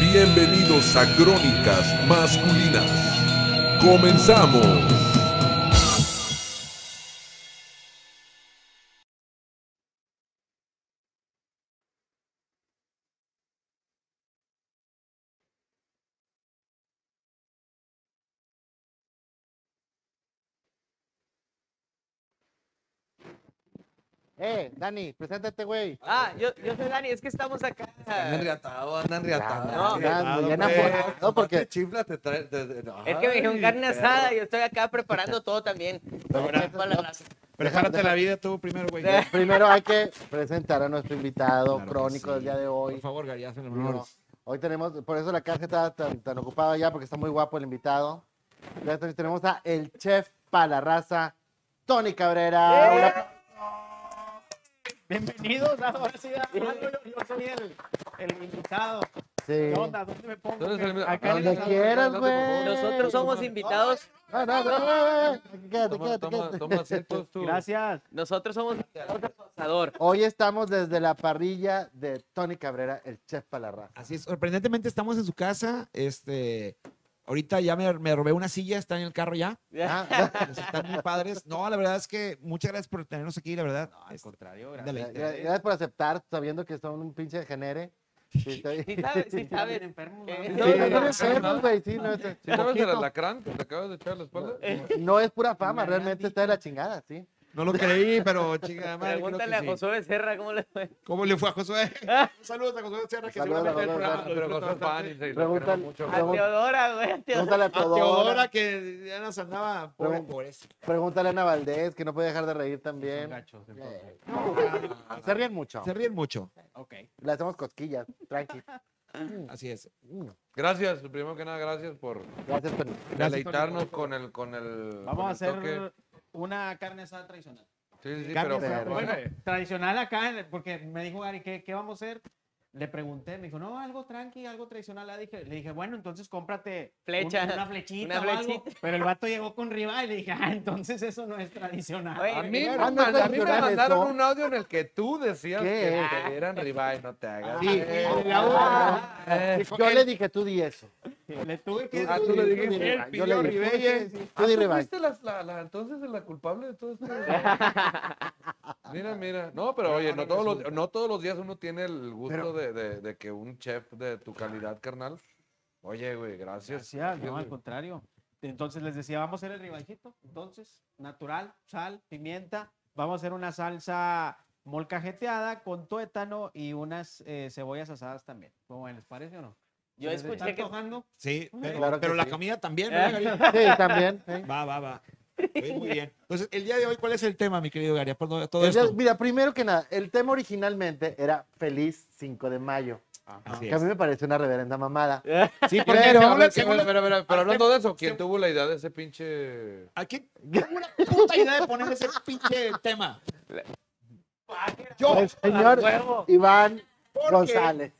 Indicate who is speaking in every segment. Speaker 1: Bienvenidos a Crónicas Masculinas. Comenzamos.
Speaker 2: Eh, Dani, preséntate, güey.
Speaker 3: Ah, yo, yo soy Dani, es que estamos acá.
Speaker 4: Andan riatados, andan riatados.
Speaker 3: no,
Speaker 4: andan
Speaker 2: ya,
Speaker 4: riatados,
Speaker 2: ya enamorado,
Speaker 4: pues.
Speaker 2: porque-
Speaker 4: Te chifla, te trae. te- te-
Speaker 5: Eh,
Speaker 3: Es que me dijeron
Speaker 4: Ay,
Speaker 3: carne
Speaker 4: perro.
Speaker 3: asada y estoy acá preparando todo también.
Speaker 2: Ahora-
Speaker 3: Para la raza.
Speaker 5: Prepárate la vida tú primero, güey.
Speaker 3: Eh,
Speaker 2: Primero hay que presentar a nuestro invitado
Speaker 4: Claro que
Speaker 2: crónico del
Speaker 4: sí.
Speaker 2: día de
Speaker 5: Por
Speaker 2: hoy.
Speaker 5: favor, Garias, en el
Speaker 2: No,
Speaker 5: honor.
Speaker 2: Hoy tenemos, por eso la casa está tan, tan ocupada ya, porque está muy guapo el invitado. Ya ten- tenemos a el chef para la raza, Tony Cabrera. Un aplauso.
Speaker 6: Bienvenidos, ah, ahora sí, Armando, yo, yo soy el, el invitado.
Speaker 2: Sí.
Speaker 6: ¿Qué onda? ¿Dónde me pongo?
Speaker 4: Tú eres el-
Speaker 6: Acá en
Speaker 2: Donde
Speaker 6: el-
Speaker 2: quieras,
Speaker 4: adelante, por
Speaker 2: güey. Ah,
Speaker 4: favor.
Speaker 3: Nosotros somos invitados,
Speaker 2: No, no, no, no, no, Quédate,
Speaker 4: Toma,
Speaker 2: quédate,
Speaker 4: toma,
Speaker 2: quédate.
Speaker 4: toma asientos tú.
Speaker 6: Gracias.
Speaker 3: nosotros somos invitados del asador.
Speaker 2: Hoy estamos desde la parrilla de Tony Cabrera, el chef para la raza.
Speaker 5: Así es, sorprendentemente estamos en su casa. Este, ahorita ya me, me robé una silla, está en el carro ya.
Speaker 2: Ah,
Speaker 5: Pues están muy padres. No, la verdad es que muchas gracias por tenernos aquí, la verdad.
Speaker 4: No,
Speaker 5: Este,
Speaker 4: al contrario,
Speaker 5: dale.
Speaker 4: gracias.
Speaker 2: gra- gra- Gracias por aceptar, sabiendo que son un pinche genere. Sí, está bien.
Speaker 3: Sí sabes, sí
Speaker 6: Está bien
Speaker 3: sabes.
Speaker 6: enfermo,
Speaker 3: Eh,
Speaker 2: No, no
Speaker 6: ¿verdad?
Speaker 4: Sí,
Speaker 2: tiene
Speaker 4: sí,
Speaker 2: pedos,
Speaker 4: no.
Speaker 2: güey, sí, no, es- sí,
Speaker 4: ¿Sí sabes
Speaker 2: poquito.
Speaker 4: el alacrán que te acabas de echar a la espalda?
Speaker 2: No es pura fama,
Speaker 6: Me habían
Speaker 2: realmente
Speaker 6: dicho.
Speaker 2: está de la chingada, sí.
Speaker 5: No lo creí, pero chica madre. creo que
Speaker 3: Pregúntale a
Speaker 5: sí.
Speaker 3: Josué Serra cómo le fue.
Speaker 5: ¿Cómo le fue a Josué? Un saludo a Josué Sierra, que
Speaker 2: Saludos a
Speaker 5: seguramente ve el
Speaker 2: Josué Sierra.
Speaker 5: programa.
Speaker 4: Ah,
Speaker 5: lo
Speaker 4: Pero
Speaker 5: disfruta
Speaker 4: con sus
Speaker 5: bastante.
Speaker 4: panis, sí, lo
Speaker 2: Preguntan-
Speaker 4: queremos mucho.
Speaker 3: A Teodora, güey. a Teodora.
Speaker 2: Pregúntale a
Speaker 5: A
Speaker 2: Teodora,
Speaker 5: Teodora, que ya nos andaba pobre,
Speaker 2: Pregun-
Speaker 5: pobrecita.
Speaker 2: pregúntale a Ana Valdés, que no puede dejar de reír
Speaker 4: Son
Speaker 2: también.
Speaker 4: gachos, entonces.
Speaker 2: Eh, Se ríen mucho.
Speaker 5: Se ríen mucho,
Speaker 6: Ok.
Speaker 2: Le hacemos cosquillas, tranqui.
Speaker 5: así es.
Speaker 2: Mm,
Speaker 4: Gracias, primero que nada, gracias por
Speaker 2: Gracias, Tony.
Speaker 5: Gracias,
Speaker 4: deleitarnos con el, con el.
Speaker 6: Vamos
Speaker 4: con
Speaker 6: a
Speaker 4: el
Speaker 6: hacer
Speaker 4: toque.
Speaker 6: una carne asada tradicional.
Speaker 4: Sí, sí,
Speaker 5: Carne
Speaker 4: pero.
Speaker 5: asada,
Speaker 4: pero-
Speaker 6: Bueno, tradicional acá, en el- porque me dijo Gary, ¿qué, qué vamos a hacer? Le pregunté, me dijo, no, algo tranqui, algo tradicional. Le dije, le dije bueno, entonces cómprate un-
Speaker 3: Flecha.
Speaker 6: una flechita.
Speaker 3: Una
Speaker 6: o algo.
Speaker 3: flechita.
Speaker 6: Pero el vato llegó con riba y le dije, ah, entonces eso no es tradicional.
Speaker 3: Oye,
Speaker 4: A mí, me
Speaker 2: Ah, no,
Speaker 4: mand- a mí me
Speaker 2: tradicional
Speaker 4: mandaron
Speaker 2: eso.
Speaker 4: un audio en el que tú decías
Speaker 2: ¿Qué?
Speaker 4: que te dieran ribeye, no te hagas.
Speaker 5: Sí,
Speaker 4: Eh,
Speaker 5: la
Speaker 2: otra.
Speaker 3: Ah.
Speaker 4: eh,
Speaker 2: Ah, Yo le dije, tú di eso.
Speaker 6: Le tuve que
Speaker 4: Ah, tú
Speaker 2: Tú
Speaker 4: le
Speaker 2: di
Speaker 4: dijiste.
Speaker 2: revancha, yo
Speaker 5: pidió
Speaker 2: le dije,
Speaker 5: Ribeye.
Speaker 2: tú
Speaker 4: Ah,
Speaker 2: di
Speaker 4: ¿tú
Speaker 2: revancha.
Speaker 4: fuiste la, la- la- entonces la culpable de todo esto? mira, mira. No, pero oye, no todos, los, no todos los días uno tiene el gusto de, de- de que un chef de tu calidad, carnal. Oye, güey, gracias.
Speaker 6: Gracias, no, al
Speaker 4: güey.
Speaker 6: contrario. Entonces les decía, vamos a hacer el ribajito. Entonces, natural, sal, pimienta. Vamos a hacer una salsa molcajeteada con tuétano y unas eh, cebollas asadas también. ¿Cómo ven? les parece o no?
Speaker 3: Yo
Speaker 6: ¿Se les
Speaker 3: escuché
Speaker 6: está
Speaker 3: que-
Speaker 6: antojando?
Speaker 5: Sí, pero,
Speaker 2: Claro que
Speaker 5: pero la
Speaker 2: sí. Eh.
Speaker 5: comida también, ¿verdad, Gary?
Speaker 2: Sí, también. ¿eh? sí.
Speaker 5: Va, va, va. Oye, muy bien. Entonces, el día de hoy, ¿cuál es el tema, mi querido Gary? Por todo todo
Speaker 2: El día-
Speaker 5: esto.
Speaker 2: Mira, primero que nada, el tema originalmente era Feliz 5 de mayo,
Speaker 5: Así
Speaker 2: que a
Speaker 5: es.
Speaker 2: mí me pareció una reverenda mamada.
Speaker 4: Ah,
Speaker 5: Sí, porque
Speaker 2: Pero-
Speaker 5: según la-
Speaker 4: Pero,
Speaker 5: según la-
Speaker 4: pero, pero, pero hablando de eso, ¿quién
Speaker 5: se-
Speaker 4: tuvo la idea de ese pinche...?
Speaker 5: ¿A quién tuvo la puta idea de poner ese pinche tema? Yo,
Speaker 2: El señor Iván
Speaker 5: ¿Por qué?
Speaker 2: González.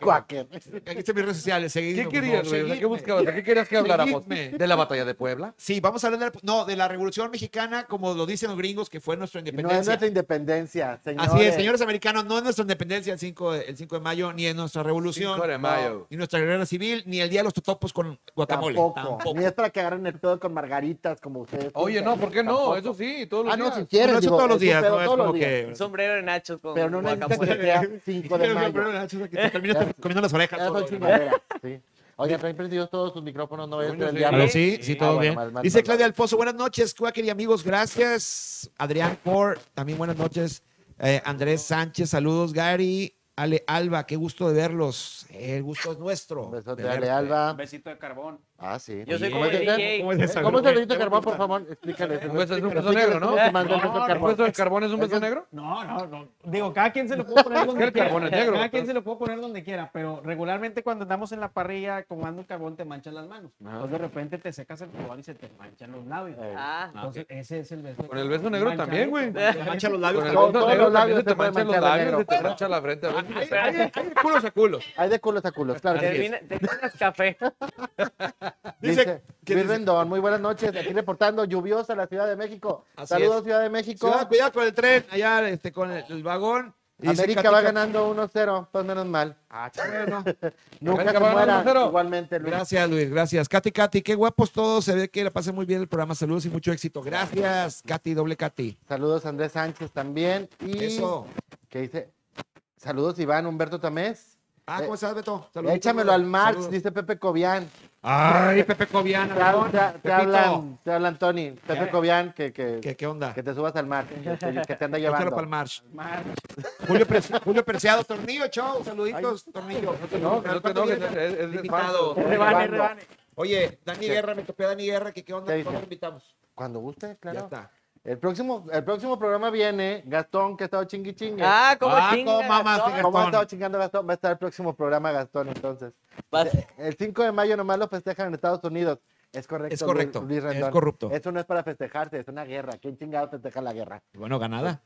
Speaker 2: Cuáquer.
Speaker 5: aquí están mis redes sociales. Seguidme,
Speaker 4: ¿Qué
Speaker 5: por
Speaker 4: querías, güey? O
Speaker 5: favor,
Speaker 4: sea, ¿Qué
Speaker 5: seguidme.
Speaker 4: buscabas? ¿De qué querías que habláramos?
Speaker 5: Seguidme.
Speaker 4: ¿De la batalla de Puebla?
Speaker 5: Sí, vamos a hablar de la, no, de la Revolución Mexicana, como lo dicen los gringos, que fue nuestra
Speaker 2: No es
Speaker 5: independencia.
Speaker 2: nuestra independencia, señor.
Speaker 5: Así es, señores americanos, no es nuestra independencia el 5, de- el 5 de mayo, ni es nuestra revolución,
Speaker 4: 5 de mayo.
Speaker 5: ni nuestra guerra civil, ni el Día de los Totopos con guacamole.
Speaker 2: Tampoco.
Speaker 5: Tampoco.
Speaker 2: Ni es para que agarren el pedo con margaritas como ustedes.
Speaker 4: Oye, no, ¿por qué no?
Speaker 2: Tampoco.
Speaker 4: Eso sí, todos los
Speaker 2: Ah, no,
Speaker 4: días.
Speaker 2: si quieres.
Speaker 5: Bueno, eso
Speaker 2: digo,
Speaker 5: todos los
Speaker 2: es un
Speaker 5: días,
Speaker 2: pedo
Speaker 5: ¿no? Es
Speaker 2: todos los
Speaker 5: como
Speaker 2: días.
Speaker 5: que...
Speaker 3: Un sombrero de nachos con
Speaker 2: Pero no necesitas que
Speaker 3: guacamole.
Speaker 2: sea 5 de mayo.
Speaker 5: Pero, pero, pero, que te terminas comiendo las orejas.
Speaker 2: Ya son
Speaker 5: solo, ¿no?
Speaker 2: chingaderas, sí. Oye, pero han prendido todos sus micrófonos, no vayas a
Speaker 4: Coño, sí.
Speaker 5: A
Speaker 2: prenderlo.
Speaker 5: ver, sí, sí,
Speaker 4: Sí.
Speaker 5: todo
Speaker 2: Ah, bueno,
Speaker 5: bien.
Speaker 2: mal, mal,
Speaker 5: Dice
Speaker 2: mal,
Speaker 5: Claudia Alfonso, buenas noches, Quaker y amigos, gracias. Adrián Por, también buenas noches. Eh, Andrés Sánchez, saludos, Gary. Ale Alba, qué gusto de verlos. El gusto es nuestro.
Speaker 2: Un besote,
Speaker 5: de
Speaker 2: Ale
Speaker 5: verte.
Speaker 6: Un
Speaker 2: Alba.
Speaker 6: besito de carbón.
Speaker 2: Ah, sí.
Speaker 3: Yo soy
Speaker 2: Oye,
Speaker 3: como el
Speaker 2: ¿cómo
Speaker 3: DJ.
Speaker 5: ¿Cómo es esa,
Speaker 2: ¿Cómo es
Speaker 5: grupo?
Speaker 2: el dedito de carbón, por favor? Explícale.
Speaker 4: Un beso, es un
Speaker 2: Pero
Speaker 4: beso
Speaker 2: explícale
Speaker 4: negro, ¿no?
Speaker 2: cómo se manda el beso de
Speaker 6: No,
Speaker 4: ¿Un
Speaker 2: carbón.
Speaker 4: beso de carbón es un beso
Speaker 2: Eso-
Speaker 4: negro?
Speaker 6: No, no, no. Digo, cada quien se lo puede poner donde
Speaker 4: el
Speaker 6: quiera.
Speaker 4: carbón es negro,
Speaker 6: Cada quien
Speaker 4: entonces.
Speaker 6: se lo puede poner donde quiera, pero regularmente cuando andamos en la parrilla comando carbón te manchan las manos.
Speaker 4: Ajá.
Speaker 6: Entonces de repente te secas el carbón y se te manchan los labios.
Speaker 2: Eh,
Speaker 3: Ah,
Speaker 6: Entonces ese es el beso.
Speaker 4: Con el beso negro también, güey.
Speaker 5: Te mancha los labios.
Speaker 4: Con el
Speaker 2: Todos-
Speaker 4: beso
Speaker 2: todos
Speaker 4: negro
Speaker 2: los
Speaker 4: también
Speaker 2: labios
Speaker 4: se te
Speaker 2: te pueden
Speaker 4: mancha los
Speaker 2: manchar de
Speaker 4: labios, se
Speaker 2: negro.
Speaker 4: te mancha la frente. a veces.
Speaker 5: Hay, hay- hay de culos a culos.
Speaker 2: Hay de culos a culos, claro. que sí.
Speaker 3: termina- terminas café.
Speaker 5: Dice-
Speaker 2: Dice,
Speaker 5: ¿qué
Speaker 2: Luis
Speaker 5: dice?
Speaker 2: Rendón, muy buenas noches. Aquí reportando lluviosa la Ciudad de México.
Speaker 5: Así
Speaker 2: Saludos,
Speaker 5: es.
Speaker 2: Ciudad de México.
Speaker 5: Cuidado, cuidado con el tren, allá este, con el, el vagón. Dice
Speaker 2: América
Speaker 5: Katy
Speaker 2: va
Speaker 5: Cap-
Speaker 2: ganando 1-0, pues menos mal.
Speaker 5: Ah, bueno.
Speaker 2: Nunca
Speaker 4: América
Speaker 2: se
Speaker 4: va ganando
Speaker 2: muera,
Speaker 4: 1-0.
Speaker 2: igualmente, Luis.
Speaker 5: Gracias, Luis, gracias. Katy, Katy, qué guapos todos. Se ve que la pasen muy bien el programa. Saludos y mucho éxito. Gracias, Katy, doble Katy.
Speaker 2: Saludos, Andrés Sánchez también. Y
Speaker 5: Eso.
Speaker 2: que dice, saludos, Iván Humberto Tamés.
Speaker 5: Ah, ¿cómo estás, Beto? Saludos.
Speaker 2: Eh, Échamelo al Marx,
Speaker 5: Saludos.
Speaker 2: dice Pepe Cobian.
Speaker 5: Ay, Pepe Cobiana.
Speaker 2: Te, hab- te- te
Speaker 5: Pepito.
Speaker 2: hablan, te hablan, Tony. Pepe Cobian, que, que,
Speaker 5: ¿Qué, qué onda?
Speaker 2: que te subas al Marx, que, que te anda
Speaker 5: Échalo para el
Speaker 2: llevando.
Speaker 5: March.
Speaker 6: Mar-
Speaker 5: Julio, Preci- Julio Preciado, Tornillo, chao. Saluditos, Tornillo.
Speaker 4: No, que no te
Speaker 5: ¿Cuándo
Speaker 4: enojes,
Speaker 5: viene?
Speaker 4: es- es de
Speaker 5: Invitado.
Speaker 4: falso.
Speaker 3: Rebane,
Speaker 2: Llevando.
Speaker 3: rebane.
Speaker 5: Oye, Dani Guerra, me topé a Dani Guerra, que qué onda,
Speaker 2: ¿Qué dice?
Speaker 5: ¿cuándo lo invitamos?
Speaker 2: Cuando guste,
Speaker 5: Ya
Speaker 2: claro.
Speaker 5: está.
Speaker 2: El próximo, el próximo programa viene Gastón, que ha estado chingui chingue.
Speaker 3: Ah, como
Speaker 5: Ah,
Speaker 3: chinga.
Speaker 5: cómo mamas,
Speaker 3: Gastón.
Speaker 5: fíjate.
Speaker 2: ¿Cómo ha
Speaker 5: Gastón.
Speaker 2: estado chingando Gastón? Va a estar el próximo programa Gastón, entonces.
Speaker 3: Vas-
Speaker 2: El 5 de mayo nomás lo festejan en Estados Unidos. Es correcto.
Speaker 5: Es correcto,
Speaker 2: Luis- Luis
Speaker 5: es
Speaker 2: Rendón.
Speaker 5: corrupto.
Speaker 2: Eso no es para festejarse, es una guerra. ¿Quién chingado festeja la guerra?
Speaker 5: Bueno, ganada.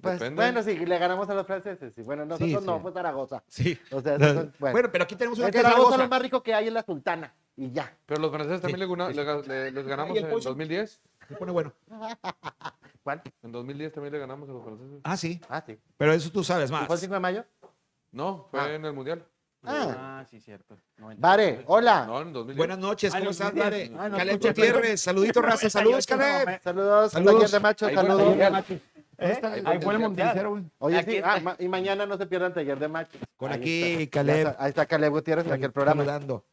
Speaker 2: Pues
Speaker 4: Depende.
Speaker 2: bueno, sí, le ganamos a los franceses. Y bueno, nosotros
Speaker 5: sí.
Speaker 2: no, fue Zaragoza.
Speaker 5: Sí.
Speaker 2: O sea, esos
Speaker 5: Bueno.
Speaker 2: son- bueno. Este
Speaker 5: pero aquí tenemos una
Speaker 2: Es
Speaker 5: que
Speaker 2: que
Speaker 5: es
Speaker 2: Zaragoza
Speaker 5: Zaragoza.
Speaker 2: lo más rico que hay es la sultana. Y ya.
Speaker 4: Pero los franceses también
Speaker 5: Sí.
Speaker 4: le guna- le ga- le- les ganamos
Speaker 5: ¿Y el
Speaker 4: en
Speaker 5: pollo?
Speaker 4: 2010.
Speaker 5: Se pone bueno.
Speaker 2: ¿Cuál?
Speaker 4: En 2010 también le ganamos a los franceses.
Speaker 5: Ah, sí.
Speaker 2: Ah, sí.
Speaker 5: Pero eso tú sabes más.
Speaker 2: ¿Fue el 5 de mayo?
Speaker 4: No, fue
Speaker 2: Ah.
Speaker 4: en el Mundial.
Speaker 2: Ah.
Speaker 6: Ah, sí, cierto. Noventa.
Speaker 2: Vare, hola.
Speaker 4: No, en 2010.
Speaker 5: Buenas noches,
Speaker 6: Ay,
Speaker 5: ¿cómo
Speaker 6: no,
Speaker 5: estás,
Speaker 6: no,
Speaker 5: Vare?
Speaker 6: no, no,
Speaker 5: Caleb
Speaker 6: no, no,
Speaker 5: Gutiérrez, saluditos, raza, saludos, Caleb.
Speaker 2: Saludos,
Speaker 5: Saludos.
Speaker 2: Taller de Machos,
Speaker 4: Ahí fue el
Speaker 2: saludos. ¿Eh?
Speaker 4: Mundial.
Speaker 5: ¿Eh?
Speaker 6: Ahí fue el mundial.
Speaker 2: Oye,
Speaker 3: Aquí
Speaker 2: sí,
Speaker 3: está.
Speaker 2: ah, ma- y mañana no se pierdan Taller de Machos.
Speaker 5: Con
Speaker 2: Ahí
Speaker 5: aquí,
Speaker 2: está.
Speaker 5: Caleb.
Speaker 2: Ya está, Ahí está Caleb Gutierrez en aquel programa.
Speaker 5: Saludando.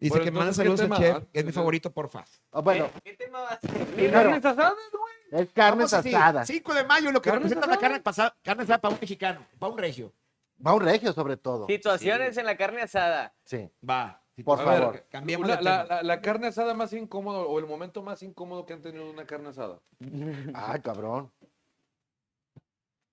Speaker 5: Dice
Speaker 4: Bueno,
Speaker 5: que manda
Speaker 4: entonces, ¿qué
Speaker 5: saludos al
Speaker 4: tema?
Speaker 5: chef, que es
Speaker 4: Ah,
Speaker 5: mi
Speaker 4: sí.
Speaker 5: favorito, porfa.
Speaker 2: Oh, bueno,
Speaker 3: ¿Qué tema va a ser?
Speaker 2: Primero.
Speaker 3: ¿Carnes asadas, güey?
Speaker 2: es carnes
Speaker 5: ¿Eh? Vamos así,
Speaker 2: asadas.
Speaker 5: 5 de mayo, lo que
Speaker 4: ¿Carnes
Speaker 5: representa la carne pasada, carne asada para un mexicano, para un regio.
Speaker 2: Va un regio sobre todo. Sí.
Speaker 3: Situaciones en la carne asada.
Speaker 5: Va.
Speaker 2: Por
Speaker 4: A ver,
Speaker 2: favor.
Speaker 5: cambiamos
Speaker 4: una-
Speaker 5: de
Speaker 4: la,
Speaker 5: tema.
Speaker 4: la- la carne asada más incómodo o el momento más incómodo que han tenido de una carne asada.
Speaker 2: Ay, cabrón.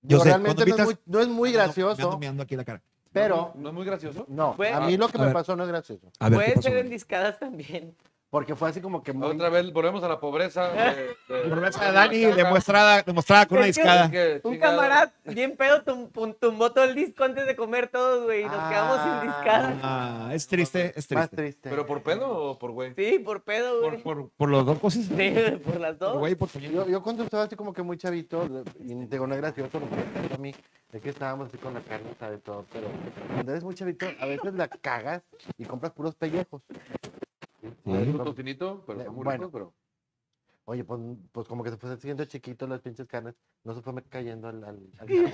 Speaker 5: Yo
Speaker 2: Digo,
Speaker 5: sé,
Speaker 2: realmente no
Speaker 5: cuando
Speaker 2: es, muy,
Speaker 5: invitas- Ah,
Speaker 2: no es muy
Speaker 5: Me ando- me ando
Speaker 2: gracioso,
Speaker 5: meando aquí la cara.
Speaker 2: pero
Speaker 4: ¿No es muy gracioso?
Speaker 2: no.
Speaker 3: Pues-
Speaker 2: a mí lo que
Speaker 5: A
Speaker 2: me
Speaker 5: ver.
Speaker 2: pasó no es gracioso.
Speaker 5: A ver, ¿qué
Speaker 3: Puede
Speaker 5: pasó,
Speaker 3: ser en
Speaker 5: güey?
Speaker 3: discadas también.
Speaker 2: Porque fue así como que muy-
Speaker 4: Otra vez volvemos a la pobreza. de- de-
Speaker 5: Pobreza de
Speaker 4: de
Speaker 5: Dani
Speaker 4: la caja.
Speaker 5: demostrada, demostrada con una
Speaker 3: Es que-
Speaker 5: discada.
Speaker 4: Es que,
Speaker 3: Un
Speaker 4: chingado.
Speaker 3: camarada bien pedo tum- pum- tumbó todo el disco antes de comer todos, güey. y Nos
Speaker 2: Ah.
Speaker 3: quedamos sin discadas.
Speaker 5: Ah, es triste, es
Speaker 2: más
Speaker 5: triste.
Speaker 2: triste.
Speaker 4: ¿Pero por pedo o por güey?
Speaker 3: Sí, por pedo,
Speaker 5: Por,
Speaker 3: güey.
Speaker 5: por, por los dos cosas.
Speaker 3: Sí, güey, por las
Speaker 5: Por
Speaker 3: dos.
Speaker 5: güey, por puñetas.
Speaker 2: Yo, yo cuando estaba así como que muy chavito, y digo, no es gracioso, porque a mí es que estábamos así con la carne, sabe todo, pero cuando eres muy chavito, a veces la cagas y compras puros pellejos.
Speaker 4: Es un tocinito, pero
Speaker 2: Eh,
Speaker 4: está muy
Speaker 2: bueno.
Speaker 4: rico, pero...
Speaker 2: Oye, pues, pues como que se fue haciendo chiquito las pinches carnes, no se fue me- cayendo al, al, al jabón.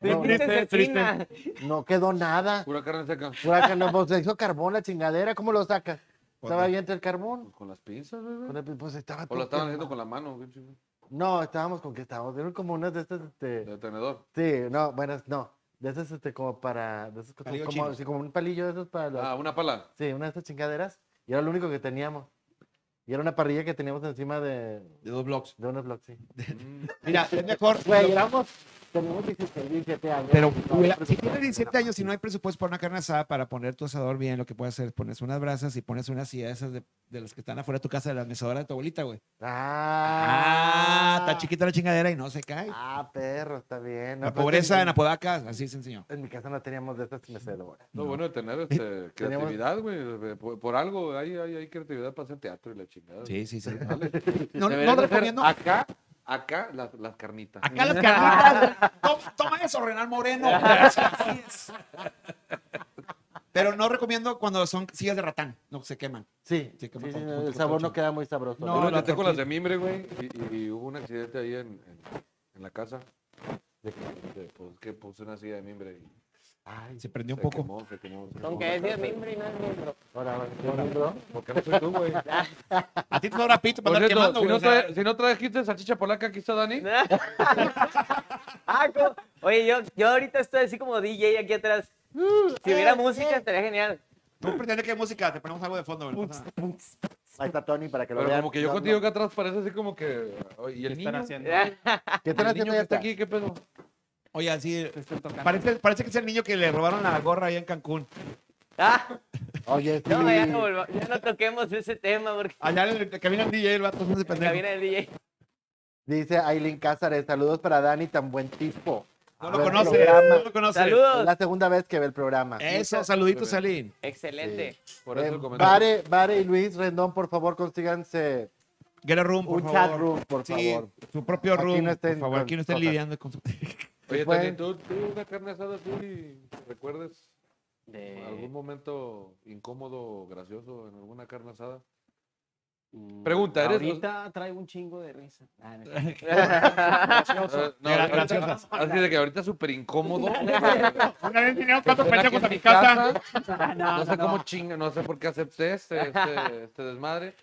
Speaker 2: No,
Speaker 3: Triste,
Speaker 5: triste,
Speaker 3: asesina.
Speaker 2: no quedó nada.
Speaker 4: Pura carne seca.
Speaker 2: Pura carne, pues, se hizo carbón la chingadera, ¿cómo lo sacas? Estaba
Speaker 5: Otra.
Speaker 2: bien entre el carbón.
Speaker 4: Con las pinzas, güey.
Speaker 2: con el- pues estaba
Speaker 4: O lo
Speaker 2: todo
Speaker 4: estaban
Speaker 2: quemado.
Speaker 4: haciendo con la mano, güey, chico,
Speaker 2: No, estábamos con que estábamos. Vieron como unas de estas, este.
Speaker 4: de tenedor.
Speaker 2: Sí, no, buenas, no. De esas, este, como para. De esas, como,
Speaker 5: Palillo
Speaker 2: como-
Speaker 5: chino.
Speaker 2: sí, como un palillo de esos para. las-
Speaker 4: Ah, una pala.
Speaker 2: Sí, una de estas chingaderas. Y era lo único que teníamos. Y era una parrilla que teníamos encima de,
Speaker 5: De dos blogs.
Speaker 2: de unos blogs, sí.
Speaker 4: Mm.
Speaker 5: Mira, es mejor.
Speaker 2: Güey, éramos. Teníamos 16, 17 años.
Speaker 5: Pero
Speaker 2: No,
Speaker 5: hubiera-
Speaker 2: pero-
Speaker 5: si tienes 17 años y no hay presupuesto para una carne asada, para poner tu asador bien, lo que puedes hacer es pones unas brasas y pones unas sillas de esas de, de las que están afuera de tu casa, de la mesadora de tu abuelita, güey.
Speaker 2: Ah,
Speaker 5: Ah, está chiquita la chingadera y no se cae.
Speaker 2: Ah, perro, está bien. No,
Speaker 5: la
Speaker 2: pues,
Speaker 5: pobreza en
Speaker 2: en,
Speaker 5: Apodaca, así se enseñó.
Speaker 2: en mi casa no teníamos de estas mecedoras.
Speaker 4: Lo bueno de tener este, creatividad, güey. de- Por, por algo hay, hay, hay creatividad para hacer teatro y la chingada.
Speaker 5: Sí, sí, sí.
Speaker 4: Vale.
Speaker 5: No, no
Speaker 4: Deberían de hacer
Speaker 5: recomiendo.
Speaker 4: Acá, acá las, las carnitas.
Speaker 5: Acá las carnitas. Toma, toma eso, Renal Moreno. Así es. Pero no recomiendo cuando son sillas de ratán, no se queman.
Speaker 2: Sí,
Speaker 5: Sí,
Speaker 2: sí,
Speaker 5: como
Speaker 2: sí,
Speaker 5: con-
Speaker 2: no,
Speaker 5: con-
Speaker 2: el
Speaker 5: con
Speaker 2: sabor
Speaker 5: tocho.
Speaker 2: no queda muy sabroso.
Speaker 5: No,
Speaker 4: Yo
Speaker 2: ¿verdad?
Speaker 4: me
Speaker 5: la
Speaker 4: metí con las
Speaker 5: tortilla.
Speaker 4: de mimbre, güey, y, y hubo un accidente ahí en, en, en la casa. De que, de- pues, que puse una silla de mimbre y
Speaker 5: Se prendió un poco.
Speaker 4: quemó, se quemó, se quemó.
Speaker 3: Aunque es de mimbre y no es miembro.
Speaker 2: Ahora, ahora,
Speaker 4: ¿Por qué no soy tú, güey?
Speaker 5: A ti te sobra pito
Speaker 4: Por
Speaker 5: para andar
Speaker 4: cierto,
Speaker 5: quemando,
Speaker 4: si,
Speaker 5: güey.
Speaker 4: no
Speaker 5: o sea,
Speaker 4: trae- si no trajiste salchicha polaca, aquí está Dani.
Speaker 3: Ah, ¿cómo? Oye, yo, yo ahorita estoy así como DJ aquí atrás. Si hubiera música, estaría genial.
Speaker 5: Tú pretendes que hay música, te ponemos algo de fondo, güey, no pasa nada.
Speaker 2: Ahí está Tony para que lo
Speaker 4: Pero
Speaker 2: vean.
Speaker 4: como que yo
Speaker 2: No,
Speaker 4: contigo
Speaker 2: no.
Speaker 4: que atrás parece así como que. oye, ¿Y
Speaker 6: ¿Qué
Speaker 4: el niño?
Speaker 6: están haciendo?
Speaker 3: Ah,
Speaker 2: ¿Qué
Speaker 4: ¿Y
Speaker 2: están
Speaker 4: el niño
Speaker 2: haciendo
Speaker 4: que
Speaker 2: ya
Speaker 4: está
Speaker 2: está?
Speaker 4: aquí? ¿Qué pedo?
Speaker 5: Oye, así.
Speaker 6: ¿Qué están tocando?
Speaker 5: Parece, parece que es el niño que le robaron la gorra allá en Cancún.
Speaker 3: Ah,
Speaker 2: Oye, sí.
Speaker 3: no, ya no, volva- ya no toquemos ese tema porque
Speaker 5: Allá en el camino el DJ, el vato, no se
Speaker 3: en
Speaker 5: pendejo.
Speaker 3: la cabina del DJ.
Speaker 2: Dice Aileen Cázares, saludos para Dani, tan buen tipo.
Speaker 5: No lo
Speaker 2: Buen
Speaker 5: conoce,
Speaker 2: programa.
Speaker 5: no lo conoce.
Speaker 2: Es
Speaker 3: Saludos.
Speaker 2: la segunda vez que ve el programa.
Speaker 5: Eso, saluditos, Alín.
Speaker 3: Excelente.
Speaker 4: Por eso
Speaker 2: Eh,
Speaker 4: el comentario.
Speaker 2: Vare, Vare y Luis Rendón, por favor, consíganse
Speaker 5: Get a room, por
Speaker 2: un
Speaker 5: favor.
Speaker 2: chat room, por
Speaker 5: Sí,
Speaker 2: favor.
Speaker 5: su propio
Speaker 2: Aquí
Speaker 5: room,
Speaker 2: no estén
Speaker 5: por favor.
Speaker 2: con
Speaker 5: Aquí no estén
Speaker 2: cosas.
Speaker 5: lidiando con su...
Speaker 4: Oye,
Speaker 2: Bueno.
Speaker 4: Dani, tú, tú una carne asada tú y recuerdes
Speaker 3: De-
Speaker 4: algún momento incómodo, gracioso en alguna carne asada. Pregunta, ¿eres-
Speaker 6: Ahorita traigo un chingo de risa. Ah, no.
Speaker 4: Eh, no,
Speaker 5: Era
Speaker 4: ahorita-
Speaker 5: graciosa.
Speaker 4: así de que ahorita es súper incómodo.
Speaker 5: Una vez
Speaker 4: Pero
Speaker 5: vinieron cuatro
Speaker 4: será
Speaker 5: pendejos
Speaker 4: que
Speaker 5: a
Speaker 4: en
Speaker 5: mi
Speaker 4: mi
Speaker 5: casa.
Speaker 4: casa- No, sé cómo chinga, no sé por qué acepté este, este, este desmadre.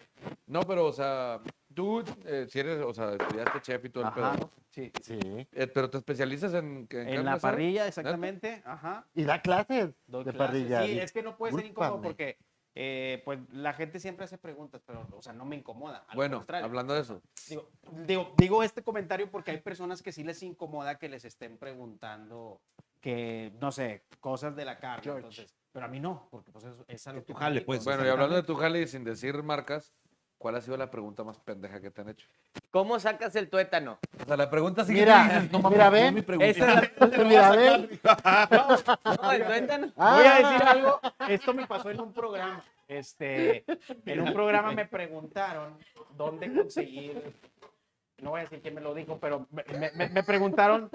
Speaker 4: No, pero, o sea, tú, eh, si eres, o sea, estudiaste chef y todo el
Speaker 6: Ajá,
Speaker 4: pedo, ¿no?
Speaker 6: sí.
Speaker 2: Sí.
Speaker 4: Eh, pero te especializas en... en carne
Speaker 6: En la
Speaker 4: asada?
Speaker 6: parrilla, exactamente. Ajá.
Speaker 2: Y da clases
Speaker 6: doy
Speaker 2: de
Speaker 6: clases.
Speaker 2: parrilla.
Speaker 6: Sí, es que no puede ser incómodo
Speaker 2: Discúlpame.
Speaker 6: porque eh, pues, la gente siempre hace preguntas, pero o sea, no me incomoda. al
Speaker 4: Bueno,
Speaker 6: contrario.
Speaker 4: hablando de eso.
Speaker 6: Digo, digo, digo este comentario porque hay personas que sí les incomoda que les estén preguntando que, no sé, cosas de la carne. entonces, pero a mí no, porque pues es, es a lo
Speaker 5: Es
Speaker 6: que
Speaker 5: tu
Speaker 6: me
Speaker 5: jale,
Speaker 6: dedico,
Speaker 5: pues,
Speaker 4: Bueno, y
Speaker 6: exactamente.
Speaker 4: hablando de tu jale y sin decir marcas, ¿cuál ha sido la pregunta más pendeja que te han hecho?
Speaker 3: ¿Cómo sacas el tuétano?
Speaker 4: O sea, la pregunta sí que
Speaker 2: Mira, mira, ve.
Speaker 3: Esa es la-
Speaker 2: Mira, ve.
Speaker 3: ¿Cómo el tuétano?
Speaker 6: Voy a
Speaker 2: Ah,
Speaker 6: decir algo. Esto me pasó en un programa. Este, en un programa me preguntaron dónde conseguir. No voy a decir quién me lo dijo, pero me, me- me- me preguntaron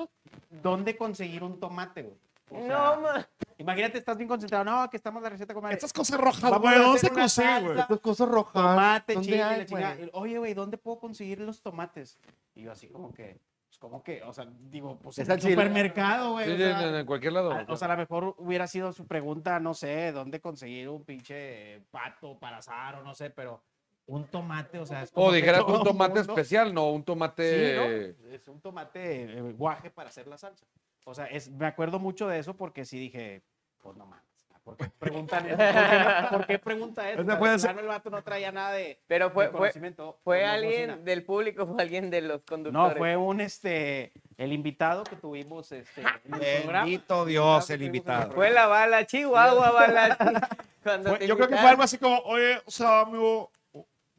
Speaker 6: dónde conseguir un tomate. güey. O sea,
Speaker 3: No, ma.
Speaker 6: imagínate, estás bien concentrado. No, que estamos en la receta con
Speaker 5: Estas cosas rojas,
Speaker 6: Vamos
Speaker 5: güey,
Speaker 6: a
Speaker 5: no
Speaker 6: hacer
Speaker 5: se
Speaker 6: una
Speaker 5: crucé, güey.
Speaker 6: salsa.
Speaker 2: estos cosas rojas.
Speaker 6: tomate,
Speaker 2: ¿dónde
Speaker 6: chile,
Speaker 2: hay,
Speaker 6: la chingada.
Speaker 2: güey?
Speaker 6: Y, Oye, güey, ¿dónde puedo conseguir los tomates? Y yo así como que, pues como que, o sea, digo, pues
Speaker 2: Es
Speaker 6: en el
Speaker 2: al chile.
Speaker 6: supermercado, güey. o
Speaker 4: Sí, sí,
Speaker 6: sea,
Speaker 4: en, en cualquier lado.
Speaker 6: a- Ah, O sea, a lo mejor hubiera sido su pregunta, no sé, dónde conseguir un pinche pato para asar o no sé, pero un tomate, o sea, es como
Speaker 4: o
Speaker 6: que
Speaker 4: dijeras
Speaker 6: todo
Speaker 4: un tomate eh.
Speaker 6: mundo-
Speaker 4: especial, no, un
Speaker 6: Sí, ¿no?
Speaker 4: tomate...
Speaker 6: Es un tomate eh, guaje para hacer la salsa. O sea, es, me acuerdo mucho de eso porque sí dije, pues no mames, ¿por qué preguntan eso? ¿Por qué, por qué pregunta eso?
Speaker 5: Esa puede
Speaker 6: De
Speaker 5: ser-
Speaker 6: plano el vato no traía nada de,
Speaker 3: Pero fue,
Speaker 6: de
Speaker 3: fue,
Speaker 6: conocimiento. pues,
Speaker 3: fue
Speaker 6: no
Speaker 3: alguien eh.
Speaker 6: cocina.
Speaker 3: del público, fue alguien de los conductores.
Speaker 6: No, fue un, este, el invitado que tuvimos, este, en el programa.
Speaker 5: Bendito Dios, el invitado.
Speaker 3: Fue la bala, Chihuahua, bala. chi- Cuando
Speaker 5: Fue-
Speaker 3: te
Speaker 5: yo creo que fue
Speaker 3: invitaron.
Speaker 5: algo así como, oye, o sea, amigo,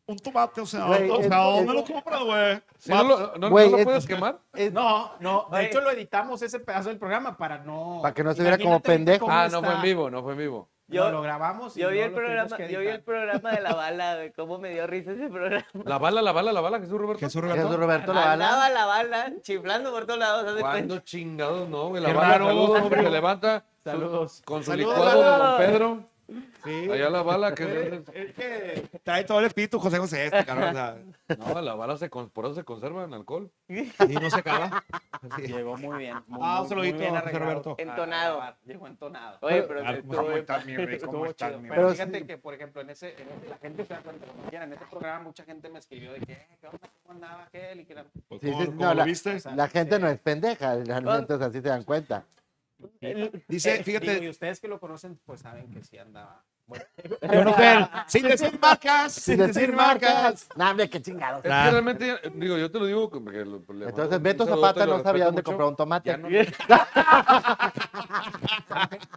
Speaker 5: un tomate, o sea,
Speaker 2: Güey,
Speaker 5: o sea,
Speaker 2: es-
Speaker 5: ¿dónde
Speaker 2: es-
Speaker 5: lo compras, güey?
Speaker 4: Sí, ¿No lo, no- no
Speaker 2: Güey,
Speaker 4: lo
Speaker 2: es-
Speaker 4: puedes quemar?
Speaker 6: No, no, de
Speaker 3: Oye.
Speaker 6: hecho lo editamos ese pedazo del programa para no...
Speaker 2: Para que no se viera como
Speaker 6: Imagínate
Speaker 2: pendejo.
Speaker 6: cómo
Speaker 4: Ah, no
Speaker 6: está.
Speaker 4: fue en vivo, no fue en vivo.
Speaker 6: No,
Speaker 3: Yo-
Speaker 6: lo grabamos y
Speaker 3: Yo vi,
Speaker 6: no
Speaker 3: el
Speaker 6: lo tuvimos
Speaker 3: programa,
Speaker 6: que
Speaker 3: yo vi el
Speaker 6: editar.
Speaker 3: programa de la bala, güey. Cómo me dio risa ese programa.
Speaker 4: La bala, la bala, la bala, Jesús Roberto.
Speaker 5: Jesús
Speaker 2: Jesús
Speaker 5: Roberto.
Speaker 2: Roberto la
Speaker 3: Andaba
Speaker 2: bala.
Speaker 3: la bala, chiflando por todos lados. haz de
Speaker 4: ¿Cuándo
Speaker 3: cuenta.
Speaker 4: chingados no, güey? La
Speaker 5: Qué
Speaker 4: bala,
Speaker 5: raro,
Speaker 4: saludos,
Speaker 5: hombre.
Speaker 4: se levanta. su-
Speaker 6: Saludos.
Speaker 4: Con su
Speaker 5: Saludos.
Speaker 4: licuado de Don Pedro. Allá la bala que...
Speaker 6: Es que
Speaker 5: Trae todo el espíritu José José este, cabrón. o sea,
Speaker 4: No, la bala se con- por eso se conserva en alcohol.
Speaker 5: y no se acaba. Sí.
Speaker 6: llegó muy bien. Muy,
Speaker 5: Ah,
Speaker 6: muy-
Speaker 5: se lo
Speaker 6: muy
Speaker 5: di
Speaker 6: bien
Speaker 5: todo,
Speaker 6: arreglado
Speaker 5: Roberto.
Speaker 6: a-
Speaker 3: Entonado.
Speaker 6: a grabar. Ah, Llegó entonado.
Speaker 3: Oye, pero
Speaker 5: Ah,
Speaker 3: estuvo
Speaker 5: ¿cómo
Speaker 3: bien
Speaker 5: estás, mi rey?
Speaker 6: Estuvo
Speaker 5: ¿Cómo estás,
Speaker 6: chido.
Speaker 5: mi rey?
Speaker 6: Pero
Speaker 2: Pero
Speaker 6: fíjate
Speaker 2: sí.
Speaker 6: que, por ejemplo, en ese, en ese- la gente, o sea, cuando como quieran, en este programa mucha gente me escribió de que, "Eh, ¿qué onda? ¿Cómo andaba aquel? Y que la-
Speaker 5: Pues,
Speaker 2: Sí, sí,
Speaker 5: ¿Cómo
Speaker 2: no,
Speaker 5: cómo lo
Speaker 2: la-
Speaker 5: viste?
Speaker 2: La
Speaker 6: eh,
Speaker 2: gente
Speaker 5: Eh,
Speaker 2: no es pendeja, realmente o sea, así se dan cuenta.
Speaker 5: Dice,
Speaker 6: Eh, digo, y
Speaker 5: fíjate,
Speaker 6: ustedes que lo conocen, pues saben que sí andaba. Bueno,
Speaker 5: yo no sé, sin decir marcas, sin decir marcas.
Speaker 2: No, hombre, qué chingados.
Speaker 4: Es que realmente, eh, digo, yo te lo digo porque... le- le mando
Speaker 2: Entonces
Speaker 4: un
Speaker 2: Beto
Speaker 4: saludote,
Speaker 2: Zapata
Speaker 4: lo
Speaker 2: no
Speaker 4: respeto
Speaker 2: sabía dónde
Speaker 4: mucho.
Speaker 2: comprar un tomate.
Speaker 4: Ya no,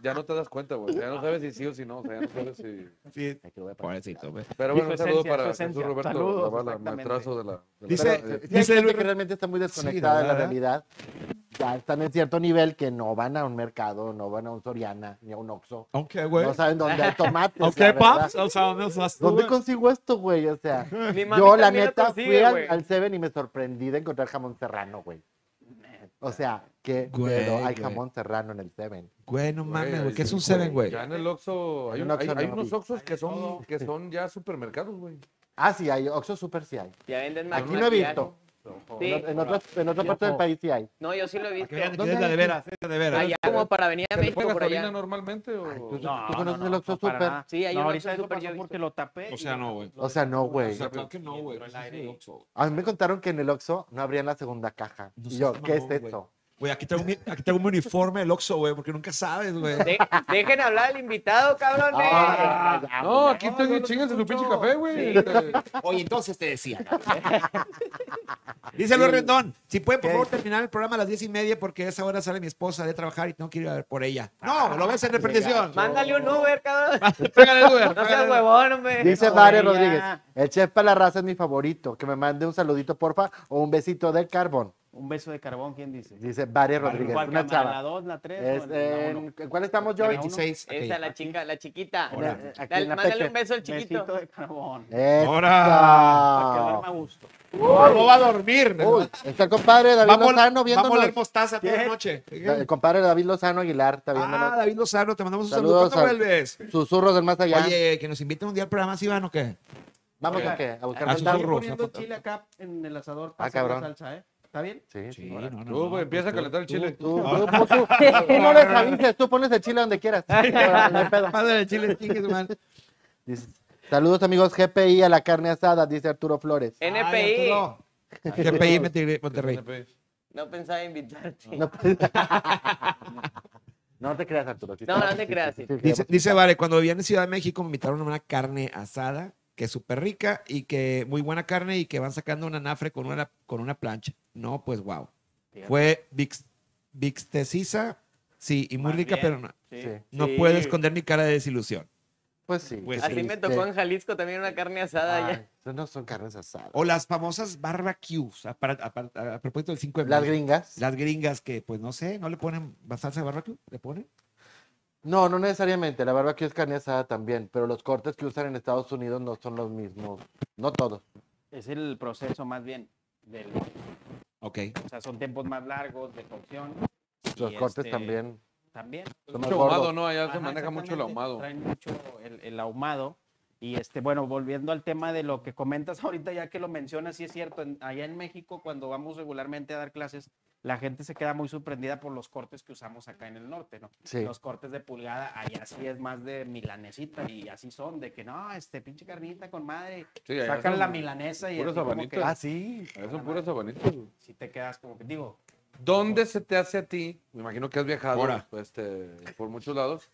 Speaker 4: ya no te das cuenta, güey. Ya no sabes si sí o si no. O sea, ya no sabes si...
Speaker 5: Sí,
Speaker 2: Ay, que lo voy a poner.
Speaker 5: pobrecito, güey.
Speaker 4: Pero
Speaker 6: Y
Speaker 4: bueno,
Speaker 6: su
Speaker 4: un saludo
Speaker 6: esencia,
Speaker 4: para
Speaker 6: su
Speaker 4: Jesús
Speaker 6: esencia.
Speaker 4: Roberto
Speaker 6: Saludos,
Speaker 4: Zavala,
Speaker 6: exactamente.
Speaker 4: maestrazo de la... de la-
Speaker 5: Dice-
Speaker 2: Pero,
Speaker 4: eh,
Speaker 2: sí hay
Speaker 5: dice
Speaker 2: gente
Speaker 5: Luis-
Speaker 2: que realmente está muy
Speaker 5: Sí,
Speaker 2: desconectada
Speaker 5: la
Speaker 2: de la
Speaker 5: verdad.
Speaker 2: realidad. Ya están en cierto nivel que no van a un mercado, no van a un Soriana ni a un Oxxo.
Speaker 5: Aunque, güey.
Speaker 2: No saben dónde hay tomates.
Speaker 5: Aunque,
Speaker 2: la verdad.
Speaker 5: Pues. paps, o sea, ¿dónde estás tú,
Speaker 2: ¿Dónde
Speaker 5: güey?
Speaker 2: consigo esto, güey? O sea,
Speaker 3: Mi mami
Speaker 2: yo la
Speaker 3: también lo
Speaker 2: neta
Speaker 3: consigue,
Speaker 2: fui al,
Speaker 3: güey.
Speaker 2: al Seven y me sorprendí de encontrar jamón serrano, güey. O sea, qué
Speaker 5: Güey,
Speaker 2: pedo hay
Speaker 5: güey.
Speaker 2: jamón serrano en el Seven.
Speaker 5: Güey, no mames, güey,
Speaker 4: ahí
Speaker 5: que es
Speaker 4: sí,
Speaker 5: un seven, güey.
Speaker 4: Ya en el Oxxo hay,
Speaker 2: En
Speaker 4: un-
Speaker 2: un Oxxo
Speaker 4: hay- hay
Speaker 2: no
Speaker 4: unos
Speaker 2: vi.
Speaker 4: Oxxos que son, que son ya supermercados, güey.
Speaker 2: Ah, sí, hay Oxxo Super sí hay.
Speaker 3: Ya venden
Speaker 2: Aquí
Speaker 3: McDonald's,
Speaker 2: no he
Speaker 3: ya.
Speaker 2: visto.
Speaker 3: Sí.
Speaker 2: En, en otra, en otra parte del país sí hay.
Speaker 3: No, yo sí lo he
Speaker 5: Que
Speaker 3: visto.
Speaker 5: vean que
Speaker 2: Este, ¿Dónde
Speaker 5: es la de
Speaker 2: hay?
Speaker 5: veras, es la de veras.
Speaker 3: Allá como para Avenida
Speaker 4: ¿Se le
Speaker 3: México,
Speaker 4: pone
Speaker 3: por
Speaker 4: gasolina
Speaker 3: allá.
Speaker 4: normalmente o...?
Speaker 6: pues,
Speaker 2: tú- conoces el Oxxo
Speaker 6: para
Speaker 2: Super?
Speaker 6: nada.
Speaker 3: Sí, hay
Speaker 6: no,
Speaker 3: un
Speaker 6: ahorita
Speaker 3: Oxxo
Speaker 6: eso
Speaker 3: Super,
Speaker 6: pasó
Speaker 3: yo he visto.
Speaker 6: porque lo tapé.
Speaker 5: O sea, no, güey.
Speaker 2: O sea, no, güey.
Speaker 5: O sea, claro que no, güey.
Speaker 6: Entró el
Speaker 5: Eso es
Speaker 6: aire.
Speaker 5: de Oxxo.
Speaker 2: A mí me contaron que en el Oxxo no abrían la segunda caja.
Speaker 5: No
Speaker 2: Y
Speaker 5: seas
Speaker 2: yo, ¿qué es
Speaker 5: mamón, güey.
Speaker 2: esto?
Speaker 5: Güey, aquí traigo mi, aquí traigo mi uniforme del Oxxo, güey, porque nunca sabes, güey.
Speaker 3: De- dejen hablar al invitado, cabrón.
Speaker 2: Ah, ya,
Speaker 4: No,
Speaker 6: pues
Speaker 2: ya.
Speaker 4: aquí estoy,
Speaker 6: no, no te
Speaker 4: chingas su
Speaker 6: escucho.
Speaker 4: pinche café, güey. Este,
Speaker 3: Sí.
Speaker 5: Oye, entonces te decía. Dice Luis Rendón, si pueden por favor terminar el programa a las diez y media porque a esa hora sale mi esposa de trabajar y tengo que ir a ver por ella. No, lo ves en repetición.
Speaker 3: Mándale un Uber, cabrón.
Speaker 4: Pégale, güey.
Speaker 3: No seas huevón, hombre.
Speaker 2: Dice
Speaker 3: No,
Speaker 2: Mario
Speaker 3: güey,
Speaker 2: Rodríguez,
Speaker 3: ya.
Speaker 2: el chef para la raza es mi favorito. Que me mande un saludito, porfa, o un besito del carbón.
Speaker 6: Un beso de carbón, ¿quién dice?
Speaker 2: Dice Mario
Speaker 6: ¿Cuál
Speaker 2: Rodríguez,
Speaker 6: cámara?
Speaker 2: una
Speaker 6: La
Speaker 2: chava. Este,
Speaker 6: 2, la 3,
Speaker 2: Es en- ¿en ¿Cuál estamos, yo?
Speaker 6: La 26.
Speaker 3: Esa, la chica, la chiquita.
Speaker 2: Ahora,
Speaker 3: Dale,
Speaker 2: aquí en la
Speaker 3: Mándale
Speaker 2: peche.
Speaker 3: un beso al
Speaker 6: Chiquito.
Speaker 3: chiquito.
Speaker 6: de carbón.
Speaker 2: Eh,
Speaker 6: Para que duerma
Speaker 2: Ahora.
Speaker 6: a gusto.
Speaker 5: No va a dormir.
Speaker 2: Uy, está el compadre David
Speaker 5: Vamos
Speaker 2: Lozano
Speaker 5: a oler
Speaker 2: viéndonos.
Speaker 5: mostaza toda la noche.
Speaker 2: El compadre David Lozano Aguilar está
Speaker 5: Ah,
Speaker 2: viéndonos.
Speaker 5: David Lozano, te mandamos un
Speaker 2: Saludos
Speaker 5: saludo.
Speaker 2: a-
Speaker 5: ¿Cuándo vuelves?
Speaker 2: Susurros del más allá.
Speaker 5: Oye, que nos inviten un día al programa, ¿sí van o qué?
Speaker 2: Vamos
Speaker 4: oiga.
Speaker 2: a, qué? a buscar
Speaker 5: A
Speaker 2: más
Speaker 6: Están
Speaker 5: Ah, susurros.
Speaker 2: tarde.
Speaker 6: poniendo chile acá en el asador.
Speaker 2: Ah,
Speaker 6: Ah,
Speaker 2: cabrón.
Speaker 6: cabrón. Salsa, ¿eh? ¿Está bien?
Speaker 2: Sí,
Speaker 5: Sí,
Speaker 2: sí.
Speaker 5: no, no,
Speaker 4: eh, Tú, güey, empieza a calentar el chile.
Speaker 2: Tú, tú, tú, tú, tú no les avises, tú pones el chile donde quieras. No hay pedo.
Speaker 5: Madre de Chile, chingue su madre.
Speaker 2: Dice, Saludos amigos GPI a la carne asada, dice Arturo Flores.
Speaker 5: Eh.
Speaker 3: NPI.
Speaker 5: Ay, Arturo. GPI Monterrey- Monterrey.
Speaker 3: No pensaba invitarte.
Speaker 2: No, pues, No te creas, Arturo. sí
Speaker 3: No,
Speaker 2: está-
Speaker 3: no te
Speaker 2: sí,
Speaker 3: creas,
Speaker 2: sí,
Speaker 3: sí.
Speaker 2: sí,
Speaker 5: Dice,
Speaker 2: sí,
Speaker 5: dice Vare, cuando vivía en Ciudad de México me invitaron a una carne asada, que es súper rica y que muy buena carne y que van sacando una anafre con una, con una plancha. No, pues wow. Fue vix- vixtecisa, sí, y muy
Speaker 6: Más
Speaker 5: rica,
Speaker 6: bien.
Speaker 5: pero no,
Speaker 6: Sí.
Speaker 2: sí.
Speaker 5: no
Speaker 3: Sí.
Speaker 5: puede esconder mi cara de desilusión.
Speaker 2: Pues sí.
Speaker 5: Pues
Speaker 3: Así
Speaker 5: sí.
Speaker 3: me tocó en Jalisco también una carne asada allá.
Speaker 2: Ay, esas no son carnes asadas.
Speaker 5: O las famosas barbecues, a, para- a para- a propósito del 5 de
Speaker 2: Las
Speaker 5: mayo.
Speaker 2: gringas.
Speaker 5: Las gringas que, pues no sé, no le ponen salsa de barbecue, le ponen.
Speaker 2: No, no necesariamente. La barbecue es carne asada también, pero los cortes que usan en Estados Unidos no son los mismos. No todos.
Speaker 6: Es el proceso más bien. Del,
Speaker 5: Ok.
Speaker 6: o sea, son tiempos más largos de cocción.
Speaker 2: Los
Speaker 6: Y,
Speaker 2: cortes
Speaker 6: este,
Speaker 2: también
Speaker 6: También.
Speaker 2: son más
Speaker 4: Mucho ahumado,
Speaker 2: gordos.
Speaker 4: ¿no? Allá se
Speaker 6: Ajá,
Speaker 4: maneja mucho el
Speaker 6: exactamente,
Speaker 4: ahumado.
Speaker 6: Traen mucho el, el ahumado. Y este, bueno, volviendo al tema de lo que comentas ahorita, ya que lo mencionas, sí es cierto, en- allá en México, cuando vamos regularmente a dar clases, la gente se queda muy sorprendida por los cortes que usamos acá en el norte, ¿no?
Speaker 2: Sí.
Speaker 6: Los cortes de pulgada, allá sí es más de milanesita y así son, de que no, este pinche carnita con madre,
Speaker 4: Sí, allá
Speaker 6: sacan
Speaker 4: son-
Speaker 6: la milanesa y
Speaker 4: puros
Speaker 6: así como
Speaker 4: abanitos.
Speaker 6: que,
Speaker 2: Ah, sí.
Speaker 4: allá son puros abanitos.
Speaker 6: si te quedas como que, digo,
Speaker 4: ¿Dónde se te hace a ti? Me imagino que has viajado
Speaker 5: Ahora.
Speaker 4: este, por muchos lados.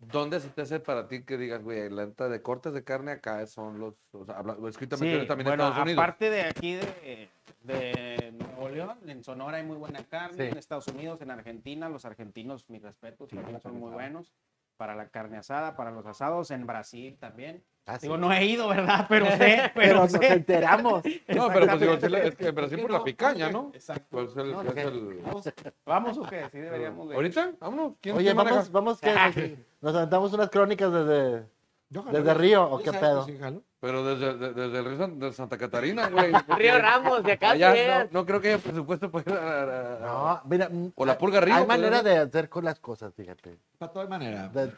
Speaker 4: ¿Dónde se te hace para ti que digas, güey, la neta de cortes de carne acá son los. O sea, habla- es que también,
Speaker 6: Sí,
Speaker 4: tienes también
Speaker 6: bueno,
Speaker 4: Estados Unidos.
Speaker 6: aparte de aquí de, de Nuevo León, en Sonora hay muy buena carne,
Speaker 2: Sí.
Speaker 6: en Estados Unidos, en Argentina, los argentinos, mis respetos, también son muy buenos para la carne asada, para los asados, en Brasil también.
Speaker 2: Ah, sí.
Speaker 6: Digo, no he ido, ¿verdad? Pero sé, pero,
Speaker 2: pero nos
Speaker 6: sé.
Speaker 2: enteramos.
Speaker 4: No, pero pues digo,
Speaker 6: Exactamente.
Speaker 4: sí la- es que en Brasil
Speaker 6: Es que
Speaker 4: por
Speaker 6: no,
Speaker 4: la picaña, ¿no?
Speaker 6: Exacto.
Speaker 4: Pues el-
Speaker 6: No,
Speaker 4: es
Speaker 6: ok.
Speaker 4: el-
Speaker 6: Vamos, vamos o qué, sí deberíamos de...
Speaker 4: ¿Ahorita? Vámonos. ¿Quién
Speaker 2: Oye,
Speaker 4: quién maneja?
Speaker 2: vamos, vamos que nos aventamos unas crónicas desde,
Speaker 5: Yo jalo,
Speaker 2: desde
Speaker 5: yo-
Speaker 2: Río, o
Speaker 5: yo
Speaker 2: qué
Speaker 5: sé,
Speaker 2: pedo.
Speaker 5: pues, sí, jalo.
Speaker 4: Pero desde, de- desde el río San- de Santa Catarina, güey.
Speaker 2: pues.
Speaker 3: Río Ramos, de acá
Speaker 4: Allá
Speaker 3: llegas.
Speaker 4: no, no creo que haya presupuesto para ir a- a- a-
Speaker 2: No, mira. mm,
Speaker 4: O la
Speaker 2: hay-
Speaker 4: pulga Río,
Speaker 2: Hay
Speaker 4: pues,
Speaker 2: manera
Speaker 4: ¿no?
Speaker 2: de hacer con las cosas, fíjate.
Speaker 5: Para toda manera.
Speaker 2: De-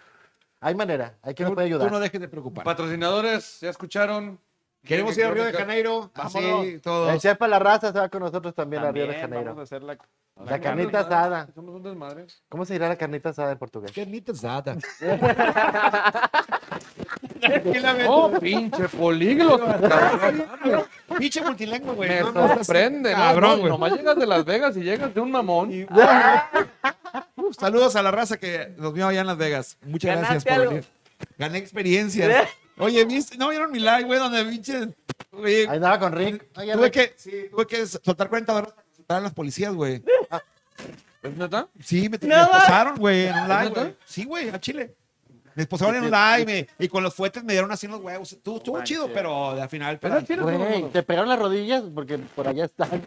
Speaker 2: hay manera, hay que
Speaker 5: Tú-
Speaker 2: nos puede ayudar.
Speaker 5: Tú no dejes de preocupar.
Speaker 4: Patrocinadores, ya escucharon.
Speaker 5: Queremos ir a Río de Janeiro.
Speaker 6: Vámonos.
Speaker 5: Así, todos.
Speaker 2: El chef para la raza se va con nosotros también, a Río de
Speaker 6: También
Speaker 2: Janeiro.
Speaker 6: Vamos a hacer la,
Speaker 2: La carnita asada.
Speaker 4: Somos un desmadre.
Speaker 2: ¿Cómo se dirá la carnita asada en portugués?
Speaker 5: Qué nita zada.
Speaker 4: Oh, pinche políglota. cabrón.
Speaker 5: Pinche multilengua, güey.
Speaker 4: Me
Speaker 5: No, no, estás-
Speaker 4: sorprende, ¿no?
Speaker 5: Oh. Cabrón,
Speaker 4: No,
Speaker 5: güey.
Speaker 4: Nomás llegas de Las Vegas y llegas de un mamón.
Speaker 5: Uf, Saludos a la raza que nos vio allá en Las Vegas. Muchas
Speaker 3: Ganaste
Speaker 5: gracias por
Speaker 3: algo.
Speaker 5: venir. Gané experiencias. Oye, ¿viste? ¿No vieron mi live, güey? Donde pinche... Oye,
Speaker 2: Ahí andaba con Rick. Oye,
Speaker 5: tuve
Speaker 2: Rick,
Speaker 5: que, tuve que soltar 40 dólares para soltar a las policías, güey.
Speaker 4: ¿Es neta?
Speaker 5: Sí, me, me
Speaker 3: No,
Speaker 5: esposaron, güey, en un live,
Speaker 4: neta?
Speaker 5: güey. Sí, güey, a Chile. Me esposaron en un live me- y con los fuetes me dieron así unos huevos. Estuvo, estuvo chido, pero al final... pero-
Speaker 4: ¿Es chile?
Speaker 2: güey, ¿Te pegaron las rodillas? Porque por allá están.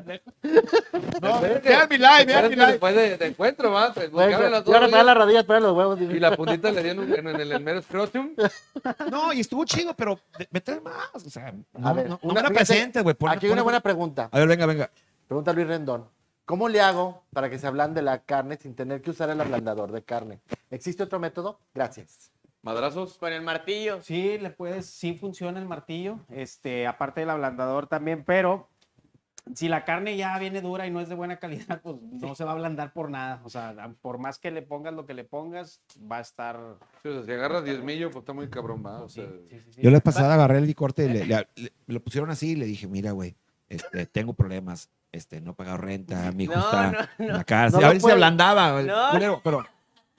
Speaker 5: No, vean mi live, vean mi live.
Speaker 4: Después de, de encuentro, va. Te
Speaker 2: Güey,
Speaker 4: buscaron
Speaker 2: te
Speaker 4: las
Speaker 2: pegaron las
Speaker 4: dos rodillas
Speaker 2: rodillas, pero los huevos.
Speaker 4: y la puntita le dieron en, en el, en el mero scrotum.
Speaker 5: No, y estuvo chido, pero ve- vete más. O sea,
Speaker 2: A
Speaker 5: no,
Speaker 2: ver,
Speaker 5: no, no
Speaker 2: una-
Speaker 5: me la
Speaker 2: fíjate,
Speaker 5: presentes, güey. ponle-
Speaker 2: Aquí hay una
Speaker 5: ponle-
Speaker 2: buena pregunta.
Speaker 5: A ver, venga, venga.
Speaker 2: Pregunta Luis Rendón. ¿Cómo le hago para que se ablande la carne sin tener que usar el ablandador de carne? ¿Existe otro método? Gracias.
Speaker 4: ¿Madrazos?
Speaker 3: Con el martillo.
Speaker 6: Sí, le puedes, sí funciona el martillo, este, aparte del ablandador también, pero si la carne ya viene dura y no es de buena calidad, pues no se va a ablandar por nada. O sea, por más que le pongas lo que le pongas, va a estar.
Speaker 4: Sí, o sea, si agarras 10 millos, pues está muy cabrón, va, o
Speaker 6: sí,
Speaker 4: sea,
Speaker 6: sí, sí, sí.
Speaker 5: Yo la vez pasada agarré el licorte, le, le- le- me lo pusieron así y le dije, mira, güey, este, tengo problemas, este, no he pagado renta, mi hijo
Speaker 3: No,
Speaker 5: está
Speaker 3: no,
Speaker 5: en la cárcel.
Speaker 2: No lo
Speaker 5: a ver si
Speaker 2: puede-
Speaker 5: se ablandaba, el
Speaker 3: No.
Speaker 5: culero, pero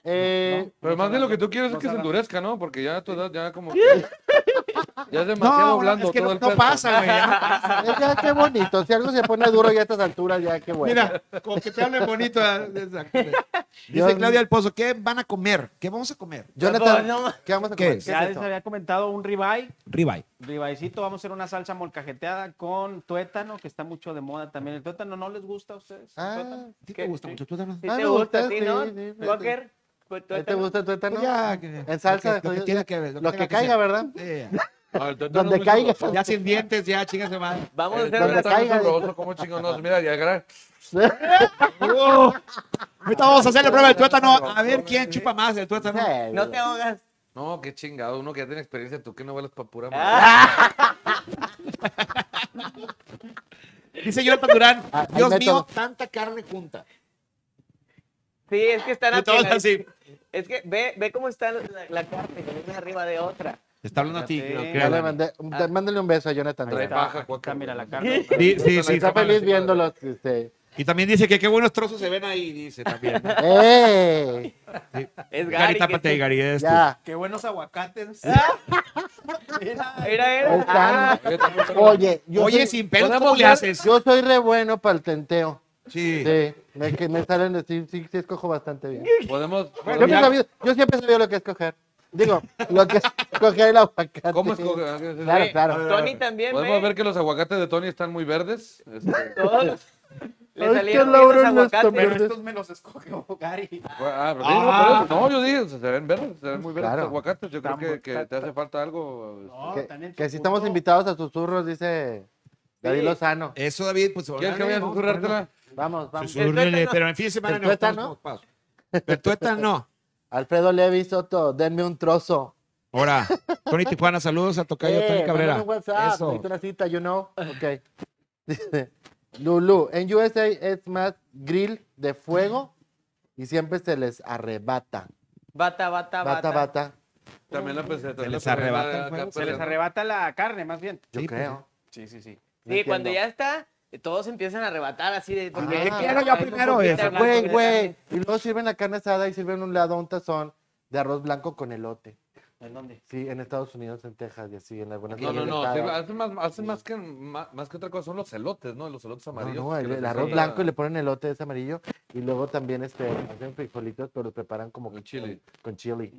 Speaker 2: Eh,
Speaker 4: Pero más bien lo que tú quieres
Speaker 6: no
Speaker 4: es que se
Speaker 6: sabrá.
Speaker 4: endurezca, ¿no? Porque ya a tu edad ya como que- ya es demasiado
Speaker 5: no,
Speaker 4: blando
Speaker 5: es que
Speaker 4: todo
Speaker 5: no,
Speaker 4: el
Speaker 5: no
Speaker 4: pedo.
Speaker 5: pasa, güey. ya no pasa.
Speaker 2: eh, ya qué bonito. Si algo se pone duro ya a estas alturas, ya qué bueno.
Speaker 5: Mira, como que te hablen bonito. ah, exacto. Dice
Speaker 2: Dios
Speaker 5: Claudia del Pozo, ¿qué van a comer? ¿Qué vamos a comer?
Speaker 2: Jonathan,
Speaker 3: No, no.
Speaker 2: ¿qué vamos a
Speaker 5: ¿Qué
Speaker 2: comer?
Speaker 5: es?
Speaker 2: ¿Qué
Speaker 6: Ya
Speaker 2: es
Speaker 6: les
Speaker 2: esto?
Speaker 6: había comentado un ribeye,
Speaker 5: Ribeye.
Speaker 6: ribayecito, vamos a hacer una salsa molcajeteada con tuétano, que está mucho de moda también. El tuétano no les gusta a ustedes. El
Speaker 2: Ah,
Speaker 6: tuétano?
Speaker 5: ¿A ti
Speaker 3: ¿Qué?
Speaker 5: te gusta mucho? ¿Tú también?
Speaker 3: Si
Speaker 2: Ah,
Speaker 3: te
Speaker 2: me
Speaker 3: gusta,
Speaker 2: gusta,
Speaker 3: a ti,
Speaker 2: sí,
Speaker 3: ¿no?
Speaker 2: sí, sí, sí.
Speaker 3: Walker, pues, tú
Speaker 2: ¿No te
Speaker 3: échalo.
Speaker 2: gusta el tuétano?
Speaker 5: En
Speaker 2: salsa,
Speaker 5: Lo que
Speaker 2: pues,
Speaker 5: tiene que ver.
Speaker 2: Lo que caiga, ¿verdad?
Speaker 4: Ah, el tuétano
Speaker 2: Donde
Speaker 4: es muy
Speaker 2: caiga.
Speaker 4: sabroso.
Speaker 5: Ya sin dientes, ya, chingas de madre.
Speaker 3: Vamos a
Speaker 4: El
Speaker 3: hacer
Speaker 4: tuétano
Speaker 2: donde
Speaker 3: una
Speaker 4: está muy
Speaker 2: caiga.
Speaker 4: sabroso, como chingonos. Mira, ya gra-
Speaker 2: Oh.
Speaker 5: Ahorita vamos a hacer la prueba del tuétano. A ver quién chupa más del tuétano.
Speaker 2: Sí,
Speaker 3: No te ahogas.
Speaker 4: No, qué chingado. Uno que ya tiene experiencia, tú que no vales pa' pura madre.
Speaker 3: Ah,
Speaker 5: Dice Jonathan Durán,
Speaker 2: Ah, hay
Speaker 5: Dios
Speaker 2: método.
Speaker 5: mío, tanta carne junta.
Speaker 3: sí, es que están
Speaker 5: Y todos
Speaker 3: apegadas.
Speaker 5: así.
Speaker 3: Es que ve, ve cómo está la, la carne, una arriba de otra.
Speaker 5: Te está hablando a ti, creo,
Speaker 6: Sí.
Speaker 2: Ya
Speaker 5: creo.
Speaker 2: le mandé-
Speaker 3: Ah.
Speaker 2: te- Mándale un beso a Jonathan. Durán.
Speaker 4: Trae
Speaker 6: está,
Speaker 4: paja,
Speaker 6: aquí
Speaker 4: Walker.
Speaker 6: está, mira la carne.
Speaker 5: Sí, sí, sí.
Speaker 2: Está
Speaker 5: tómala.
Speaker 2: feliz viéndolo. este.
Speaker 5: Y también dice que qué buenos trozos se ven ahí, dice también.
Speaker 2: ¡Ey!
Speaker 3: Es Gary.
Speaker 5: Gary,
Speaker 3: que
Speaker 5: tápate,
Speaker 3: sí.
Speaker 5: Gary, eres tú.
Speaker 2: Ya.
Speaker 6: Qué buenos aguacates.
Speaker 3: Era,
Speaker 2: Ahí
Speaker 3: era.
Speaker 2: están.
Speaker 4: Yo también tengo-
Speaker 2: Oye, yo,
Speaker 5: Ah. Oye,
Speaker 2: soy,
Speaker 5: sin pelos,
Speaker 4: podemos
Speaker 5: ¿cómo le
Speaker 4: dar-
Speaker 5: haces?
Speaker 2: yo soy re bueno para el tenteo.
Speaker 5: Sí.
Speaker 2: Sí, me, que me salen de sí, sí, sí escojo bastante bien.
Speaker 4: Podemos.
Speaker 2: Yo,
Speaker 4: podemos-
Speaker 2: he sabido- yo siempre he sabido lo que es coger. Digo, lo que es coger el aguacate.
Speaker 4: ¿Cómo escoger?
Speaker 2: Claro, claro.
Speaker 3: Tony también,
Speaker 4: Podemos
Speaker 3: ve.
Speaker 4: ver que los aguacates de Tony están muy verdes. Este,
Speaker 3: Todos.
Speaker 2: Ay,
Speaker 3: Le
Speaker 2: qué
Speaker 3: salieron
Speaker 2: Laura
Speaker 3: los
Speaker 2: no está
Speaker 6: Pero
Speaker 3: aguacates.
Speaker 2: verde.
Speaker 6: estos me los escogió Gary.
Speaker 4: ah, pero
Speaker 5: Ah.
Speaker 4: sí, no, por eso- no, yo dije, se ven verdes, se ven muy verdes
Speaker 2: Claro.
Speaker 4: los aguacates. Yo creo
Speaker 6: Están
Speaker 4: que,
Speaker 6: bu-
Speaker 4: que te hace falta algo. este,
Speaker 6: No,
Speaker 2: Que,
Speaker 6: están en su
Speaker 2: que si estamos
Speaker 6: punto.
Speaker 2: invitados a susurros, dice David Lozano.
Speaker 5: Eso, David, pues.
Speaker 4: ¿Quieres que vaya a
Speaker 5: vamos
Speaker 4: susurrártela?
Speaker 2: Vamos, vamos.
Speaker 5: ponerlo.
Speaker 3: El tuétano.
Speaker 5: Pero en fin de semana
Speaker 2: El
Speaker 5: no.
Speaker 2: tuétano.
Speaker 5: estamos ocupados. El tuétano no.
Speaker 2: Alfredo Levi Soto, denme un trozo.
Speaker 5: Ahora, Tony Tijuana, saludos a Tocayo
Speaker 2: Eh,
Speaker 5: Tony Cabrera.
Speaker 2: mándame un WhatsApp,
Speaker 5: Eso.
Speaker 2: necesito una cita, you know. Ok. Dice, Lulu, en USA es más grill de fuego y siempre se les arrebata.
Speaker 3: Bata, bata,
Speaker 2: Bata,
Speaker 3: bata.
Speaker 2: bata.
Speaker 4: También la pensé. también
Speaker 5: les
Speaker 4: la pensé,
Speaker 5: arrebata
Speaker 4: acá,
Speaker 5: el juego, se
Speaker 6: Se
Speaker 4: pues,
Speaker 6: les arrebata la carne, más bien.
Speaker 2: Yo
Speaker 5: Sí, pues,
Speaker 2: creo.
Speaker 6: Sí, sí, sí.
Speaker 3: Sí, cuando ya está, todos empiezan a arrebatar así de. porque-
Speaker 2: Ah, quiero
Speaker 5: yo
Speaker 3: Ay, un
Speaker 5: primero
Speaker 3: poquito
Speaker 5: eso.
Speaker 3: de blanco,
Speaker 2: Güey,
Speaker 3: de
Speaker 2: güey.
Speaker 3: carne.
Speaker 2: Y luego sirven la carne asada y sirven un lado un tazón de arroz blanco con elote.
Speaker 6: ¿En dónde?
Speaker 2: Sí, en Estados Unidos, en Texas y así, en algunas
Speaker 4: No, no,
Speaker 2: tiendas.
Speaker 4: no. sí, Hacen, más, hacen más, que, más, más que otra cosa. Son los elotes, ¿no? Los elotes
Speaker 2: No,
Speaker 4: amarillos.
Speaker 2: no,
Speaker 4: que
Speaker 2: el,
Speaker 4: les
Speaker 2: el
Speaker 4: hacen
Speaker 2: arroz
Speaker 4: la-
Speaker 2: blanco y le ponen elote es amarillo y luego también este, hacen frijolitos, pero los preparan como
Speaker 4: Con chile.
Speaker 2: Con chili,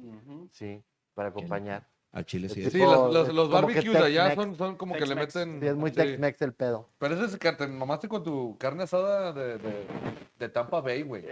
Speaker 2: sí, para acompañar.
Speaker 5: Al Chile, sí.
Speaker 2: El
Speaker 4: Sí,
Speaker 2: tipo-
Speaker 4: los, los, los
Speaker 2: como que
Speaker 4: barbecues allá
Speaker 2: Tex-Mex.
Speaker 4: son, son como que le
Speaker 6: Tex-Mex.
Speaker 4: meten.
Speaker 2: Sí, es muy
Speaker 4: sí.
Speaker 2: Tex-Mex el pedo.
Speaker 4: Pero ese es que te mamaste con tu carne asada de, de, de Tampa Bay, güey.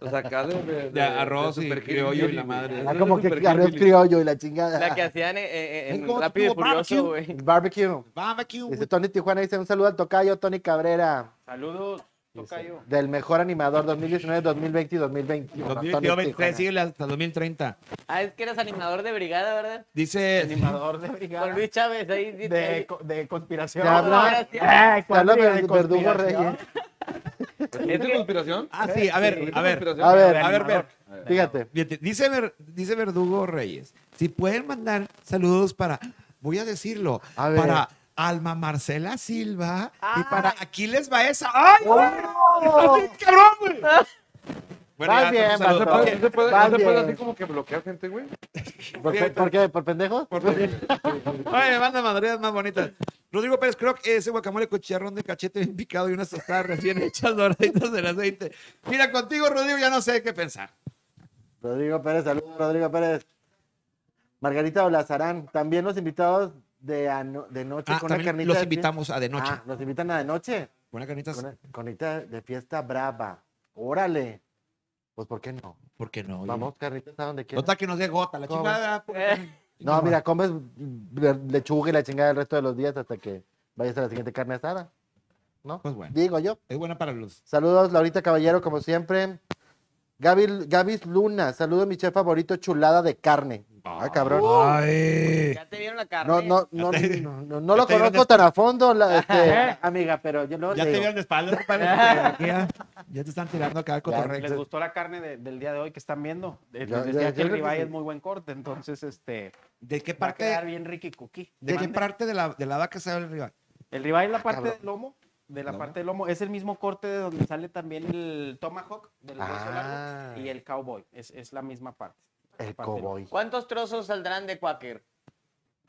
Speaker 4: O sea, acá de, de,
Speaker 5: De arroz y
Speaker 4: super
Speaker 5: criollo y
Speaker 4: hillbilly,
Speaker 5: la madre.
Speaker 4: güey.
Speaker 5: Ah,
Speaker 2: Ah,
Speaker 4: Ese
Speaker 2: como
Speaker 4: es
Speaker 2: que
Speaker 4: super
Speaker 2: arroz
Speaker 4: hillbilly.
Speaker 2: criollo y la chingada.
Speaker 3: La que hacían eh, eh,
Speaker 5: Es
Speaker 3: en
Speaker 5: como
Speaker 3: Rápido y
Speaker 5: tipo barbecue.
Speaker 3: Furioso, güey.
Speaker 2: El barbecue.
Speaker 5: Barbecue.
Speaker 2: Dice Tony Tijuana, dice un saludo al tocayo Tony Cabrera,
Speaker 6: Saludos,
Speaker 2: Dice,
Speaker 6: Tocayo.
Speaker 2: del mejor animador 2019, 2020 y 2021. Tony
Speaker 5: 2023,
Speaker 2: Tijuana.
Speaker 5: síguele hasta 2030.
Speaker 3: Ah, es que eras animador de brigada, ¿verdad?
Speaker 5: Dice.
Speaker 6: Animador de
Speaker 3: Con
Speaker 6: brigada.
Speaker 3: Luis Chávez ahí. sí, ahí.
Speaker 6: De, co- de conspiración.
Speaker 2: Te habla-
Speaker 6: Eh, cuadrilla
Speaker 2: Te habla
Speaker 6: de
Speaker 2: Verdugo
Speaker 6: conspiración.
Speaker 2: Reyes.
Speaker 4: ¿Es de conspiración?
Speaker 5: Ah, sí, a ver, a ver.
Speaker 2: A ver,
Speaker 5: A ver, ver.
Speaker 2: fíjate.
Speaker 5: Fíjate, Dice, Ver- dice Verdugo Reyes, si pueden mandar saludos para, voy a decirlo,
Speaker 2: A ver.
Speaker 5: para Alma Marcela Silva
Speaker 3: Ay.
Speaker 5: y para Aquiles Baeza. ¡Ay, güey!
Speaker 2: ¡Oh!
Speaker 5: ¡Ay, cabrón, güey! Bueno,
Speaker 2: Vas
Speaker 5: ya,
Speaker 2: bien,
Speaker 5: saludos,
Speaker 2: vas
Speaker 5: saludos.
Speaker 2: bien.
Speaker 4: ¿No se puede,
Speaker 2: Vas
Speaker 4: no se puede
Speaker 2: bien.
Speaker 4: así como que bloquear gente, güey?
Speaker 2: ¿Por, qué- por qué? ¿Por pendejos?
Speaker 5: Oye, me mandan madurías más bonitas. Rodrigo Pérez Croc, ese guacamole con chicharrón de cachete bien picado y unas tostadas recién hechas doraditas del aceite. Mira, contigo, Rodrigo, ya no sé qué pensar.
Speaker 2: Rodrigo Pérez, saludos, Rodrigo Pérez. Margarita Olazarán, también los invitados de, ano- de noche
Speaker 5: Ah,
Speaker 2: con una
Speaker 5: también
Speaker 2: carnita.
Speaker 5: los
Speaker 2: de
Speaker 5: invitamos a de
Speaker 2: fiesta-
Speaker 5: noche.
Speaker 2: Ah, los invitan a de noche.
Speaker 5: Buena carnitas,
Speaker 2: Con una carnita de fiesta brava. Órale. Pues, ¿por qué no?
Speaker 5: ¿por qué no? oye?
Speaker 2: Vamos, carnitas a donde quieras.
Speaker 5: Nota que nos dé gota, la
Speaker 2: ¿Cómo?
Speaker 5: chingada. pues.
Speaker 3: Eh,
Speaker 2: No, mira, comes ver- lechuga y la chingada el resto de los días hasta que vayas a la siguiente carne asada. ¿No?
Speaker 5: Pues bueno,
Speaker 2: Digo yo.
Speaker 5: es buena para los
Speaker 2: Saludos, Laurita Caballero, como siempre. Gaby, Gaby Luna, saludos, mi chef favorito, chulada de carne. Ah, cabrón.
Speaker 5: Ay.
Speaker 3: Ya te vieron la carne.
Speaker 2: No, no, no, no, no, no
Speaker 5: Uh, Ya
Speaker 2: lo
Speaker 5: te dieron
Speaker 2: conozco tan a fondo, la- este, amiga, pero yo no
Speaker 5: Ya
Speaker 2: le
Speaker 5: te
Speaker 2: digo.
Speaker 5: vieron de espaldas, compadre, porque ya, ya te están tirando acá el
Speaker 6: ¿Les
Speaker 5: cotorreo.
Speaker 6: gustó la carne de- del día de hoy que están viendo? Eh,
Speaker 2: Ya-
Speaker 6: Les
Speaker 2: ya-
Speaker 6: decía
Speaker 2: ya
Speaker 6: que el
Speaker 2: creo que
Speaker 6: ribeye
Speaker 2: sí.
Speaker 6: es muy buen corte, entonces este
Speaker 5: ¿De qué
Speaker 6: va a quedar
Speaker 5: parte,
Speaker 6: bien ricky cookie.
Speaker 5: de qué
Speaker 6: Mande.
Speaker 5: parte de la, de la vaca se ve el rival?
Speaker 6: El ribeye es la parte
Speaker 2: Ah, Cabrón.
Speaker 6: del lomo, de la
Speaker 5: Lomo.
Speaker 6: parte del lomo. Es el mismo corte de donde sale también el tomahawk del hueso
Speaker 2: Ah.
Speaker 6: largo y el cowboy. Es, es la misma parte.
Speaker 5: este
Speaker 2: El
Speaker 6: parte del-
Speaker 2: cowboy.
Speaker 3: ¿Cuántos trozos saldrán de Quaker?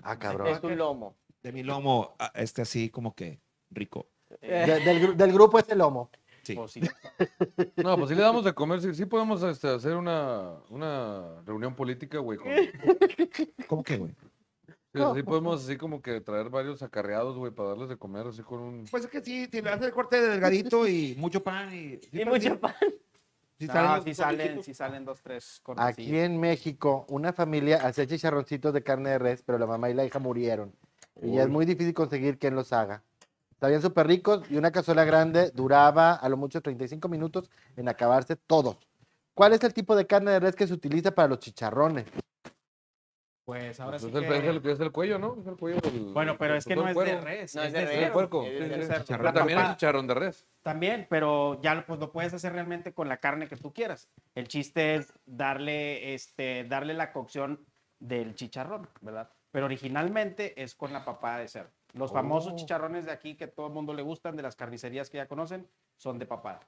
Speaker 2: Ah,
Speaker 3: De
Speaker 2: cabrón.
Speaker 3: tu lomo.
Speaker 5: De mi lomo, ah, este así como que rico.
Speaker 6: Eh,
Speaker 2: De- del, gru- del grupo es el lomo.
Speaker 5: Sí.
Speaker 6: pues, sí.
Speaker 4: No, pues sí le damos de comer, sí, sí podemos este, hacer una, una reunión política, güey. con- sí,
Speaker 5: ¿Cómo que, güey?
Speaker 4: sí podemos así como que traer varios acarreados, güey, para darles de comer, así con un...
Speaker 5: Pues es que sí, si le haces el corte delgadito y mucho pan y...
Speaker 3: Y mucho pan.
Speaker 5: Si
Speaker 6: No,
Speaker 5: salen los
Speaker 6: sí salen, sí salen dos, tres
Speaker 2: Aquí
Speaker 6: cortecillos.
Speaker 2: en México, una familia hacía chicharroncitos de carne de res, pero la mamá y la hija murieron. Y ya es muy difícil conseguir quien los haga. Estaban súper ricos y una cazuela grande duraba a lo mucho 35 minutos en acabarse todos. ¿Cuál es el tipo de carne de res que se utiliza para los chicharrones?
Speaker 6: Pues ahora
Speaker 4: Pues
Speaker 6: sí
Speaker 4: es, el,
Speaker 6: que-
Speaker 4: es el- es el cuello, ¿no? Es el cuello del-
Speaker 6: Bueno, pero
Speaker 4: del-
Speaker 6: es que
Speaker 4: todo
Speaker 6: no
Speaker 4: el
Speaker 6: es de
Speaker 4: cuero.
Speaker 6: res.
Speaker 3: No, es de
Speaker 6: del
Speaker 3: res.
Speaker 4: Es el
Speaker 6: cerdo.
Speaker 4: puerco.
Speaker 3: Es
Speaker 4: sí,
Speaker 3: del
Speaker 4: sí.
Speaker 6: cerdo.
Speaker 4: Pero
Speaker 6: La
Speaker 4: también es
Speaker 6: papa-
Speaker 4: chicharrón de res.
Speaker 6: También, pero ya lo- pues lo puedes hacer realmente con la carne que tú quieras. El chiste es darle, este, darle la cocción del chicharrón, ¿verdad? Pero originalmente es con la papada de cerdo. Los
Speaker 4: Oh.
Speaker 6: famosos chicharrones de aquí que todo el mundo le gustan, de las carnicerías que ya conocen, son de papada.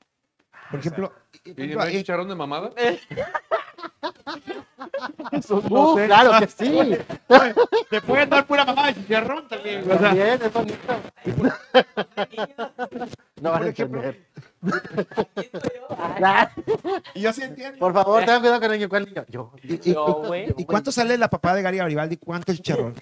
Speaker 5: Por ejemplo, por
Speaker 4: ¿Y
Speaker 5: ejemplo,
Speaker 4: no hay
Speaker 5: ahí-
Speaker 4: chicharrón de mamada?
Speaker 2: ¡Uh, claro que sí!
Speaker 5: Te pueden dar pura mamá de chicharrón también. güey.
Speaker 2: También es bonito.
Speaker 5: O sea,
Speaker 2: No van a entender. Ya,
Speaker 5: y yo sí entiendo.
Speaker 2: Por favor, tengan cuidado con el niño. ¿Cuál niño? Yo.
Speaker 5: ¿Y, y-
Speaker 3: No, güey.
Speaker 5: ¿y cuánto sale la papá de Gary Garibaldi? ¿Cuánto chicharrón?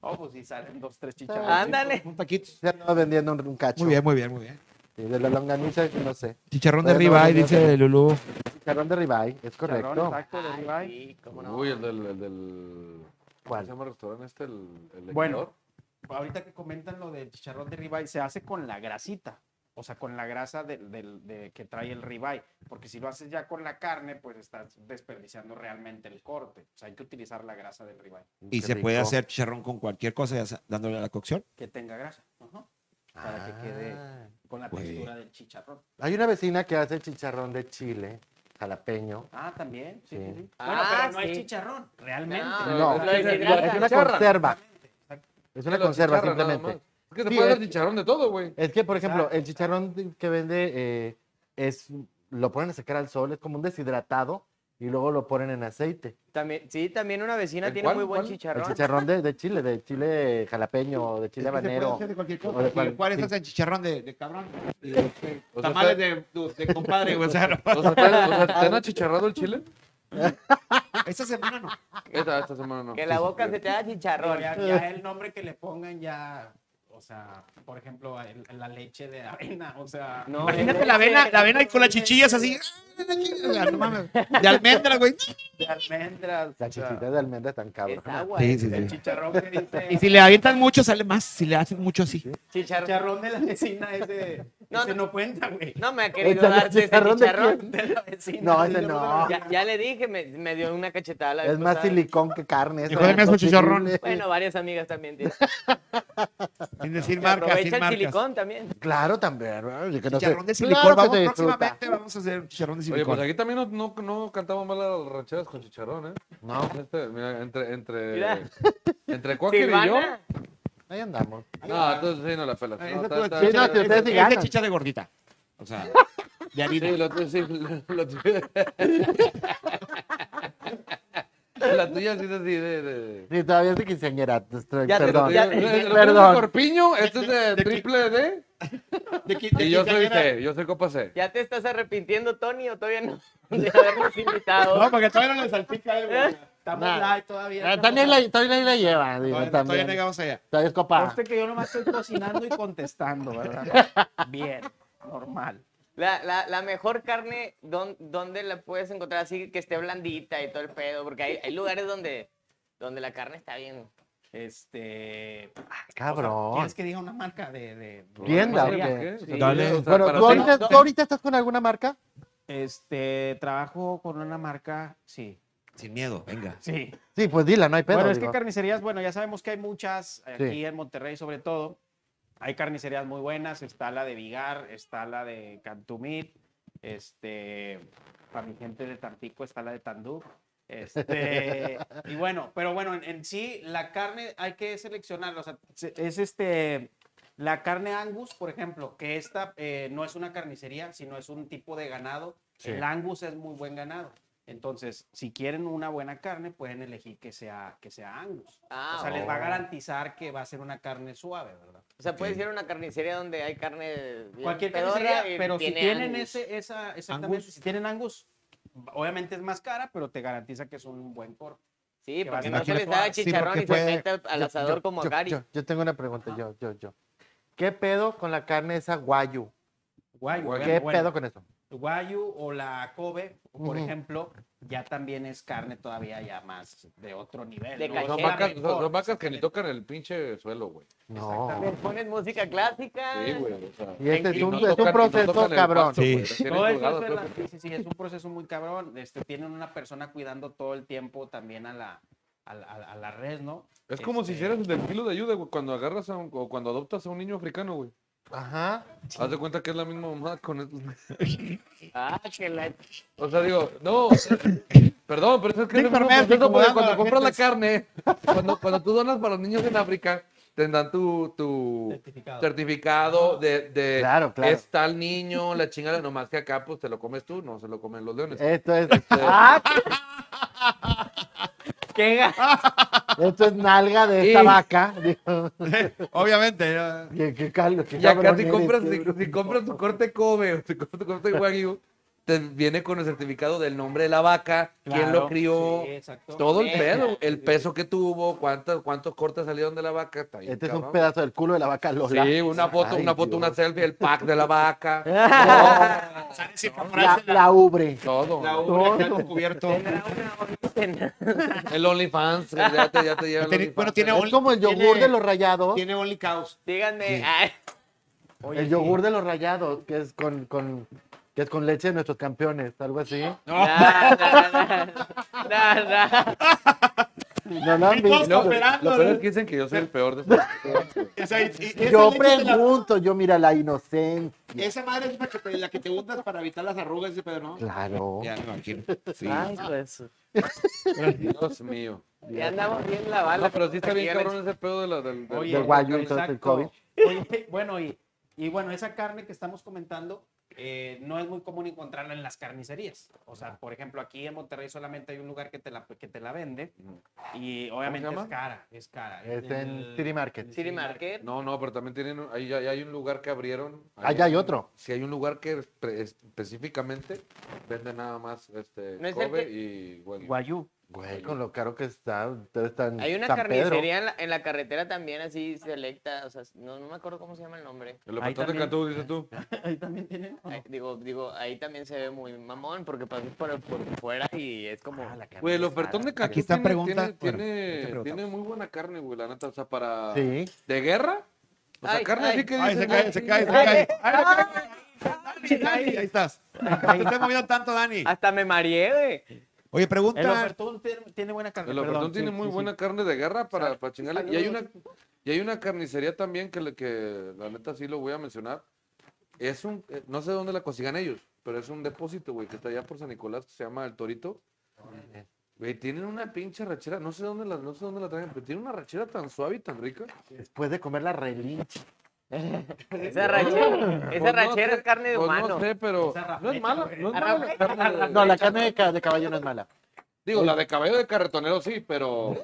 Speaker 6: Oh, pues sí, salen dos, tres chicharrones.
Speaker 3: Ándale.
Speaker 5: Un taquito.
Speaker 2: Ya no vendiendo un, un cacho.
Speaker 5: Muy bien, muy bien, muy bien.
Speaker 2: Sí, de la longaniza, no sé.
Speaker 5: Chicharrón de
Speaker 2: Bueno,
Speaker 5: ribeye,
Speaker 2: bueno,
Speaker 5: dice Lulú.
Speaker 2: Chicharrón de ribeye, es
Speaker 6: Chicharrón,
Speaker 2: correcto.
Speaker 6: exacto, de ribeye.
Speaker 3: Sí, cómo no.
Speaker 4: Uy, el del... El del... ¿Cómo
Speaker 2: ¿Cuál?
Speaker 4: se llama el restaurante este? El, el de
Speaker 6: Bueno.
Speaker 4: Ecuador.
Speaker 6: ahorita que comentan lo del chicharrón de ribeye, se hace con la grasita, o sea, con la grasa del- del- de, que trae el ribeye, porque si lo haces ya con la carne, pues estás desperdiciando realmente el corte. O sea, hay que utilizar la grasa del ribeye,
Speaker 5: Y
Speaker 2: Qué
Speaker 5: se puede
Speaker 2: rico.
Speaker 5: hacer chicharrón con cualquier cosa, ya sea, dándole a la cocción.
Speaker 6: que tenga grasa, ajá, para que quede
Speaker 2: Ah.
Speaker 6: con la
Speaker 5: güey.
Speaker 6: textura del chicharrón.
Speaker 2: Hay una vecina que hace chicharrón de chile, jalapeño.
Speaker 6: Ah, también, sí, sí,
Speaker 2: Sí.
Speaker 6: sí.
Speaker 3: Ah,
Speaker 6: bueno, pero no es
Speaker 3: sí.
Speaker 6: chicharrón, realmente.
Speaker 3: No,
Speaker 2: No,
Speaker 3: lo
Speaker 2: es,
Speaker 3: deshidratan.
Speaker 2: una
Speaker 3: Chicharra.
Speaker 2: conserva. Es
Speaker 4: Que
Speaker 2: una
Speaker 4: lo
Speaker 2: conserva
Speaker 4: chicharra nada
Speaker 2: simplemente.
Speaker 4: más. Es que te
Speaker 2: Sí,
Speaker 4: puedes
Speaker 2: es-
Speaker 4: dar chicharrón de todo, güey.
Speaker 2: Es que, por ejemplo,
Speaker 6: Exacto,
Speaker 2: el chicharrón de- que vende eh, es lo ponen a secar al sol, es como un deshidratado y luego lo ponen en aceite.
Speaker 3: También, sí, también una vecina
Speaker 4: ¿El
Speaker 3: tiene
Speaker 4: cuál?
Speaker 3: muy buen
Speaker 4: ¿Cuál?
Speaker 2: El
Speaker 3: chicharrón.
Speaker 2: chicharrón de, de chile, de chile jalapeño, de chile habanero.
Speaker 5: de cualquier
Speaker 2: cosa. o de cual-
Speaker 5: ¿Cuál
Speaker 2: sí.
Speaker 5: es el chicharrón de, de cabrón? Y de- de-
Speaker 4: O sea,
Speaker 5: tamales
Speaker 4: está-
Speaker 5: de, de- de compadre, güey. O sea, no.
Speaker 4: O sea, ¿te, o sea, ¿te han achicharrado el chile?
Speaker 5: Esta semana no.
Speaker 4: Esta, esta semana no.
Speaker 3: Que la boca se te da
Speaker 6: Pero
Speaker 3: chicharrón.
Speaker 6: ya, ya el nombre que le pongan ya, o sea, por ejemplo, el- la leche de avena, o sea,
Speaker 3: No,
Speaker 5: Imagínate
Speaker 3: es-
Speaker 5: la avena, la avena con las chichillas así. No mames. De almendra, güey.
Speaker 6: de almendras.
Speaker 2: Las
Speaker 6: o sea,
Speaker 2: chichitas de almendra están
Speaker 3: es
Speaker 2: cabronas.
Speaker 3: agua.
Speaker 5: Sí,
Speaker 3: es
Speaker 5: sí,
Speaker 6: El
Speaker 5: sí.
Speaker 6: chicharrón que dice.
Speaker 5: Y si le avientan mucho, sale más. Si le hacen mucho así.
Speaker 6: El
Speaker 3: Chicharrón.
Speaker 6: chicharrón de la vecina ese
Speaker 3: No,
Speaker 6: no, ese no cuenta, güey.
Speaker 3: No me ha querido
Speaker 2: Échale
Speaker 3: dar ese
Speaker 2: chicharrón
Speaker 3: chicharrón,
Speaker 2: de
Speaker 3: de la vecina.
Speaker 2: No, ese no.
Speaker 3: Ya, ya le dije, me, me dio una cachetada la vez
Speaker 2: Es más
Speaker 3: pasada.
Speaker 2: silicón que carne. eso
Speaker 5: Mejor
Speaker 2: es
Speaker 5: me hace un chicharrón.
Speaker 2: horrible.
Speaker 3: Bueno, varias amigas también tienen.
Speaker 5: Sin decir
Speaker 3: Se
Speaker 5: marcas, sin
Speaker 3: Aprovecha el
Speaker 5: marcas.
Speaker 3: silicón también.
Speaker 2: Claro, también. ¿verdad? Y que no sé.
Speaker 5: Chicharrón de
Speaker 2: Claro
Speaker 5: silicón.
Speaker 2: que
Speaker 5: vamos,
Speaker 2: se disfruta.
Speaker 5: próximamente vamos a hacer un chicharrón de
Speaker 4: Oye, pues
Speaker 5: silicón.
Speaker 4: aquí también no, no, no cantamos mal las rancheras con chicharrón, ¿eh?
Speaker 2: No,
Speaker 4: Este, mira, entre, entre,
Speaker 3: Mira.
Speaker 4: entre Quaker y yo.
Speaker 3: Silvana,
Speaker 2: ahí andamos.
Speaker 4: No, entonces sí, no la pelas.
Speaker 5: Ah,
Speaker 4: No,
Speaker 5: esa
Speaker 4: está-
Speaker 5: tú-
Speaker 4: está-
Speaker 5: sí,
Speaker 2: no,
Speaker 4: está-
Speaker 2: si ustedes
Speaker 5: Es de-
Speaker 2: sí ganan.
Speaker 5: Es de chicha de gordita. O sea, de harina.
Speaker 4: Sí, lo tuyo sí. lo- lo tuyo- La tuya sí es así de. de...
Speaker 2: Sí, todavía es de quinceañera. estoy-
Speaker 3: Ya te-
Speaker 2: Perdón.
Speaker 3: ya-
Speaker 4: Lo tuyo es de
Speaker 2: eh, Perdón.
Speaker 4: corpiño, este es de triple D.
Speaker 5: De quin- de
Speaker 4: Y yo soy
Speaker 5: quinceañera.
Speaker 4: C, yo soy copa C.
Speaker 3: ¿Ya te estás arrepintiendo, Tony, o todavía no? De habernos invitado.
Speaker 5: No, porque todavía no le salpica. eh, güey.
Speaker 6: Estamos
Speaker 2: Nah.
Speaker 6: live todavía.
Speaker 2: Ah, Todavía la, todavía la lleva. Digo,
Speaker 5: Todavía, todavía
Speaker 2: también.
Speaker 5: no llegamos allá.
Speaker 2: Todavía es copa.
Speaker 6: Conste que yo nomás estoy cocinando y contestando, ¿verdad? Bien, normal.
Speaker 3: La, la, la mejor carne, ¿dón- ¿dónde la puedes encontrar así que esté blandita y todo el pedo? Porque hay, hay lugares donde, donde la carne está bien.
Speaker 6: Este.
Speaker 2: Cabrón.
Speaker 6: ¿Quieres que diga una marca de. de-
Speaker 2: Tienda,
Speaker 4: ¿Por
Speaker 2: ¿o qué?
Speaker 4: qué? O sea,
Speaker 5: Dale. pues.
Speaker 4: o sea,
Speaker 2: Bueno,
Speaker 4: para
Speaker 2: ¿tú
Speaker 4: ti-
Speaker 2: ahorita,
Speaker 3: No,
Speaker 2: tú ahorita estás con alguna marca?
Speaker 6: Este. Trabajo con una marca, sí.
Speaker 5: Sin miedo, venga.
Speaker 6: Sí.
Speaker 2: Sí, pues dila, no hay pedo.
Speaker 6: bueno, es
Speaker 2: digo.
Speaker 6: que carnicerías, bueno, ya sabemos que hay muchas, eh,
Speaker 2: Sí.
Speaker 6: aquí en Monterrey sobre todo. Hay carnicerías muy buenas, está la de Vigar, está la de Cantumit, este, para mi gente de Tampico está la de Tandú. Este, y bueno, pero bueno, en, en sí la carne hay que seleccionarla, o sea, se- es este, la carne Angus, por ejemplo, que esta eh, no es una carnicería, sino es un tipo de ganado. El Angus es muy buen ganado. Entonces, si quieren una buena carne, pueden elegir que sea, que sea Angus.
Speaker 3: Ah,
Speaker 6: o sea, les va a garantizar que va a ser una carne suave, ¿verdad?
Speaker 3: O sea, puede ser una carnicería donde hay carne. bien
Speaker 6: Cualquier
Speaker 3: pedorra
Speaker 6: carnicería,
Speaker 3: y
Speaker 6: pero
Speaker 3: tiene
Speaker 6: si tienen
Speaker 3: Angus.
Speaker 6: ese, esa, exactamente,
Speaker 5: Angus.
Speaker 6: si tienen Angus, obviamente es más cara, pero te garantiza que es un buen corte.
Speaker 3: Sí,
Speaker 6: que
Speaker 3: porque
Speaker 6: vas-
Speaker 3: no se
Speaker 5: imagínate-
Speaker 3: les da
Speaker 5: Sí,
Speaker 3: chicharrón
Speaker 5: porque
Speaker 3: y
Speaker 5: puede-
Speaker 3: se mete al
Speaker 2: Yo-
Speaker 3: asador
Speaker 2: yo-
Speaker 3: como
Speaker 2: yo,
Speaker 3: a Gary.
Speaker 2: yo- yo tengo una pregunta, yo, yo, yo. ¿Qué pedo con la carne esa guayu?
Speaker 4: Guayu.
Speaker 6: Guayu, bueno,
Speaker 2: ¿Qué
Speaker 6: bueno,
Speaker 2: pedo con eso?
Speaker 6: Guayu o la Kobe, por
Speaker 2: Ujú.
Speaker 6: ejemplo, ya también es carne todavía ya más de otro nivel.
Speaker 3: De
Speaker 6: ¿no?
Speaker 3: cajera,
Speaker 4: Son
Speaker 6: Es
Speaker 3: Cachera,
Speaker 6: la
Speaker 4: vacas, son-
Speaker 6: mejor,
Speaker 4: son vacas que ni
Speaker 6: exactamente.
Speaker 4: tocan el pinche suelo, güey.
Speaker 2: No.
Speaker 3: Les pones música clásica.
Speaker 4: Sí, güey. o sea,
Speaker 2: Y este es
Speaker 4: y
Speaker 2: un,
Speaker 4: no
Speaker 2: es un
Speaker 4: tocan- y no
Speaker 2: proceso,
Speaker 4: tocan el
Speaker 2: cabrón.
Speaker 4: pasto, güey, las tienen
Speaker 6: Todo eso
Speaker 4: colgadas,
Speaker 6: es
Speaker 4: creo
Speaker 6: verdad,
Speaker 4: que-
Speaker 6: sí, sí, sí, es un proceso muy cabrón. Este, tienen una persona cuidando todo el tiempo también a la, a la, a la red, ¿no?
Speaker 4: Es como si
Speaker 6: Este,
Speaker 4: hicieras el del kilo de ayuda, güey, cuando agarras a un, o cuando adoptas a un niño africano, güey.
Speaker 2: Ajá.
Speaker 4: Haz de cuenta que es la misma mamada con el-
Speaker 3: Ah, que la.
Speaker 4: O sea, digo, no, perdón, pero es que es el
Speaker 2: Víctor
Speaker 4: mismo
Speaker 2: Messi,
Speaker 4: proceso,
Speaker 2: como
Speaker 4: porque
Speaker 2: dando
Speaker 4: cuando
Speaker 2: a
Speaker 4: compras la
Speaker 2: gentes.
Speaker 4: carne, cuando, cuando tú donas para los niños en África, tendrán tu, tu certificado,
Speaker 6: Certificado.
Speaker 4: de, de
Speaker 2: Claro, claro.
Speaker 4: es tal niño, la chingada, nomás que acá pues te lo comes tú, no se lo comen los leones.
Speaker 2: Esto es, este,
Speaker 3: ¡Ah! ¡Qué ga-
Speaker 2: esto es nalga de esta
Speaker 4: Y-
Speaker 2: vaca. Digo,
Speaker 5: Obviamente. ya.
Speaker 2: qué, qué cal- qué
Speaker 4: y acá
Speaker 2: cabrón eh,
Speaker 4: si
Speaker 2: eres,
Speaker 4: compras,
Speaker 2: qué
Speaker 4: si,
Speaker 2: bruto.
Speaker 4: si compras tu corte Kobe o si compras tu corte Wagyu, te viene con el certificado del nombre de la vaca, quién
Speaker 6: claro,
Speaker 4: lo crió,
Speaker 6: sí, exacto.
Speaker 4: todo el
Speaker 3: Sí,
Speaker 4: pedo, el peso que tuvo, cuántos, cuántos cortes salieron de la vaca. está bien,
Speaker 2: Este es un
Speaker 4: cabrón.
Speaker 2: pedazo del culo de la vaca Lola.
Speaker 4: Sí, una foto,
Speaker 2: Ay,
Speaker 4: una foto, una
Speaker 2: Dios.
Speaker 4: selfie, el pack de la vaca,
Speaker 2: La, la ubre.
Speaker 4: todo.
Speaker 6: La
Speaker 4: güey.
Speaker 6: ubre está descubierto.
Speaker 3: Tendrá una orden.
Speaker 4: El OnlyFans, que ya te, ya te lleva el
Speaker 5: Tiene-
Speaker 4: OnlyFans. eh.
Speaker 5: bueno, tiene
Speaker 2: Es
Speaker 5: Only-
Speaker 2: como el yogur
Speaker 5: tiene-
Speaker 2: de los rayados.
Speaker 5: Tiene Only Cows.
Speaker 3: Díganme. ay,
Speaker 2: el yogur de los rayados, que es con, con, que es con leche de nuestros campeones, algo así.
Speaker 3: nah, nah, nah, nah, nah.
Speaker 2: No lo han visto.
Speaker 4: Lo, lo
Speaker 5: operando,
Speaker 4: peor es
Speaker 5: ¿no?
Speaker 4: que dicen que yo soy el peor de estos.
Speaker 5: O sea, y- y esa
Speaker 2: Yo
Speaker 5: leche te la-
Speaker 2: pregunto, yo mira la inocencia.
Speaker 5: Esa madre es la que, te, la que te untas para evitar las arrugas, ese pedo, ¿no?
Speaker 2: Claro.
Speaker 5: Ya, me imagino. Sí.
Speaker 3: Ay, pues.
Speaker 4: Dios mío.
Speaker 3: Ya andamos bien la bala.
Speaker 4: No, pero sí está bien
Speaker 3: Aquí,
Speaker 4: cabrón ese pedo de la, del, del-
Speaker 6: Oye,
Speaker 2: Del guayu, entonces,
Speaker 6: exacto.
Speaker 2: el COVID.
Speaker 6: Oye, bueno, y, y bueno, esa carne que estamos comentando eh, no es muy común encontrarla en las carnicerías. O sea, por ejemplo, aquí en Monterrey solamente hay un lugar que te la, que te la vende y obviamente es
Speaker 4: llama?
Speaker 6: cara, es cara.
Speaker 2: Es en
Speaker 6: el-
Speaker 2: City Market.
Speaker 3: City Market.
Speaker 4: No, no, pero también tienen, ahí hay, hay un lugar que abrieron.
Speaker 2: Ah, ya hay otro.
Speaker 4: Si hay un lugar que espe- específicamente vende nada más este
Speaker 3: ¿No es el
Speaker 4: Kobe
Speaker 3: que-
Speaker 4: y Wagyu.
Speaker 6: Guayú.
Speaker 2: Güey, con lo caro que está. Ustedes están.
Speaker 3: Hay una
Speaker 2: San
Speaker 3: carnicería en la, en la carretera también así selecta, o sea, no, no me acuerdo cómo se llama el nombre.
Speaker 4: El
Speaker 6: Ahí
Speaker 4: operador de
Speaker 6: también.
Speaker 4: Cantú, dices tú.
Speaker 6: Ahí también tienen.
Speaker 3: Ahí- digo, digo, ahí también se ve muy mamón porque pasas por, por fuera y es como...
Speaker 6: Ah, la carne
Speaker 4: Güey, el
Speaker 6: es
Speaker 4: ofertón
Speaker 6: cara.
Speaker 4: de Cantú
Speaker 5: Aquí está
Speaker 4: tiene,
Speaker 5: pregunta-
Speaker 4: tiene,
Speaker 5: bueno,
Speaker 4: tiene-
Speaker 5: ya te preguntamos.
Speaker 4: tiene muy buena carne, güey, la neta. O sea, para...
Speaker 2: Pedro. Sí.
Speaker 4: ¿De guerra? O sea,
Speaker 3: Ay,
Speaker 4: carne
Speaker 3: ay.
Speaker 4: así que
Speaker 5: Ay, se
Speaker 4: dices,
Speaker 5: cae,
Speaker 4: no,
Speaker 5: se cae, se
Speaker 4: ay,
Speaker 5: cae. Ay, Dani, Ahí estás. No te estés moviendo tanto, Dani.
Speaker 3: Hasta me mareé, güey.
Speaker 5: Oye,
Speaker 6: El
Speaker 4: Ah,
Speaker 5: pregunta.
Speaker 6: ofertón tiene, tiene buena carne.
Speaker 4: El
Speaker 6: perdón,
Speaker 4: ofertón
Speaker 6: sí,
Speaker 4: tiene muy
Speaker 6: sí, sí.
Speaker 4: buena carne de guerra para,
Speaker 6: Sal-
Speaker 4: para chingarle. Y hay una y hay una carnicería también que, le- que la neta sí lo voy a mencionar. Es un, eh, no sé dónde la consigan ellos, pero es un depósito, güey, que está allá por San Nicolás, que se llama El Torito. Güey, tienen una pinche rachera, no sé dónde la, no sé dónde la traen, pero tienen una rachera tan suave y tan rica.
Speaker 2: Después de comer la relincha.
Speaker 3: Esa rachera, esa
Speaker 4: Pues no
Speaker 3: rachera
Speaker 4: sé,
Speaker 3: es carne de
Speaker 4: pues
Speaker 3: humano.
Speaker 4: No sé, pero
Speaker 6: Esa
Speaker 4: no es
Speaker 6: raflecha,
Speaker 4: mala,
Speaker 6: güey.
Speaker 4: no es mala la carne de-
Speaker 2: Ah, No, la carne de, ca- de caballo no es mala.
Speaker 4: Digo, la de cabello de carretonero sí, pero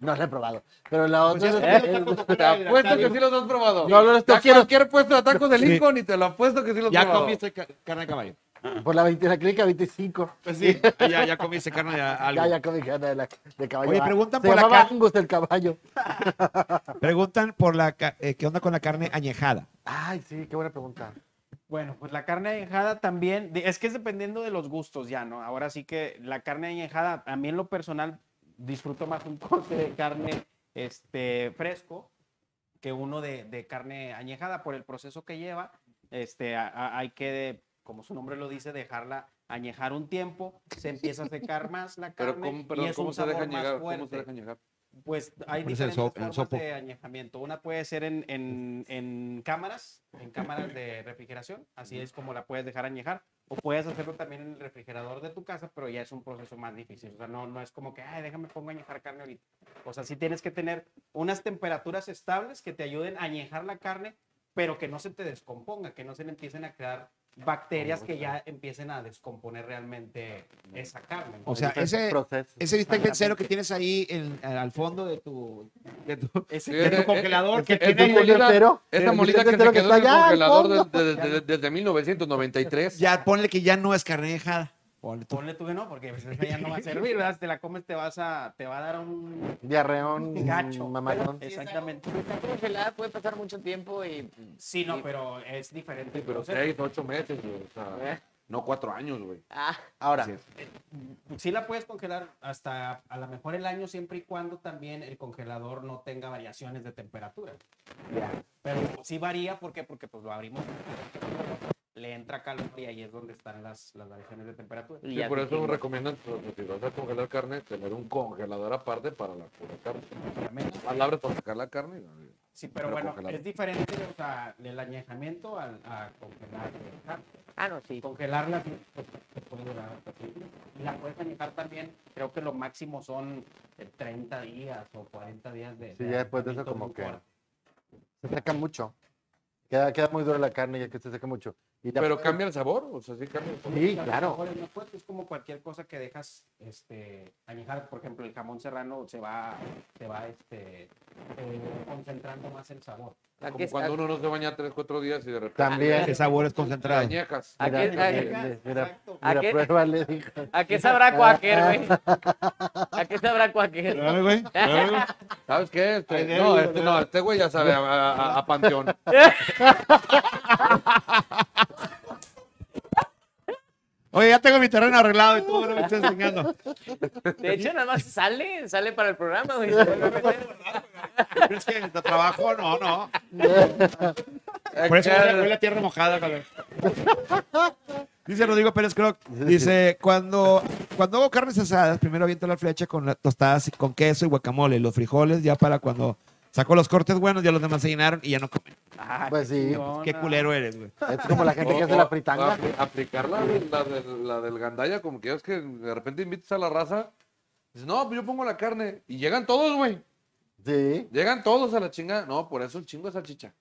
Speaker 2: No la he probado. Pero la
Speaker 5: Pues
Speaker 2: otra.
Speaker 5: es-
Speaker 2: es-
Speaker 5: es-
Speaker 2: es-
Speaker 4: Te apuesto que sí los has probado.
Speaker 2: No,
Speaker 6: este
Speaker 2: no, esto
Speaker 4: Ya
Speaker 2: quiero-
Speaker 4: Cualquier puesto de tacos de
Speaker 5: Sí.
Speaker 4: Lincoln y te lo apuesto que sí los has
Speaker 5: Ya
Speaker 4: probado.
Speaker 5: comiste ca- carne de caballo.
Speaker 2: por la, 20, la clínica 25.
Speaker 5: Pues sí, ya, ya comiste carne de algo.
Speaker 2: Ya, ya comí carne de, la- de caballo.
Speaker 5: Oye,
Speaker 2: Ah,
Speaker 5: preguntan
Speaker 2: se
Speaker 5: por la
Speaker 2: llamaba
Speaker 5: ca-
Speaker 2: Angus del caballo.
Speaker 5: Preguntan por la ca- eh, qué onda con la carne añejada.
Speaker 2: Ay, sí, qué buena pregunta.
Speaker 6: Bueno, pues la carne añejada también, de- es que es dependiendo de los gustos ya, ¿no? Ahora sí que la carne añejada, a mí en lo personal disfruto más un corte de carne este, fresco que uno de, de carne añejada por el proceso que lleva. Este, a- a- hay que, como su nombre lo dice, dejarla añejar un tiempo, se empieza a secar más la carne
Speaker 4: Pero ¿cómo,
Speaker 6: y
Speaker 4: perdón,
Speaker 6: es
Speaker 4: ¿cómo
Speaker 6: un
Speaker 4: se dejan
Speaker 6: sabor más
Speaker 4: llegar?
Speaker 6: fuerte.
Speaker 4: ¿Cómo se dejan llegar?
Speaker 6: Pues hay
Speaker 5: Pones el
Speaker 6: diferentes
Speaker 5: so- el
Speaker 6: formas
Speaker 5: sopo.
Speaker 6: de añejamiento. Una puede ser en, en- en cámaras, en cámaras de refrigeración, así es como la puedes dejar añejar. O puedes hacerlo también en el refrigerador de tu casa, pero ya es un proceso más difícil. O sea, no, no es como que, ay, déjame pongo a añejar carne ahorita. O sea, sí tienes que tener unas temperaturas estables que te ayuden a añejar la carne, pero que no se te descomponga, que no se le empiecen a crear bacterias
Speaker 5: Oh,
Speaker 6: que ya empiecen a descomponer realmente esa carne.
Speaker 5: O sea, ese,
Speaker 2: Proceso.
Speaker 5: ese bistec de cero que tienes ahí en- al fondo de tu, de tu,
Speaker 6: Ese
Speaker 4: Sí,
Speaker 6: tu
Speaker 4: eh,
Speaker 6: congelador
Speaker 4: eh,
Speaker 6: que
Speaker 4: eh,
Speaker 6: tiene
Speaker 4: eh,
Speaker 6: el-
Speaker 4: molida-
Speaker 2: entero,
Speaker 4: Esa
Speaker 2: el bistec
Speaker 4: molita que se
Speaker 2: entero que
Speaker 4: quedó en el
Speaker 2: está allá al
Speaker 4: congelador
Speaker 2: fondo.
Speaker 4: de- de- de- de- desde 1993.
Speaker 5: Ya, ponle que ya no es carne dejada. Ponle tú.
Speaker 6: Ponle tú que no, porque pues, esa ya no va a servir, ¿verdad? Si Te la comes, te vas a, te va a dar un
Speaker 2: Diarreón,
Speaker 6: gacho.
Speaker 2: mamalón.
Speaker 3: Sí, está-
Speaker 6: Exactamente.
Speaker 3: Está congelada, puede pasar mucho tiempo y.
Speaker 6: Sí, no, pero es diferente.
Speaker 4: Sí, pero
Speaker 6: entonces,
Speaker 4: seis, ocho meses, güey. O
Speaker 6: ¿Eh?
Speaker 4: sea, no cuatro años, güey.
Speaker 3: Ah,
Speaker 2: Ahora,
Speaker 4: Sí.
Speaker 6: sí la puedes congelar hasta a lo mejor el año, siempre y cuando también el congelador no tenga variaciones de temperatura. Pero sí varía, ¿por qué? Porque pues lo abrimos, le entra calor y ahí es donde están las, las variaciones de temperatura.
Speaker 3: y
Speaker 4: Sí,
Speaker 3: ya
Speaker 4: por
Speaker 3: te
Speaker 4: eso
Speaker 3: chingas.
Speaker 4: recomiendan, pues, si vas a congelar carne, tener un congelador aparte para la pura carne.
Speaker 6: Obviamente.
Speaker 4: Palabras para sacar la carne. güey.
Speaker 6: Sí, pero,
Speaker 4: Pero
Speaker 6: bueno,
Speaker 4: congelado.
Speaker 6: es diferente o sea, el añejamiento al, a congelar. ¿verdad?
Speaker 3: Ah, no, sí.
Speaker 6: congelarla sí, pues, te puede durar hasta siempre. Y la puedes añejar también, creo que lo máximo son eh, 30 días o 40 días de.
Speaker 2: Sí, ya después de eso
Speaker 6: añejamiento
Speaker 2: como
Speaker 6: muy
Speaker 2: que-
Speaker 6: fuerte.
Speaker 2: se seca mucho. Queda, queda muy dura la carne ya que se seca mucho. Y la-
Speaker 4: Pero cambia el sabor, o sea, sí cambia el sabor.
Speaker 2: Sí,
Speaker 6: Las
Speaker 2: claro.
Speaker 6: mejores no puedes, es como cualquier cosa que dejas este, añejar, por ejemplo, el jamón serrano se va, se va este, eh, concentrando más el sabor.
Speaker 3: Aquí
Speaker 4: Como
Speaker 3: es-
Speaker 4: cuando uno no se baña tres, cuatro días y de repente
Speaker 2: También.
Speaker 5: Qué sabores concentrados.
Speaker 4: añejas.
Speaker 3: Aquí-
Speaker 2: Mira, mira,
Speaker 3: aquí-
Speaker 2: mira, mira,
Speaker 6: Exacto.
Speaker 2: mira,
Speaker 3: aquí-
Speaker 2: pruébale, dijo.
Speaker 3: ¿A qué sabrá Quaker, güey? ¿A qué sabrá Quaker?
Speaker 5: Ay, güey, ay, güey.
Speaker 4: ¿Sabes qué? Este-
Speaker 6: Ay, de
Speaker 4: no,
Speaker 6: ahí,
Speaker 4: este, no, este güey ya sabe a, a- a Panteón.
Speaker 5: Oye, ya tengo mi terreno arreglado y tú no me estás enseñando.
Speaker 3: De hecho, nada más sale, sale para el programa, güey.
Speaker 5: Es que el trabajo, no, no. Por eso huele- huele a tierra mojada, joder. Dice Rodrigo Pérez Croc, dice, cuando, cuando hago carnes asadas, primero aviento la flecha con la- tostadas y- con queso y guacamole, los frijoles ya para cuando saco los cortes buenos, ya los demás se llenaron y ya no comen.
Speaker 6: Ah,
Speaker 2: Pues
Speaker 6: qué
Speaker 2: sí,
Speaker 6: chingona.
Speaker 5: Qué culero eres, güey.
Speaker 2: Es como la gente que
Speaker 4: O-
Speaker 2: hace
Speaker 4: o-
Speaker 2: la
Speaker 4: o
Speaker 2: fritanga.
Speaker 4: apli- aplicar la, de- la de- la del gandalla, como que es que de repente invites a la raza. Dices, no, pues yo pongo la carne. Y llegan todos, güey.
Speaker 2: Sí.
Speaker 4: Llegan todos a la chingada. No, por eso un chingo de salchicha.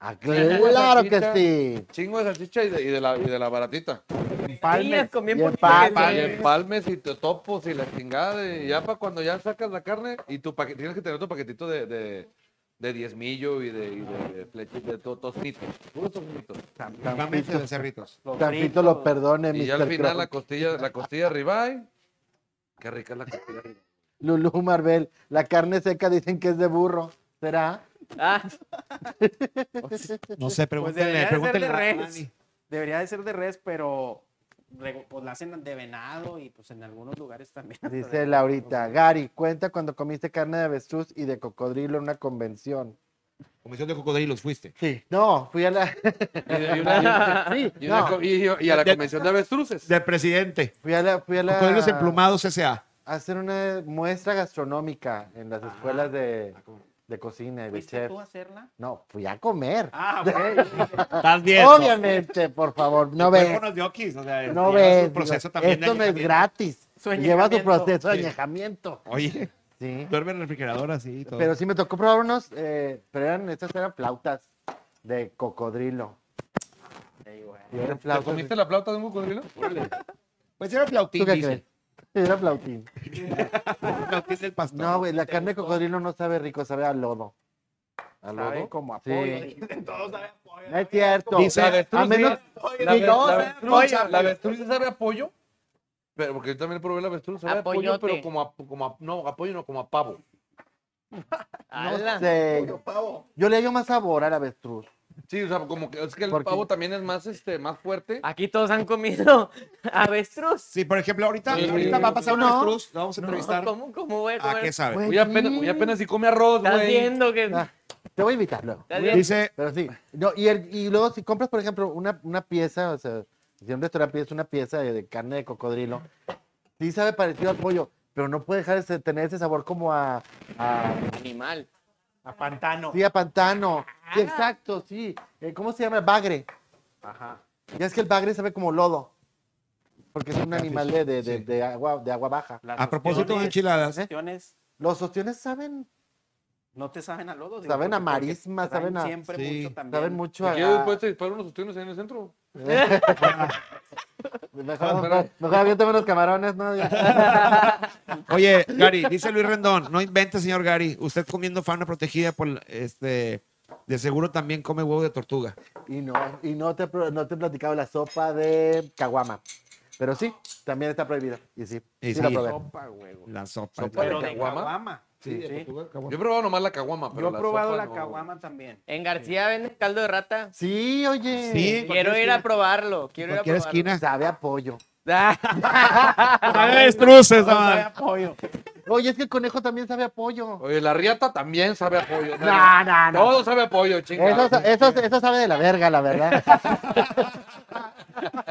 Speaker 2: Ah, claro que
Speaker 4: salchicha.
Speaker 2: sí.
Speaker 4: Chingo de salchicha y de, y de la, y de la baratita.
Speaker 3: Niñas con bien
Speaker 2: y
Speaker 3: poquitas,
Speaker 2: empalmes.
Speaker 4: Y empalmes y te topos y la chingada. Y ya para cuando ya sacas la carne y tu paquete, tienes que tener tu paquetito de, de, de diezmillo y de, y de, de flechi- de to- tostitos. Puros tostitos.
Speaker 5: Normalmente de cerritos.
Speaker 6: Los
Speaker 2: Tantito
Speaker 6: fritos,
Speaker 2: lo perdone,
Speaker 4: Y ya al
Speaker 2: Mr.
Speaker 4: final la
Speaker 2: Croc.
Speaker 4: costilla, la costilla de ribeye. Qué rica es la costilla de ribeye.
Speaker 2: Lulú Marvel, la carne seca dicen que es de burro. ¿Será?
Speaker 3: Ah,
Speaker 5: No sé, pregúntenle,
Speaker 6: Pues debería de ser de
Speaker 5: pregúntenle. a
Speaker 6: res.
Speaker 5: Dani.
Speaker 6: Debería de ser de res, pero luego, pues la hacen de venado y pues en algunos lugares también.
Speaker 2: Dice
Speaker 7: pues,
Speaker 2: Laurita. Gary, cuenta cuando comiste carne de avestruz y de cocodrilo en una convención.
Speaker 5: Comisión de cocodrilos fuiste.
Speaker 2: Sí. No, fui a la,
Speaker 4: Y, de- y una-
Speaker 2: sí,
Speaker 4: y una
Speaker 2: no,
Speaker 4: co- y- y a la
Speaker 5: De-
Speaker 4: convención de avestruces.
Speaker 5: Del presidente.
Speaker 2: fui a la, fui a la-
Speaker 5: Cocodrilos emplumados S.A.
Speaker 2: a hacer una muestra gastronómica en las escuelas de, de cocina y de
Speaker 6: ¿Fuiste
Speaker 2: chef.
Speaker 6: tú a hacerla?
Speaker 2: No, fui a comer.
Speaker 6: Ah, ok.
Speaker 5: Estás bien.
Speaker 2: Obviamente, por favor, no ves.
Speaker 5: Unos yokis, o sea,
Speaker 2: No
Speaker 5: lleva su
Speaker 2: ves.
Speaker 5: proceso
Speaker 2: digo,
Speaker 5: también de
Speaker 2: esto no es
Speaker 5: añejamiento.
Speaker 2: gratis.
Speaker 6: Su
Speaker 2: Lleva su
Speaker 6: añejamiento.
Speaker 2: proceso de
Speaker 5: Sí.
Speaker 2: añejamiento.
Speaker 5: Oye,
Speaker 2: Sí.
Speaker 5: duerme en el refrigerador así y todo.
Speaker 2: Pero sí me tocó probar unos, eh, pero eran, estas eran flautas de cocodrilo.
Speaker 6: Ey, güey.
Speaker 2: Y eran
Speaker 4: ¿Te
Speaker 2: flautas.
Speaker 4: comiste la flauta de un cocodrilo?
Speaker 5: pues era
Speaker 2: ¿Tú
Speaker 5: flautín,
Speaker 2: qué
Speaker 5: dice.
Speaker 2: crees? Era flautín.
Speaker 5: Flautín del pastor.
Speaker 2: No, güey, la
Speaker 6: ¿Te
Speaker 2: carne de
Speaker 6: gustó?
Speaker 2: cocodrilo no sabe rico, sabe a lodo. ¿A
Speaker 6: Sabe
Speaker 2: lodo?
Speaker 6: como
Speaker 2: Sí.
Speaker 6: apoyo. Todo sabe apoyo.
Speaker 2: No es cierto.
Speaker 5: Dice,
Speaker 2: a menos,
Speaker 4: La,
Speaker 2: Sí,
Speaker 4: ave-
Speaker 2: no, sabe
Speaker 4: la avestruz, sabe- la avestruz sabe a pollo. Pero porque yo también probé la avestruz, sabe a pollo,
Speaker 3: Apoyote.
Speaker 4: pero como a, como a- no, a pollo no, como a pavo.
Speaker 3: ala.
Speaker 2: no sé. Yo le hallo más sabor al avestruz.
Speaker 4: Sí, o sea, como que es que el
Speaker 2: Porque-
Speaker 4: pavo también es más este más fuerte.
Speaker 3: Aquí todos han comido avestruz.
Speaker 5: Sí, por ejemplo, ahorita,
Speaker 4: Sí.
Speaker 5: ahorita va a pasar
Speaker 2: No.
Speaker 5: una cruz. Vamos a entrevistar.
Speaker 3: ¿Cómo, cómo voy a
Speaker 5: ¿A qué
Speaker 3: comer?
Speaker 5: sabe?
Speaker 2: Güey,
Speaker 4: Hoy apenas, hoy apenas si come arroz,
Speaker 3: ¿Estás
Speaker 4: güey.
Speaker 3: viendo que.?
Speaker 2: Ah, te voy a invitar luego.
Speaker 3: ¿Estás viendo?
Speaker 5: Dice,
Speaker 2: Pero sí. No, y, el- y luego si compras, por ejemplo, una, una pieza, o sea, Si un restaurante pides una pieza de, de carne de cocodrilo, sí sabe parecido al pollo, pero no puede dejar de tener ese sabor como a, a-
Speaker 3: Animal.
Speaker 7: A pantano.
Speaker 2: sí, a pantano. Sí, exacto, sí. Eh, ¿Cómo se llama? Bagre.
Speaker 7: Ajá.
Speaker 2: Ya es que el bagre sabe como lodo. Porque es un animal de, de- de-
Speaker 5: Ah, Sí.
Speaker 2: de agua, de agua baja.
Speaker 7: Las
Speaker 5: A propósito de
Speaker 7: opciones-
Speaker 5: enchiladas,
Speaker 7: opciones
Speaker 2: Los ostiones saben,
Speaker 7: no te saben a lodo.
Speaker 2: Saben a
Speaker 7: porque- porque
Speaker 2: marisma,
Speaker 7: traen
Speaker 2: saben a-
Speaker 7: Siempre
Speaker 5: Sí.
Speaker 7: mucho también.
Speaker 2: saben mucho a...
Speaker 4: Yo después te disparo unos sutiles ahí en el centro. Ah,
Speaker 2: Mejor, mejor aviéntame unos camarones, ¿no?
Speaker 5: Oye, Gary, dice Luis Rendón, no invente, señor Gary. Usted comiendo fauna protegida por este. De seguro también come huevo de tortuga.
Speaker 2: Y no, y no te, pro- no te he platicado la sopa de caguama. Pero sí, también está prohibida. Y sí,
Speaker 5: Y
Speaker 2: sí,
Speaker 5: sí.
Speaker 2: la probé.
Speaker 7: Sopa, güey. güey.
Speaker 5: La sopa.
Speaker 4: Sopa
Speaker 7: Pero
Speaker 4: de
Speaker 7: de
Speaker 4: caguama.
Speaker 7: caguama. Sí, sí.
Speaker 4: Yo he probado nomás la caguama, pero
Speaker 7: Yo he
Speaker 4: la
Speaker 7: probado
Speaker 4: sopa
Speaker 7: la
Speaker 4: no.
Speaker 7: caguama también.
Speaker 3: En García venden caldo de rata.
Speaker 2: Sí, oye.
Speaker 5: Sí. En
Speaker 3: Quiero ir a probarlo. Quiero ir a
Speaker 5: cualquier
Speaker 3: probarlo.
Speaker 5: esquina.
Speaker 2: Sabe a pollo.
Speaker 5: Avestruces,
Speaker 7: No sabe a pollo.
Speaker 2: Oye, es que el conejo también sabe a pollo.
Speaker 4: Oye, la riata también sabe a pollo.
Speaker 2: No, no, no.
Speaker 4: Todo sabe a pollo, chingada.
Speaker 2: Eso, sa- eso, eso sabe de la verga, la verdad.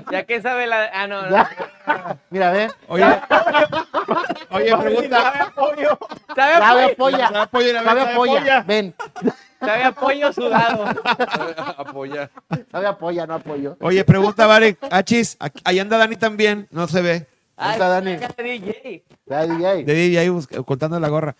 Speaker 3: Ya que sabe la. Ah, no, no.
Speaker 2: Mira, ve.
Speaker 5: Oye, oye, pregunta.
Speaker 7: Sabe a pollo.
Speaker 3: Sabe a
Speaker 2: Sabe a
Speaker 3: pollo-
Speaker 2: polla.
Speaker 5: ¿Sabe a pollo y la
Speaker 2: Sabe
Speaker 5: vez
Speaker 2: a polla. Ven.
Speaker 3: sabe a pollo sudado.
Speaker 4: Apoya.
Speaker 2: Sabe a polla, no a pollo.
Speaker 5: Oye, pregunta, Varek. Achis, aquí- ahí anda Dani también, no se ve.
Speaker 3: Ah,
Speaker 2: está Dani.
Speaker 3: acá DJ.
Speaker 2: Ya, DJ.
Speaker 5: De ahí, ahí busca- ocultando la gorra.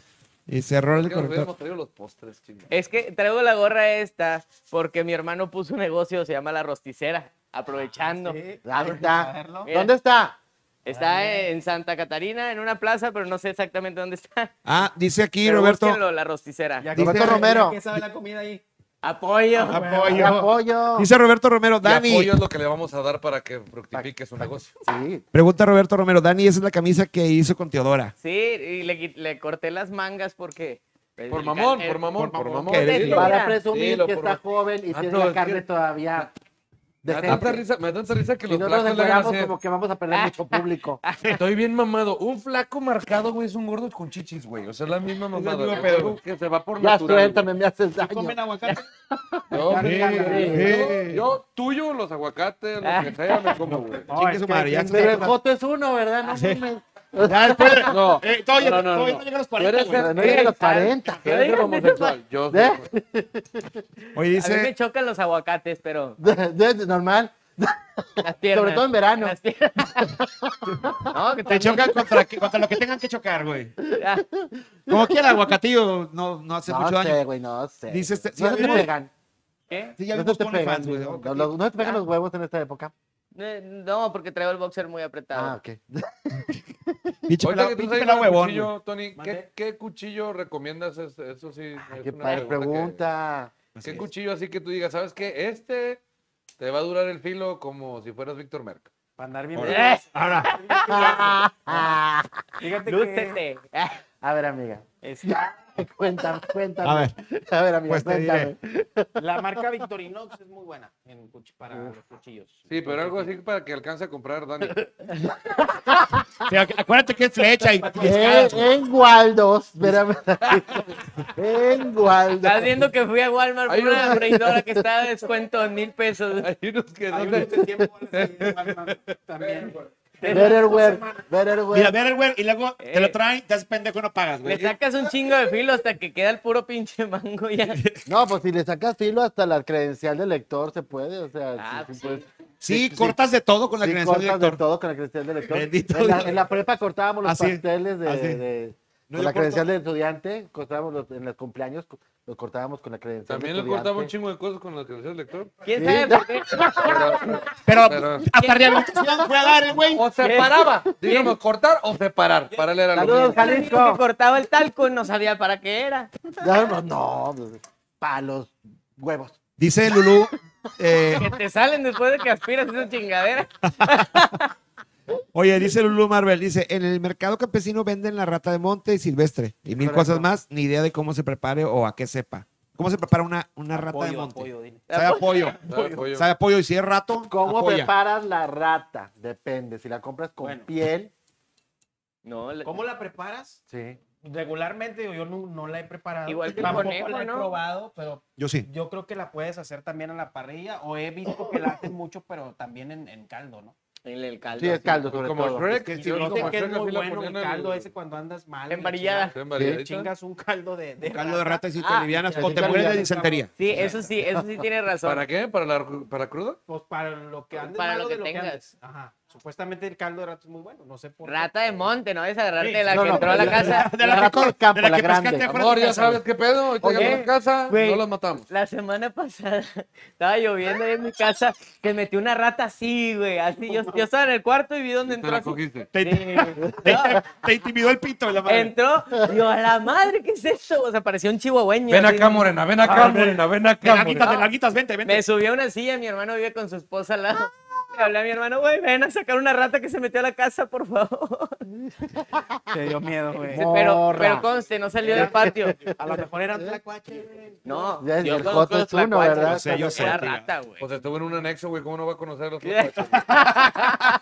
Speaker 5: Y cerró el
Speaker 4: Es que nos
Speaker 5: corrector.
Speaker 4: hubiéramos traído los postres, chingada.
Speaker 3: Es que traigo la gorra esta porque mi hermano puso un negocio, se llama La Rosticera.
Speaker 2: Ah,
Speaker 3: Aprovechando.
Speaker 2: Ahí está.
Speaker 7: Verlo.
Speaker 3: Mira.
Speaker 2: ¿Dónde está? Ah,
Speaker 3: Está en Santa Catarina, en una plaza, pero no sé exactamente dónde está.
Speaker 5: Ah, dice aquí
Speaker 3: Pero
Speaker 5: Roberto.
Speaker 3: búsquenlo, La Rosticera.
Speaker 7: Ya
Speaker 2: Roberto
Speaker 7: sabe-
Speaker 2: Romero.
Speaker 7: ya que sabe la comida ahí?
Speaker 3: Apoyo.
Speaker 2: A pollo.
Speaker 5: Dice Roberto Romero,
Speaker 4: Y
Speaker 5: Dani.
Speaker 4: apoyo es lo que le vamos a dar para que fructifique su negocio.
Speaker 2: Sí.
Speaker 5: Pregunta Roberto Romero, Dani, esa es la camisa que hizo con Teodora.
Speaker 3: Sí, y le, quit- le corté las mangas porque. pues,
Speaker 4: Por
Speaker 3: el
Speaker 4: mamón,
Speaker 3: ca-
Speaker 4: por mamón, por mamón.
Speaker 5: Que
Speaker 4: Sí,
Speaker 5: dilo.
Speaker 4: lo-
Speaker 2: Para
Speaker 3: Mira.
Speaker 2: presumir
Speaker 4: Dilo,
Speaker 2: que
Speaker 4: por-
Speaker 2: está joven y
Speaker 4: Ah,
Speaker 2: tiene
Speaker 4: no, es
Speaker 2: la
Speaker 4: que-
Speaker 2: carne todavía.
Speaker 4: Me da tanta
Speaker 2: decente.
Speaker 4: risa, me da tanta risa que
Speaker 2: Si
Speaker 4: los
Speaker 2: no nos
Speaker 4: flacos le hagan
Speaker 2: encuadramos,
Speaker 4: así.
Speaker 2: como que vamos a
Speaker 4: Ah,
Speaker 2: perder mucho público.
Speaker 4: Estoy bien mamado. Un flaco marcado, güey, es un gordo con chichis, güey. O sea, es la misma mamada.
Speaker 5: mismo
Speaker 4: güey.
Speaker 5: pedo.
Speaker 4: Algo Que se va por
Speaker 2: Ya
Speaker 4: natural.
Speaker 2: suéltame, me haces daño.
Speaker 6: ¿Comen aguacate?
Speaker 4: güey. Yo,
Speaker 2: Sí,
Speaker 4: yo- yo, tuyo, los aguacates, lo
Speaker 2: Ah.
Speaker 4: que sea, me como, güey.
Speaker 6: No,
Speaker 5: Chingue
Speaker 6: es
Speaker 5: su
Speaker 6: que
Speaker 5: madre, ya
Speaker 6: aquí-
Speaker 5: se
Speaker 2: Pero el
Speaker 5: está-
Speaker 2: Joto es uno, ¿verdad? No mames.
Speaker 5: Ya después-
Speaker 4: No,
Speaker 5: eh, todavía-
Speaker 4: No, no, no,
Speaker 5: todavía
Speaker 4: no.
Speaker 5: no llega a los
Speaker 4: tú
Speaker 5: 40,
Speaker 4: eres
Speaker 5: güey.
Speaker 4: el-
Speaker 2: No llega a los
Speaker 4: tú eres
Speaker 2: 40.
Speaker 4: el homosexual. Yo soy,
Speaker 2: ¿Eh?
Speaker 4: güey.
Speaker 5: Oye,
Speaker 3: A mí me
Speaker 5: dice,
Speaker 3: chocan los aguacates, pero
Speaker 2: Normal.
Speaker 3: las piernas.
Speaker 2: todo en verano.
Speaker 3: Las piernas. no, que
Speaker 5: te
Speaker 3: también-
Speaker 5: chocan contra, que- contra lo que tengan que chocar, güey. Como quiera, aguacatillo no, no hace mucho
Speaker 2: No
Speaker 5: daño.
Speaker 2: sé, güey, no sé.
Speaker 5: Dice este-
Speaker 2: no se te
Speaker 5: sí,
Speaker 2: pegan.
Speaker 3: ¿Qué?
Speaker 5: Sí, ya
Speaker 2: No se
Speaker 5: vimos
Speaker 2: te
Speaker 5: Pony
Speaker 2: pegan.
Speaker 5: Fans, güey.
Speaker 2: No no se te
Speaker 4: Ah.
Speaker 2: pegan los huevos en esta época.
Speaker 3: Eh, No, porque traigo el boxer muy
Speaker 2: Ah,
Speaker 3: apretado.
Speaker 2: ok.
Speaker 5: Pinche
Speaker 4: Ahorita
Speaker 5: pelado-
Speaker 4: que tú
Speaker 5: pinche
Speaker 4: traes
Speaker 5: pelado
Speaker 4: el
Speaker 5: huevón.
Speaker 4: cuchillo,
Speaker 5: güey.
Speaker 4: Tony, ¿qué,
Speaker 7: Mande.
Speaker 4: qué cuchillo recomiendas? Es- Eso sí. es
Speaker 2: Ah, Qué
Speaker 4: una
Speaker 2: padre
Speaker 4: que-
Speaker 2: pregunta.
Speaker 5: Así
Speaker 4: ¿Qué
Speaker 5: es.
Speaker 4: cuchillo así que tú digas, sabes qué? Este te va a durar el filo como si fueras Víctor Merck.
Speaker 7: Para andar bien.
Speaker 3: Eh,
Speaker 5: Ahora,
Speaker 2: Ah, ah.
Speaker 7: Fíjate que
Speaker 3: lúcete. Ah,
Speaker 2: A ver, amiga.
Speaker 7: está-
Speaker 2: Cuéntame, cuéntame.
Speaker 5: a ver,
Speaker 2: A ver, amiga,
Speaker 5: pues te
Speaker 2: cuéntame.
Speaker 5: diré.
Speaker 7: la marca Victorinox es muy buena en cuch- para los cuchillos.
Speaker 4: Sí, pero algo así para que alcance a comprar, Dani.
Speaker 5: Sí, acu- acuérdate que es flecha y y
Speaker 2: Eh,
Speaker 5: escala.
Speaker 2: en Waldos, espérame. en Waldos.
Speaker 3: Estás viendo que fui a Walmart
Speaker 4: Hay
Speaker 3: por una
Speaker 4: una-
Speaker 3: freidora que está a descuento en mil pesos.
Speaker 4: Hay unos que
Speaker 6: Ah,
Speaker 7: Hay
Speaker 6: pues,
Speaker 7: este
Speaker 4: son
Speaker 7: unos
Speaker 4: de-
Speaker 7: de 100 bolas ahí en Walmart también.
Speaker 2: Betterware, Betterware.
Speaker 5: Mira, Betterware y luego te
Speaker 7: Eh.
Speaker 5: lo traen, te haces pendejo y no pagas,
Speaker 3: Le
Speaker 5: güey.
Speaker 3: sacas un chingo de filo hasta que queda el puro pinche mango ya.
Speaker 2: No, pues si le sacas filo hasta la credencial del lector se puede, o sea,
Speaker 3: Ah,
Speaker 2: sí, sí
Speaker 3: pues
Speaker 2: puedes-
Speaker 5: Sí,
Speaker 2: sí,
Speaker 5: cortas de todo con la
Speaker 2: sí
Speaker 5: credencial
Speaker 2: cortas
Speaker 5: del
Speaker 2: de
Speaker 5: lector.
Speaker 2: todo con la credencial del lector.
Speaker 5: Bendito
Speaker 2: en, la,
Speaker 5: Dios. Ah,
Speaker 2: en la prepa cortábamos los
Speaker 5: Así,
Speaker 2: pasteles de,
Speaker 5: así.
Speaker 2: de-
Speaker 5: No,
Speaker 2: con
Speaker 5: yo
Speaker 2: la
Speaker 5: corto-
Speaker 2: credencial del estudiante, cortábamos los, en los cumpleaños, co- los cortábamos con la credencial
Speaker 4: También
Speaker 2: del
Speaker 4: le cortaba un
Speaker 2: estudiante.
Speaker 4: chingo de cosas con la credencial del lector.
Speaker 3: ¿Quién
Speaker 2: Sí.
Speaker 3: sabe por qué?
Speaker 4: Pero-
Speaker 5: Pero
Speaker 4: Pero-
Speaker 5: hasta rehabilitación fue a dar, el güey.
Speaker 4: o separaba. Digamos, cortar o separar. Para leer algo.
Speaker 2: Saludos,
Speaker 3: El amigo que
Speaker 2: Jalisco.
Speaker 3: cortaba el talco y no sabía para qué era.
Speaker 2: Ya, no, no, pues, pa' los huevos.
Speaker 5: Dice Lulú, eh,
Speaker 3: Que te salen después de que aspiras esa chingadera.
Speaker 5: oye, dice Lulú Marvel, dice, en el mercado campesino venden la rata de monte y silvestre y mil
Speaker 2: Correcto.
Speaker 5: cosas más, ni idea de cómo se prepare o a qué sepa. ¿Cómo se prepara una, una rata de
Speaker 7: Pollo,
Speaker 5: monte?
Speaker 7: pollo, dile.
Speaker 5: Sabe apoyo.
Speaker 4: Sabe a pollo.
Speaker 5: Sabe apoyo y si es rato,
Speaker 2: ¿Cómo
Speaker 5: apoya.
Speaker 2: preparas la rata? Depende, si la compras con
Speaker 7: Bueno.
Speaker 2: piel,
Speaker 3: No, le-
Speaker 7: ¿Cómo la preparas?
Speaker 2: sí.
Speaker 6: regularmente digo, yo no, no la he preparado.
Speaker 3: Igual que el
Speaker 6: Tampoco
Speaker 3: conejo,
Speaker 6: la he
Speaker 3: ¿no?
Speaker 6: probado, pero
Speaker 5: Yo sí.
Speaker 6: yo creo que la puedes hacer también a la parrilla o he visto que la hacen mucho, pero también en, en caldo, ¿no?
Speaker 3: El, el caldo.
Speaker 2: Sí, es
Speaker 3: sí.
Speaker 2: caldo sobre
Speaker 4: Como
Speaker 2: todo.
Speaker 4: Shrek,
Speaker 6: Y
Speaker 4: sí,
Speaker 6: yo
Speaker 4: no,
Speaker 6: sé
Speaker 4: como
Speaker 6: que es
Speaker 4: Shrek
Speaker 6: muy
Speaker 4: así la
Speaker 6: bueno el
Speaker 4: ponían en
Speaker 6: caldo
Speaker 4: el-
Speaker 6: ese cuando andas mal.
Speaker 3: En
Speaker 6: y
Speaker 3: varillada.
Speaker 4: en
Speaker 6: chingas-
Speaker 4: variadita.
Speaker 6: Chingas un caldo de, de
Speaker 5: Un caldo de
Speaker 6: rata.
Speaker 5: ratas y
Speaker 3: Ah,
Speaker 5: te livianas
Speaker 2: sí,
Speaker 5: o te
Speaker 2: sí,
Speaker 5: mueres
Speaker 2: sí,
Speaker 5: de disentería.
Speaker 3: Sí, eso sí, eso sí tiene razón.
Speaker 4: ¿Para qué? ¿Para la para cruda?
Speaker 6: Pues para lo que andes
Speaker 3: Para
Speaker 6: malo
Speaker 3: lo
Speaker 6: de
Speaker 3: que
Speaker 6: lo que
Speaker 3: tengas.
Speaker 6: andes. Ajá. Supuestamente el caldo de rato es muy bueno, no sé por qué.
Speaker 3: Rata de monte, ¿no? Es agarrarte
Speaker 6: Sí,
Speaker 3: de la
Speaker 2: no,
Speaker 3: que
Speaker 2: no,
Speaker 3: entró a la
Speaker 2: de-
Speaker 3: casa.
Speaker 2: de la rata del campo, la grande.
Speaker 4: Amor, ya sabes qué pedo. Ahorita
Speaker 3: Oye,
Speaker 4: llegamos a la casa,
Speaker 3: güey.
Speaker 4: no las matamos.
Speaker 3: La semana pasada estaba lloviendo ahí en mi casa que metió una rata así, güey. Así, yo, yo estaba en el cuarto y vi dónde
Speaker 4: Te
Speaker 3: entró
Speaker 4: la
Speaker 3: así.
Speaker 4: cogiste.
Speaker 5: Te,
Speaker 3: Sí, güey.
Speaker 5: te-
Speaker 3: No,
Speaker 5: te intimidó el pito de la madre.
Speaker 3: entró, yo, a la madre, ¿qué es eso? O sea, parecía un chihuahueño.
Speaker 4: Ven
Speaker 3: así,
Speaker 4: acá,
Speaker 3: güey.
Speaker 4: morena, ven acá, morena, ven
Speaker 5: Te
Speaker 4: acá,
Speaker 5: la quitas,
Speaker 4: morena.
Speaker 5: te la quitas, vente, vente.
Speaker 3: Me subí a una silla, mi hermano vive con su esposa al lado. Le hablé a mi hermano, güey, ven a sacar una rata que se metió a la casa, por favor.
Speaker 6: Te dio miedo, güey.
Speaker 3: Pero,
Speaker 2: Morra.
Speaker 3: pero conste, no salió del patio.
Speaker 6: A lo mejor eran tlacuaches, güey.
Speaker 3: No,
Speaker 2: Ya es
Speaker 3: yo
Speaker 2: el
Speaker 3: conozco
Speaker 2: Joto
Speaker 3: los
Speaker 2: es uno,
Speaker 3: tlacuaches,
Speaker 2: ¿verdad?
Speaker 3: o sea,
Speaker 5: Yo sé,
Speaker 3: Era
Speaker 5: yo sé,
Speaker 3: rata, güey.
Speaker 4: Pues estuvo en un anexo, güey, ¿cómo no va a conocer a los
Speaker 2: Pues,
Speaker 3: Yeah.
Speaker 4: tlacuaches?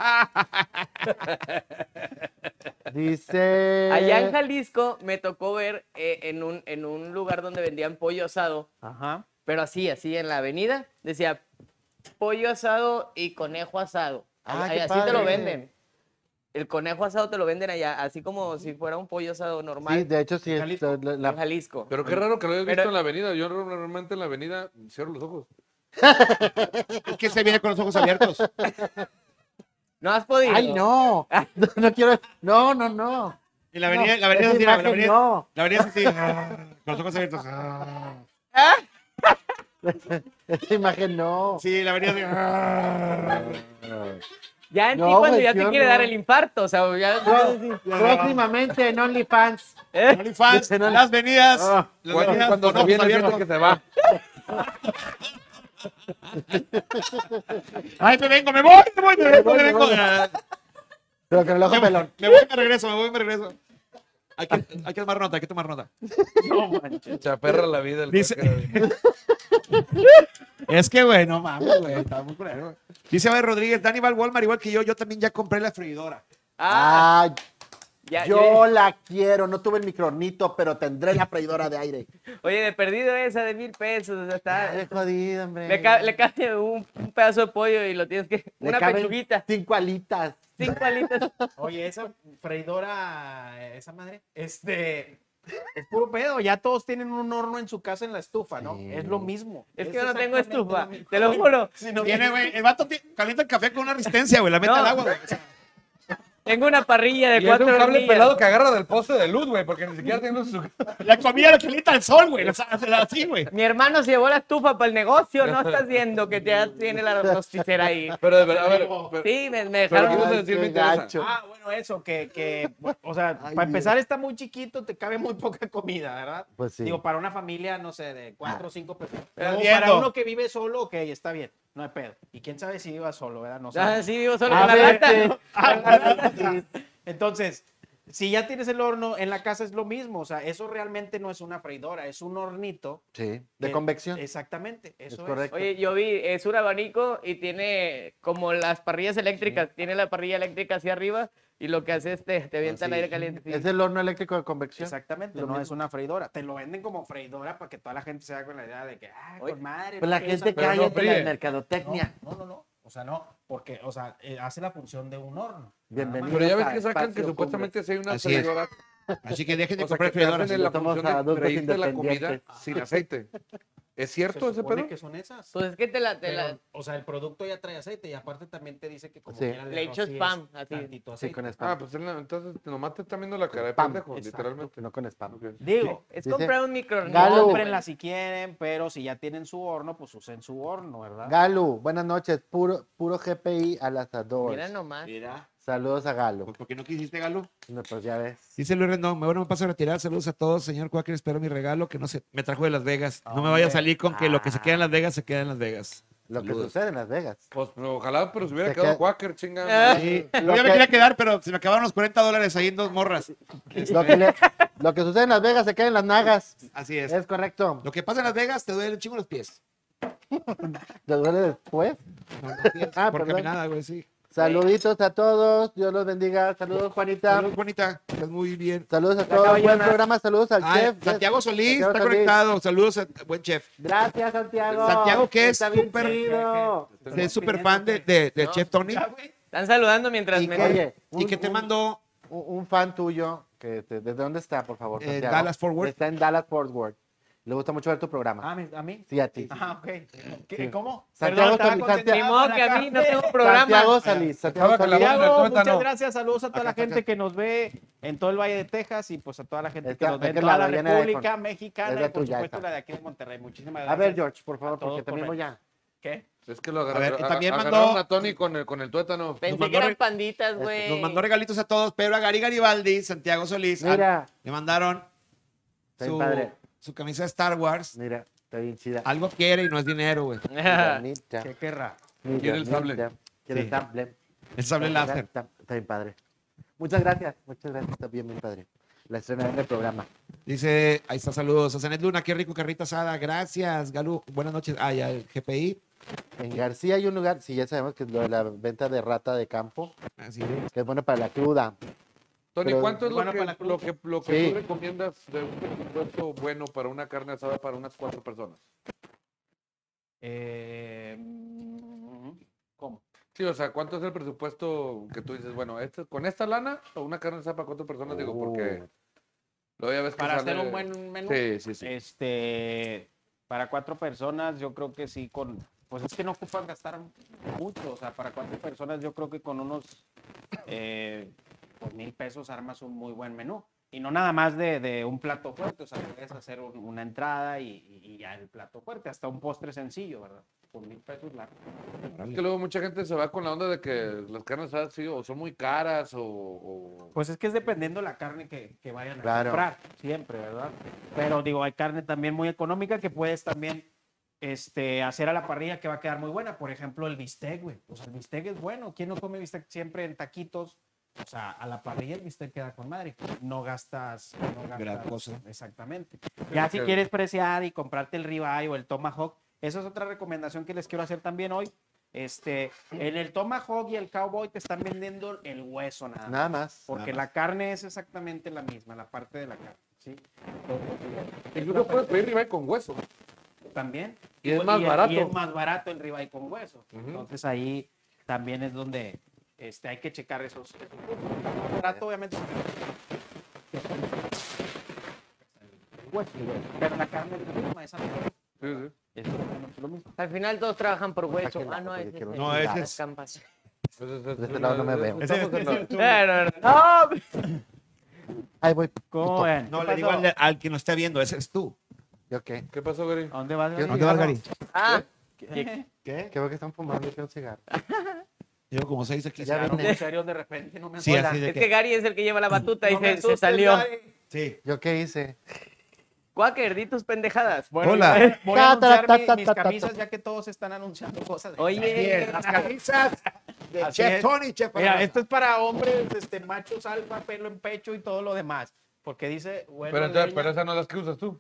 Speaker 2: Dice.
Speaker 3: Allá en Jalisco me tocó ver eh, en, un, en un lugar donde vendían pollo asado,
Speaker 6: Ajá.
Speaker 3: pero así, así en la avenida, decía pollo asado y conejo asado.
Speaker 2: Ah,
Speaker 3: Ay-
Speaker 2: qué
Speaker 3: ay, así te lo
Speaker 2: padre.
Speaker 3: venden. El conejo asado te lo venden allá, así como si fuera un pollo asado normal
Speaker 2: Sí, de hecho, sí.
Speaker 6: En
Speaker 2: es-
Speaker 6: Jalisco.
Speaker 2: la- la-
Speaker 3: en Jalisco.
Speaker 4: Pero qué raro que lo hayas visto
Speaker 3: Pero-
Speaker 4: en la avenida. Yo normalmente en la avenida cierro los ojos.
Speaker 5: Es que se viene con los ojos abiertos.
Speaker 3: No has podido.
Speaker 2: ¡Ay, no! No, no quiero. No, no, no.
Speaker 5: Y la avenida,
Speaker 2: No,
Speaker 5: la avenida
Speaker 2: esa
Speaker 5: es así, la- la
Speaker 2: imagen
Speaker 5: avenida-
Speaker 2: no.
Speaker 5: la avenida es así. ah, Con los ojos abiertos. ah.
Speaker 2: Esa imagen no.
Speaker 5: Sí, la avenida es así, ah.
Speaker 3: Ya en
Speaker 2: No,
Speaker 3: ti cuando
Speaker 2: güey,
Speaker 3: ya te
Speaker 2: yo
Speaker 3: quiere
Speaker 2: no.
Speaker 3: dar el infarto, o sea, ya...
Speaker 2: Próximamente en OnlyFans.
Speaker 3: ¿Eh?
Speaker 5: OnlyFans, las venidas.
Speaker 2: Ah.
Speaker 5: las
Speaker 4: Cuando,
Speaker 5: venidas
Speaker 4: cuando
Speaker 5: con
Speaker 4: se
Speaker 5: ojos
Speaker 4: viene,
Speaker 5: abiertos.
Speaker 4: piensa que se va.
Speaker 5: Ay, me vengo, me voy, me voy, me vengo, me
Speaker 2: Me
Speaker 5: vengo.
Speaker 2: voy, me Pero con el ojo
Speaker 5: Me
Speaker 2: pelón.
Speaker 5: me voy, me regreso, me voy, me regreso. Hay que, hay que tomar nota, hay que tomar nota.
Speaker 4: Chaperra la vida. El
Speaker 5: Dice-
Speaker 4: cualquiera.
Speaker 5: Es que, güey, no mames, güey. Está muy culero. Dice Abel Rodríguez, Dani va al Walmart igual que yo. Yo también ya compré la freidora.
Speaker 3: Ah,
Speaker 2: Ah,
Speaker 3: ya,
Speaker 2: yo la quiero. No tuve el micronito, pero tendré la freidora de aire.
Speaker 3: Oye, de perdido esa de mil pesos, o sea, está...
Speaker 2: Ay, jodido, hombre.
Speaker 3: Le, ca- le cabe un, un pedazo de pollo y lo tienes que.
Speaker 2: Le
Speaker 3: una
Speaker 2: caben
Speaker 3: pechuguita,
Speaker 2: Cinco alitas.
Speaker 3: cinco alitas.
Speaker 6: Oye, esa freidora, esa madre, este, es puro pedo. Ya todos tienen un horno en su casa en la estufa, ¿no?
Speaker 2: Sí.
Speaker 6: Es lo mismo.
Speaker 3: Es que
Speaker 6: Es
Speaker 3: yo no tengo
Speaker 6: exactamente
Speaker 3: estufa,
Speaker 6: lo mismo.
Speaker 3: te lo juro.
Speaker 5: Tiene, güey, el vato ti- calienta el café con una resistencia, güey. La mete
Speaker 3: No.
Speaker 5: al agua, güey. O sea,
Speaker 3: Tengo una parrilla de
Speaker 4: Y es
Speaker 3: cuatro
Speaker 4: un cable
Speaker 3: hornillas.
Speaker 4: pelado que agarra del poste de luz, güey, porque ni siquiera tiene luz en su casa.
Speaker 5: la comida la calienta al sol, güey. O sea, así, güey.
Speaker 3: Mi hermano se llevó la estufa para el negocio, no estás viendo que ya tiene la rosticera ahí.
Speaker 4: Pero de verdad, a ver. pero-
Speaker 3: Sí, me, me
Speaker 4: Pero ¿qué
Speaker 3: dejaron.
Speaker 4: ibas a
Speaker 2: Ay,
Speaker 4: decir?
Speaker 2: qué
Speaker 4: Me interesa.
Speaker 2: gacho.
Speaker 6: Ah, bueno, eso, que, que bueno, o sea,
Speaker 2: Ay,
Speaker 6: para
Speaker 2: Dios.
Speaker 6: empezar está muy chiquito, te cabe muy poca comida, ¿verdad?
Speaker 2: Pues sí. Ah.
Speaker 6: Digo, para una familia, no sé, de cuatro o cinco personas.
Speaker 5: Pero
Speaker 6: Pero
Speaker 5: entiendo.
Speaker 6: para uno que vive solo, ok, está bien, no hay pedo. Y quién sabe si viva solo, ¿verdad? No sé.
Speaker 3: Ah, sí, vivo solo
Speaker 2: A
Speaker 3: con la
Speaker 2: ver, este.
Speaker 3: lata.
Speaker 2: sí.
Speaker 6: Entonces, si ya tienes el horno, en la casa es lo mismo. O sea, eso realmente no es una freidora, es un hornito.
Speaker 2: Sí, de
Speaker 6: que-
Speaker 2: convección.
Speaker 6: Exactamente, eso Eh, es.
Speaker 2: correcto.
Speaker 3: Oye, yo vi, es un abanico y tiene como las parrillas eléctricas. Tiene la parrilla eléctrica hacia arriba y lo que hace es te, te avienta el aire caliente. sí.
Speaker 2: Es el horno eléctrico de convección.
Speaker 6: Exactamente,
Speaker 2: Lo
Speaker 6: no
Speaker 2: mismo.
Speaker 6: es una freidora. Te lo venden como freidora para que toda la gente se haga con la idea de que, ah,
Speaker 3: Oye,
Speaker 6: con madre.
Speaker 2: Pues la
Speaker 6: no, que
Speaker 2: gente
Speaker 6: esa-
Speaker 4: Pero no
Speaker 2: cállate la
Speaker 4: fríe.
Speaker 2: mercadotecnia.
Speaker 6: No, no, no, no. O sea, no, porque, o sea, eh, hace la función de un horno.
Speaker 2: Bienvenido.
Speaker 4: Pero ya ves
Speaker 2: a
Speaker 4: que sacan que
Speaker 2: Espacio
Speaker 4: supuestamente si hay una
Speaker 5: Así es.
Speaker 4: freidora,
Speaker 5: Así que dejen de
Speaker 4: o sea,
Speaker 5: comprar
Speaker 4: que te hacen
Speaker 5: freidoras.
Speaker 4: en la
Speaker 2: Estamos
Speaker 4: función
Speaker 2: a
Speaker 4: de
Speaker 2: adultos
Speaker 4: freírte la comida
Speaker 2: independientes.
Speaker 4: sin aceite. ¿Es cierto
Speaker 6: Se
Speaker 4: ese
Speaker 6: supone
Speaker 4: pedo?
Speaker 6: que son esas.
Speaker 3: Pues es que te la. Te
Speaker 6: Pero,
Speaker 3: la
Speaker 6: o sea, el producto ya trae aceite y aparte también te dice que como
Speaker 2: Sí.
Speaker 6: quiera
Speaker 3: Le echo
Speaker 6: rocíes
Speaker 3: spam, así.
Speaker 6: tantito
Speaker 2: Sí,
Speaker 6: aceite.
Speaker 2: con spam.
Speaker 4: Ah, pues en la- entonces nomás te están viendo la cara de
Speaker 2: Spam,
Speaker 4: pendejo,
Speaker 6: exacto.
Speaker 4: literalmente.
Speaker 2: No con spam.
Speaker 4: Ok.
Speaker 6: Digo,
Speaker 3: es
Speaker 2: Dice,
Speaker 3: comprar un micro.
Speaker 2: Galo.
Speaker 6: Cómprenla si quieren, pero si ya tienen su horno, pues usen su horno, ¿verdad?
Speaker 2: Galo, buenas noches. Puro, puro GPI al asador.
Speaker 3: Mira nomás.
Speaker 5: Mira,
Speaker 2: Saludos a Galo.
Speaker 5: pues, ¿por qué no quisiste, Galo?
Speaker 2: No, pues ya ves.
Speaker 5: Dice Luis Rendón, me bueno, me paso a retirar. Saludos a todos, señor Cuáquer. Espero mi regalo que no se me trajo de Las Vegas. No me vaya a salir con que lo que se queda en Las Vegas se queda en Las Vegas.
Speaker 2: Lo que
Speaker 5: Saludos.
Speaker 2: sucede en Las Vegas.
Speaker 4: Pues pero ojalá, pero se hubiera
Speaker 2: Se
Speaker 4: quedado
Speaker 2: queda-
Speaker 4: Quaker, chinga.
Speaker 3: Ah.
Speaker 5: Sí,
Speaker 2: Lo
Speaker 5: yo ya
Speaker 2: que-
Speaker 5: me quería quedar, pero se me acabaron los 40 dólares ahí en dos morras.
Speaker 2: Lo que, le- lo que sucede en Las Vegas se queda en las nagas.
Speaker 5: Así es.
Speaker 2: Es correcto.
Speaker 5: Lo que pasa en Las Vegas te duele un chingo los pies.
Speaker 2: ¿Te duele después?
Speaker 5: No, los pies,
Speaker 2: Ah,
Speaker 5: por
Speaker 2: perdón.
Speaker 5: caminada, güey, sí.
Speaker 2: Saluditos a todos. Dios los bendiga. Saludos, Juanita.
Speaker 5: Saludos, Juanita. Estás muy bien.
Speaker 2: Saludos a
Speaker 7: La
Speaker 2: todos. Buen
Speaker 7: caballona.
Speaker 2: programa. Saludos al
Speaker 5: Ah,
Speaker 2: chef.
Speaker 5: Santiago Solís
Speaker 2: Santiago
Speaker 5: está
Speaker 2: Solís.
Speaker 5: conectado. Saludos, a- buen chef.
Speaker 2: Gracias, Santiago.
Speaker 5: Santiago, que es
Speaker 2: Está bien
Speaker 5: súper-
Speaker 2: chido.
Speaker 5: Es súper fan de, de- del
Speaker 3: No,
Speaker 5: chef Tony.
Speaker 3: Están saludando mientras
Speaker 2: ¿Y
Speaker 3: me.
Speaker 2: qué? Oye,
Speaker 5: ¿Y
Speaker 2: un-
Speaker 5: que te
Speaker 2: un-
Speaker 5: mandó?
Speaker 2: un, un fan tuyo, que te- ¿desde dónde está, por favor?
Speaker 5: Eh,
Speaker 2: Santiago?
Speaker 5: Dallas Fort Worth.
Speaker 2: Está en Dallas Fort Worth. Le gusta mucho ver tu programa.
Speaker 6: Ah, ¿me- ¿A mí?
Speaker 2: sí, a ti.
Speaker 6: Ah, ok. ¿Qué-
Speaker 2: Sí.
Speaker 6: ¿Cómo?
Speaker 2: Santiago
Speaker 6: estaba
Speaker 2: Solís,
Speaker 6: concentrado
Speaker 3: Ni modo
Speaker 6: con
Speaker 3: que
Speaker 6: acá.
Speaker 3: a mí no tengo programa.
Speaker 2: Santiago Salís. Santiago
Speaker 4: Acaba con la
Speaker 2: Salís.
Speaker 4: banda.
Speaker 6: Santiago,
Speaker 4: Ahorita
Speaker 6: muchas
Speaker 4: no.
Speaker 6: gracias. Saludos a toda la
Speaker 5: Acá,
Speaker 6: gente
Speaker 5: acá.
Speaker 6: que nos ve en todo el Valle de Texas y pues a toda la gente
Speaker 2: Esta-
Speaker 6: que nos ve en
Speaker 2: esta es
Speaker 6: toda
Speaker 2: la
Speaker 6: la
Speaker 2: de Diana de Con.
Speaker 6: República
Speaker 2: Es
Speaker 6: Mexicana
Speaker 2: la
Speaker 6: y por
Speaker 2: tuya,
Speaker 6: supuesto
Speaker 2: esta.
Speaker 6: la de aquí de Monterrey. Muchísimas
Speaker 2: A
Speaker 6: gracias.
Speaker 2: ver, George, por favor,
Speaker 6: A todos
Speaker 2: porque
Speaker 6: por
Speaker 2: también
Speaker 6: ver.
Speaker 2: voy ya.
Speaker 6: ¿Qué?
Speaker 4: Es que lo
Speaker 5: A ver,
Speaker 4: agarraron,
Speaker 5: y también
Speaker 4: a-
Speaker 5: mandó-
Speaker 4: agarraron a Tony con el, con el tuétano.
Speaker 3: Pensé
Speaker 5: mandó
Speaker 3: que eran
Speaker 5: re- este,
Speaker 3: panditas, güey.
Speaker 5: Nos mandó regalitos a todos. Pedro Agari Garibaldi, Santiago Solís. Ah,
Speaker 2: Mira,
Speaker 5: le mandaron
Speaker 2: Está bien
Speaker 5: su, Ah,
Speaker 2: padre.
Speaker 5: su camisa de Star Wars.
Speaker 2: mira, está bien chida.
Speaker 5: Algo quiere y no es dinero, güey.
Speaker 2: Milanita,
Speaker 6: ¿Qué querrá?
Speaker 4: Quiere el sable.
Speaker 2: milanita, Quiere el
Speaker 5: Sí.
Speaker 2: sable.
Speaker 5: El sable
Speaker 2: Está-
Speaker 5: láser.
Speaker 2: Está, está bien padre. Muchas gracias, muchas gracias. Está bien, bien padre. La estrena del programa.
Speaker 5: Dice, ahí está, saludos. A Zanet Luna, qué rico carrita asada. Gracias, Galú. Buenas noches. Ah, ya, el GPI.
Speaker 2: En García hay un lugar, sí, ya sabemos que es lo de la venta de rata de campo,
Speaker 5: Así es.
Speaker 2: que es bueno para la cruda.
Speaker 4: Tony,
Speaker 2: Pero-
Speaker 4: ¿cuánto es lo
Speaker 6: Bueno,
Speaker 4: que,
Speaker 6: para la
Speaker 4: lo que, lo que
Speaker 2: Sí.
Speaker 4: tú recomiendas de un presupuesto bueno para una carne asada para unas cuatro personas?
Speaker 6: Eh, mm, ¿Cómo?
Speaker 4: Sí, o sea, ¿cuánto es el presupuesto que tú dices, bueno, este- con esta lana o una carne asada para cuatro personas? Digo, porque lo ya ves que
Speaker 7: Para hacer
Speaker 4: sale-
Speaker 7: un buen menú.
Speaker 4: Sí, sí, sí.
Speaker 6: Este, para cuatro personas, yo creo que sí, con. Pues es que no ocupas gastar mucho. O sea, para cuatro personas, yo creo que con unos eh, pues, mil pesos armas un muy buen menú. Y no nada más de, de un plato fuerte. O sea, puedes hacer un- una entrada y, y- y ya el plato fuerte. Hasta un postre sencillo, ¿verdad? Por mil pesos la.
Speaker 4: Es que luego mucha gente se va con la onda de que las carnes asadas sí, o son muy caras o... o-
Speaker 6: Pues es que es dependiendo la carne que, que vayan a
Speaker 2: Claro.
Speaker 6: comprar, siempre, ¿verdad? Pero digo, hay carne también muy económica que puedes también este, hacer a la parrilla que va a quedar muy buena. Por ejemplo, el bistec, güey. O sea, el bistec es bueno. ¿Quién no come bistec siempre en taquitos? O sea, a la parrilla el bistec queda con madre. No gastas. No gastas
Speaker 5: Gran cosa.
Speaker 6: Exactamente. Ya si
Speaker 4: que-
Speaker 6: quieres preciar y comprarte el ribeye o el tomahawk, esa es otra recomendación que les quiero hacer también hoy. Este, en el tomahawk y el cowboy te están vendiendo el hueso nada más.
Speaker 2: Nada más.
Speaker 6: Ah. Porque
Speaker 5: Nada
Speaker 6: la carne es exactamente la misma, la parte de la carne. ¿sí?
Speaker 4: Incluso puedes pedir ribeye con hueso.
Speaker 6: También.
Speaker 4: Y es más
Speaker 6: y
Speaker 4: barato.
Speaker 6: es más barato el ribeye con hueso.
Speaker 4: Ujú.
Speaker 6: Entonces ahí también es donde este, hay que checar esos. esos puntos. Está más barato, obviamente. el hueso, Pero la carne es la misma, esa carne
Speaker 4: Sí, sí.
Speaker 6: es exactamente lo mismo.
Speaker 3: Al final todos trabajan por hueso.
Speaker 2: Aquel
Speaker 3: Ah,
Speaker 2: lado,
Speaker 3: no,
Speaker 2: porque
Speaker 3: es
Speaker 2: quiero
Speaker 3: este,
Speaker 5: No, ese
Speaker 3: las
Speaker 5: es-
Speaker 3: campas.
Speaker 4: Pues es- es-
Speaker 2: De este lado no me veo.
Speaker 4: estamos en la-
Speaker 3: Claro,
Speaker 2: Ahí voy.
Speaker 6: ¿Cómo ven?
Speaker 5: No,
Speaker 6: ¿Qué
Speaker 5: le digo
Speaker 6: pasó?
Speaker 5: al, al que nos está viendo, ese es tú.
Speaker 2: ¿Yo qué?
Speaker 4: ¿Qué pasó, Gary?
Speaker 6: ¿A dónde vas?
Speaker 2: ¿Qué-
Speaker 6: Gaby?
Speaker 5: ¿Dónde vas, Gary?
Speaker 3: Ah,
Speaker 5: ¿Qué?
Speaker 2: Que veo que están fumando que un cigarro.
Speaker 5: Llevo como seis aquí.
Speaker 2: Ya
Speaker 6: Claro,
Speaker 2: vine.
Speaker 6: muy serio de repente, no me
Speaker 5: Sí,
Speaker 6: jodas.
Speaker 5: así de
Speaker 3: es
Speaker 5: que-
Speaker 3: que Gary es el que lleva la batuta y
Speaker 6: No me
Speaker 3: se, se
Speaker 6: asustes,
Speaker 3: salió.
Speaker 6: Gary.
Speaker 5: Sí.
Speaker 2: ¿Yo qué hice?
Speaker 3: Quaker, di tus pendejadas.
Speaker 6: Bueno,
Speaker 5: Hola.
Speaker 6: yo Voy a
Speaker 2: Ta, ta,
Speaker 6: anunciar
Speaker 2: ta,
Speaker 6: mi-
Speaker 2: ta,
Speaker 6: mis
Speaker 2: ta, ta.
Speaker 6: camisas ya que todos están anunciando cosas. de-
Speaker 3: Oye,
Speaker 5: Las camisas de
Speaker 6: Así
Speaker 5: Chef
Speaker 6: es.
Speaker 5: Tony, Chef
Speaker 6: Mira,
Speaker 5: Barraza.
Speaker 6: esto es para hombres, este, machos alfa, pelo en pecho y todo lo demás. Porque dice, bueno,
Speaker 4: Pero, entonces,
Speaker 6: leña.
Speaker 4: pero esas no las que usas tú.